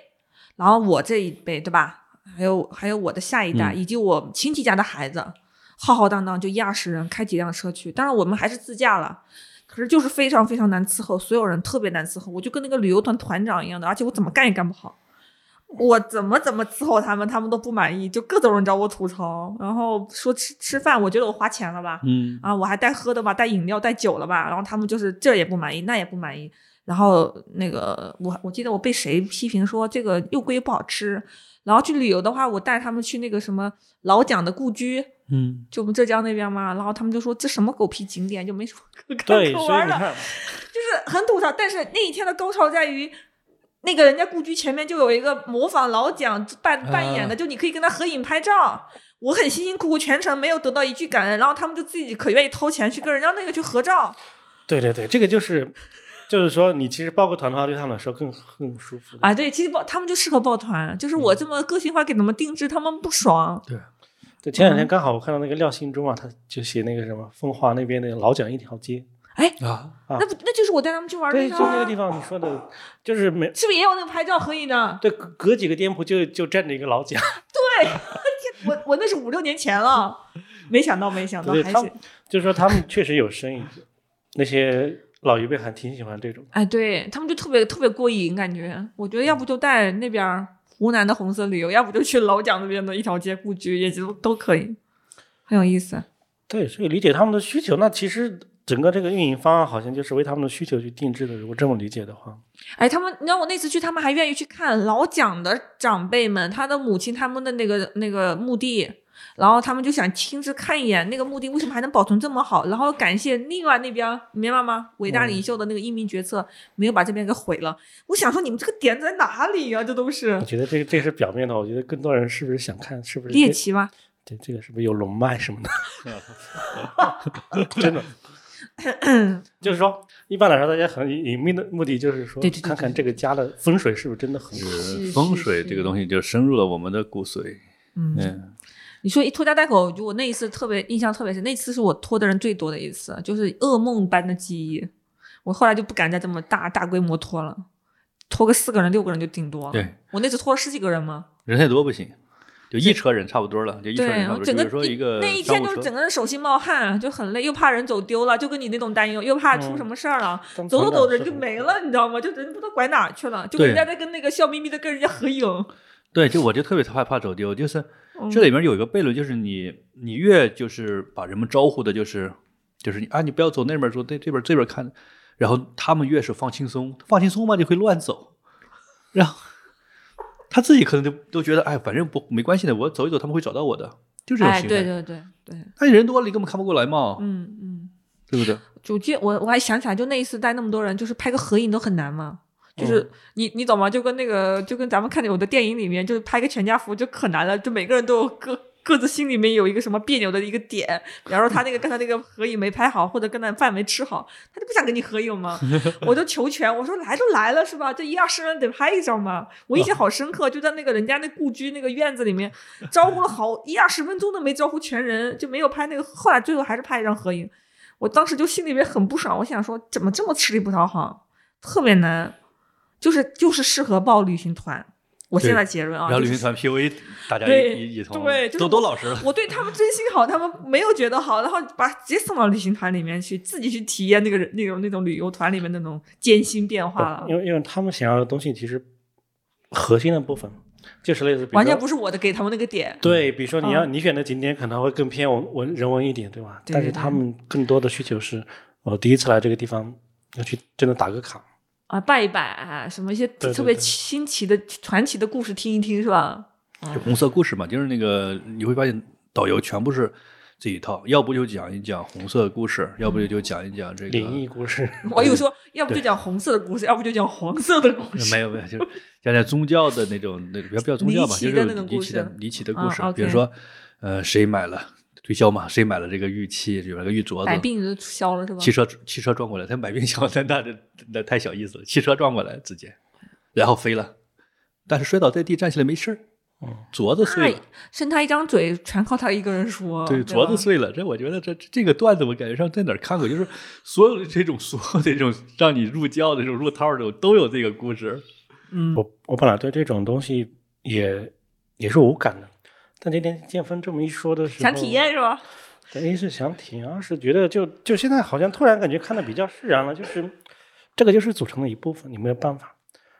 [SPEAKER 2] 然后我这一辈对吧？还有还有我的下一代，
[SPEAKER 1] 嗯
[SPEAKER 2] 以及我亲戚家的孩子，浩浩荡荡就一二十人开几辆车去。当然我们还是自驾了，可是就是非常非常难伺候，所有人特别难伺候。我就跟那个旅游团团长一样的，而且我怎么干也干不好。我怎么怎么伺候他们，他们都不满意，就各种人找我吐槽，然后说吃吃饭，我觉得我花钱了吧，
[SPEAKER 1] 嗯，
[SPEAKER 2] 啊，我还带喝的吧，带饮料，带酒了吧，然后他们就是这也不满意，那也不满意，然后那个我我记得我被谁批评说这个又贵又不好吃，然后去旅游的话，我带他们去那个什么老蒋的故居，
[SPEAKER 1] 嗯，
[SPEAKER 2] 就我们浙江那边嘛，然后他们就说这什么狗屁景点，就没什么可 看
[SPEAKER 3] 对，
[SPEAKER 2] 可
[SPEAKER 3] 所以
[SPEAKER 2] 玩
[SPEAKER 3] 你
[SPEAKER 2] 的，
[SPEAKER 3] 看，
[SPEAKER 2] 就是很吐槽。但是那一天的高潮在于，那个人家故居前面就有一个模仿老蒋扮扮演的，
[SPEAKER 1] 啊
[SPEAKER 2] 就你可以跟他合影拍照。我很辛辛苦苦全程没有得到一句感恩，然后他们就自己可愿意掏钱去跟人家那个去合照。
[SPEAKER 3] 对对对，这个就是，就是说你其实报个团的话，对他们来说更更舒服的。
[SPEAKER 2] 啊，对，其实抱他们就适合抱团，就是
[SPEAKER 3] 嗯
[SPEAKER 2] 我这么个性化给他们定制，他们不
[SPEAKER 3] 啊
[SPEAKER 2] 爽。
[SPEAKER 3] 对，前
[SPEAKER 2] 嗯
[SPEAKER 3] 两天刚好我看到那个廖兴中啊，他就写那个什么奉化那边的老蒋一条街，
[SPEAKER 1] 啊，
[SPEAKER 3] 啊
[SPEAKER 2] 那不那就是我带他们去玩儿的
[SPEAKER 3] 对，就
[SPEAKER 2] 地
[SPEAKER 3] 那
[SPEAKER 2] 方
[SPEAKER 3] 个
[SPEAKER 2] 啊，
[SPEAKER 3] 地方你说的，就是每
[SPEAKER 2] 是不是也有那个拍照合影的？
[SPEAKER 3] 对隔隔几个店铺就就站着一个老蒋，
[SPEAKER 2] 我我那是五六年前了，没想到没想到
[SPEAKER 3] 对
[SPEAKER 2] 还
[SPEAKER 3] 他
[SPEAKER 2] 是
[SPEAKER 3] 们就是说他们确实有生意，那些老一辈还挺喜欢这种。
[SPEAKER 2] 哎，对他们就特别特别过瘾，感觉我觉得要不就带那边儿湖南的红色旅游，要不就去老蒋那边的一条街故居，也就都可以，很有意思。
[SPEAKER 3] 对，所以理解他们的需求，那其实整个这个运营方案好像就是为他们的需求去定制的。如果这么理解的话，
[SPEAKER 2] 哎，他们，你知道我那次去，他们还愿意去看老蒋的长辈们，他的母亲他们的那个那个墓地，然后他们就想亲自看一眼那个墓地为什么还能保存这么好，然后感谢另外那边儿，你明白吗？伟大领袖的那个英明决策没有把这边给毁了。我想说你们这个点在哪里呀、这都是
[SPEAKER 3] 我觉得这个这是表面的，我觉得更多人是不是想看，是不是
[SPEAKER 2] 猎奇吗？
[SPEAKER 3] 对这个是不是有龙脉什么 的？ 真的，就是说，一般来说，大家很隐秘的目的就是说
[SPEAKER 2] 对对对，
[SPEAKER 3] 看看这个家的风水是不是真的很好。
[SPEAKER 1] 就是
[SPEAKER 2] 是
[SPEAKER 1] 风
[SPEAKER 2] 是
[SPEAKER 1] 水这个
[SPEAKER 2] 是
[SPEAKER 1] 东西就深入了我们的骨髓。
[SPEAKER 2] 嗯
[SPEAKER 1] 嗯，
[SPEAKER 2] 你说一拖家带口，就我那一次特别印象特别深，那次是我拖的人最多的一次，就是噩梦般的记忆。我后来就不敢再这么大大规模拖了，拖个四个人六个人就顶多了。
[SPEAKER 1] 对，
[SPEAKER 2] 我那次拖了十几个人嘛，
[SPEAKER 1] 人太多不行，就一车人差不多了，就一车人
[SPEAKER 2] 对
[SPEAKER 1] 差
[SPEAKER 2] 我
[SPEAKER 1] 不多。
[SPEAKER 2] 整
[SPEAKER 1] 比
[SPEAKER 2] 个
[SPEAKER 1] 如说一个
[SPEAKER 2] 那一
[SPEAKER 1] 商
[SPEAKER 2] 天
[SPEAKER 1] 务
[SPEAKER 2] 就是
[SPEAKER 1] 车
[SPEAKER 2] 整，个人手心冒汗，就很累，又怕人走丢了，就跟你那种担忧，又怕出
[SPEAKER 3] 嗯
[SPEAKER 2] 什么事儿了，
[SPEAKER 3] 当
[SPEAKER 2] 走
[SPEAKER 3] 团
[SPEAKER 2] 着
[SPEAKER 3] 长
[SPEAKER 2] 走着
[SPEAKER 3] 是
[SPEAKER 2] 人就
[SPEAKER 3] 很
[SPEAKER 2] 没了，你知道吗？就人不知道拐哪儿去了，就
[SPEAKER 1] 对
[SPEAKER 2] 跟人家在跟那个笑眯眯的跟人家合影。
[SPEAKER 1] 对，就我就特别害怕走丢，就是
[SPEAKER 2] 嗯
[SPEAKER 1] 这里面有一个悖论，就是你你越就是把人们招呼的，就是就是你啊，你不要走那边，说对这边这边看，然后他们越是放轻松，放轻松嘛就会乱走，然后他自己可能就都觉得哎，反正不没关系的，我走一走他们会找到我的，就这种
[SPEAKER 2] 哎，
[SPEAKER 1] 心态。
[SPEAKER 2] 对对对对，
[SPEAKER 1] 那人多了你根本看不过来嘛，
[SPEAKER 2] 嗯嗯。
[SPEAKER 1] 对不对？
[SPEAKER 2] 就记我我还想起来，就那一次带那么多人，就是拍个合影都很难嘛。就是你你懂吗？就跟那个就跟咱们看的有的电影里面，就是拍个全家福就可难了，就每个人都有各各自心里面有一个什么别扭的一个点。比方说他那个刚才那个合影没拍好，或者跟那饭没吃好，他就不想跟你合影嘛。 我就求全，我说来都来了是吧？这一二十人得拍一张嘛。我印象好深刻，就在那个人家那故居那个院子里面，招呼了好一二十分钟都没招呼全人，就没有拍那个。后来最后还是拍一张合影。我当时就心里边很不爽，我想说怎么这么吃力不讨好，特别难，就是就是适合报旅行团。我现在结论啊，
[SPEAKER 1] 然后旅
[SPEAKER 2] 就
[SPEAKER 1] 行
[SPEAKER 2] 是
[SPEAKER 1] 团 PUA 大家
[SPEAKER 2] 对
[SPEAKER 1] 一一一通，
[SPEAKER 2] 对就是
[SPEAKER 1] 都
[SPEAKER 2] 我
[SPEAKER 1] 都老实了。
[SPEAKER 2] 我对他们真心好，他们没有觉得好，然后把直接送到旅行团里面去，自己去体验那个人那种那种旅游团里面那种艰辛变化了
[SPEAKER 3] 不，哦因为因为他们想要的东西其实核心的部分就是类似，比如
[SPEAKER 2] 完全
[SPEAKER 3] 说
[SPEAKER 2] 不是我的给他们那个点。
[SPEAKER 3] 对，比如说你要、你选的景点可能会更偏文文人文一点，对吧？
[SPEAKER 2] 对
[SPEAKER 3] 但
[SPEAKER 2] 对
[SPEAKER 3] 是
[SPEAKER 2] 对
[SPEAKER 3] 他们更多的需求是，我第一次来这个地方要去真的打个卡。
[SPEAKER 2] 啊，拜一拜啊，什么一些
[SPEAKER 3] 对对
[SPEAKER 2] 特别
[SPEAKER 3] 对
[SPEAKER 2] 新奇的、传奇的故事听一听，是吧？
[SPEAKER 1] 就红色故事嘛，就是那个你会发现导游全部是这一套，要不就讲一讲红色故事，要不就就讲一讲这个
[SPEAKER 3] 灵异故事，
[SPEAKER 2] 我有说，要不就讲红色的故事，要不就讲黄色的故事。
[SPEAKER 1] 没有没有，就是讲讲宗教的那种，那不要不要宗教吧，
[SPEAKER 2] 离奇
[SPEAKER 1] 就
[SPEAKER 2] 的
[SPEAKER 1] 是
[SPEAKER 2] 那种
[SPEAKER 1] 离
[SPEAKER 2] 故
[SPEAKER 1] 奇的
[SPEAKER 2] 事
[SPEAKER 1] 离奇的
[SPEAKER 2] 啊
[SPEAKER 1] 故事，
[SPEAKER 2] ，OK
[SPEAKER 1] 比如说呃谁买了推销嘛，谁买了这个玉器，有那个玉镯
[SPEAKER 2] 百
[SPEAKER 1] 子。
[SPEAKER 2] 病就消了是吧？
[SPEAKER 1] 汽车汽车撞过来，他买冰箱，那 那那那太小意思了。汽车撞过来直接，然后飞了，但是摔倒在地，站起来没事儿
[SPEAKER 3] 嗯，
[SPEAKER 1] 镯子碎了
[SPEAKER 2] 他。剩他一张嘴，全靠他一个人说。
[SPEAKER 1] 对，
[SPEAKER 2] 哦对，
[SPEAKER 1] 镯子。碎了，这我觉得这这个段子我感觉上在哪儿看过，就是所有的这种所有的这种让你入教的这种入套的这种都有这个故事。
[SPEAKER 2] 嗯，
[SPEAKER 3] 我我本来对这种东西也也是无感的，但今天建峰这么一说的时候，
[SPEAKER 2] 想体，验是吧？
[SPEAKER 3] 一是想体验，二是觉得就就现在好像突然感觉看的比较释然了，就是这个就是组成的一部分，你没有办法，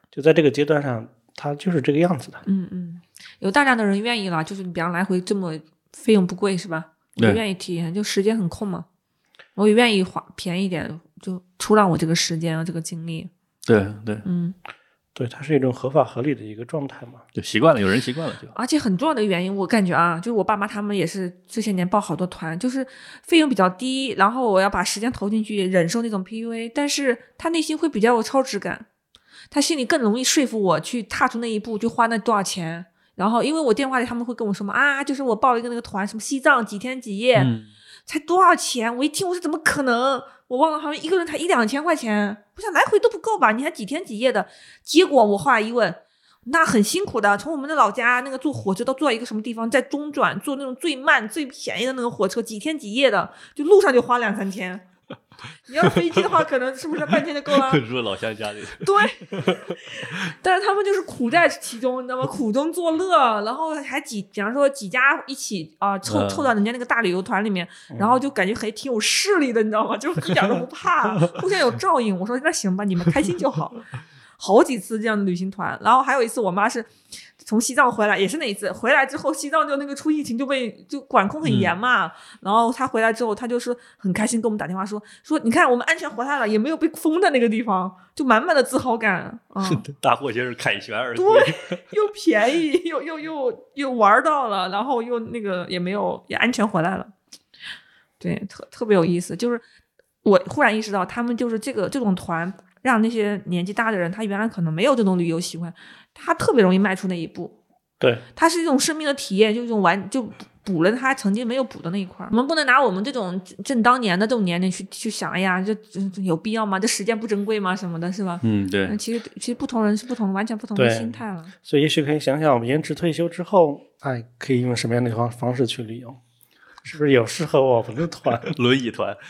[SPEAKER 3] 就在这个阶段上，它就是这个样子的。
[SPEAKER 2] 嗯嗯，有大量的人愿意了，就是你比方来回这么费用不贵是吧？我
[SPEAKER 1] 对
[SPEAKER 2] 愿意体验，就时间很空嘛，我也愿意花便宜一点，就出让我这个时间啊，这个精力。
[SPEAKER 1] 对对，
[SPEAKER 2] 嗯，
[SPEAKER 3] 对，它是一种合法合理的一个状态嘛。
[SPEAKER 1] 就习惯了，有人习惯了就。
[SPEAKER 2] 而且很重要的原因，我感觉啊，就是我爸妈他们也是这些年报好多团，就是费用比较低，然后我要把时间投进去，忍受那种 PUA，但是他内心会比较有超值感，他心里更容易说服我去踏出那一步，就花那多少钱。然后因为我电话里他们会跟我说嘛，啊，就是我报了一个那个团，什么西藏几天几夜，
[SPEAKER 1] 嗯，
[SPEAKER 2] 才多少钱？我一听我说怎么可能？我忘了好像一个人才一两千块钱，我想来回都不够吧？你还几天几夜的？结果我后来一问，那很辛苦的，从我们的老家那个坐火车到坐到一个什么地方，再中转坐那种最慢最便宜的那个火车，几天几夜的，就路上就花两三天。你要飞机的话，可能是不是半天就够了？
[SPEAKER 1] 住老乡家里，
[SPEAKER 2] 对， 但是他们就是苦在其中，你知道吗？苦中作乐，然后还几，比方说几家一起啊、凑
[SPEAKER 1] 嗯
[SPEAKER 2] 凑到人家那个大旅游团里面，然后就感觉还挺有势力的，你知道吗？就一点都不怕，互相有照应。我说那行吧，你们开心就好。好几次这样的旅行团，然后还有一次我妈是从西藏回来，也是那一次回来之后，西藏就那个出疫情就被就管控很严嘛，然后她回来之后，她就是很开心给我们打电话说说你看我们安全回来了，也没有被封的那个地方，就满满的自豪感，嗯，
[SPEAKER 1] 大货就是凯旋而归。
[SPEAKER 2] 对又便宜又又又又玩到了，然后又那个也没有也安全回来了，对，特特别有意思。就是我忽然意识到，他们就是这个这种团，让那些年纪大的人，他原来可能没有这种旅游习惯，他特别容易迈出那一步。
[SPEAKER 3] 对，
[SPEAKER 2] 它是一种生命的体验，就一种完就补了他曾经没有补的那一块儿。我们不能拿我们这种正当年的这种年龄去去想，哎呀，这这这有必要吗？这时间不珍贵吗？什么的，是吧？
[SPEAKER 1] 嗯，对
[SPEAKER 2] 那，其实其实不同人是不同完全不同的
[SPEAKER 3] 对
[SPEAKER 2] 心态了。
[SPEAKER 3] 所以也许可以想想，我们延迟退休之后，哎，可以用什么样的方方式去旅游？是不是有适合我们的团？
[SPEAKER 1] 轮椅团。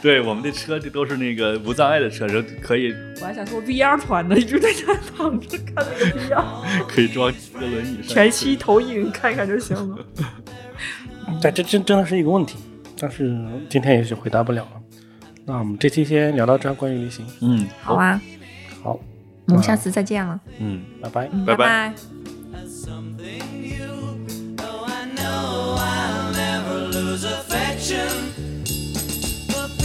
[SPEAKER 1] 对，我们的车这都是那个无障碍的车，然后可以
[SPEAKER 2] 我还想说 VR 团呢，一 直在家躺着看那个 VR，
[SPEAKER 1] 可以装一个轮椅上去，
[SPEAKER 2] 全息投影看一看就行了。
[SPEAKER 3] 但这真真的是一个问题，但是今天也许回答不了了。那我们这期先聊到这儿，关于旅行，
[SPEAKER 1] 嗯，
[SPEAKER 2] 好，啊，
[SPEAKER 3] 好，
[SPEAKER 2] 我们下次再见了，
[SPEAKER 1] 嗯。
[SPEAKER 3] 拜拜。
[SPEAKER 2] 嗯
[SPEAKER 1] 拜拜
[SPEAKER 2] 啊拜
[SPEAKER 4] as something new. Though I know I'll never lose affection for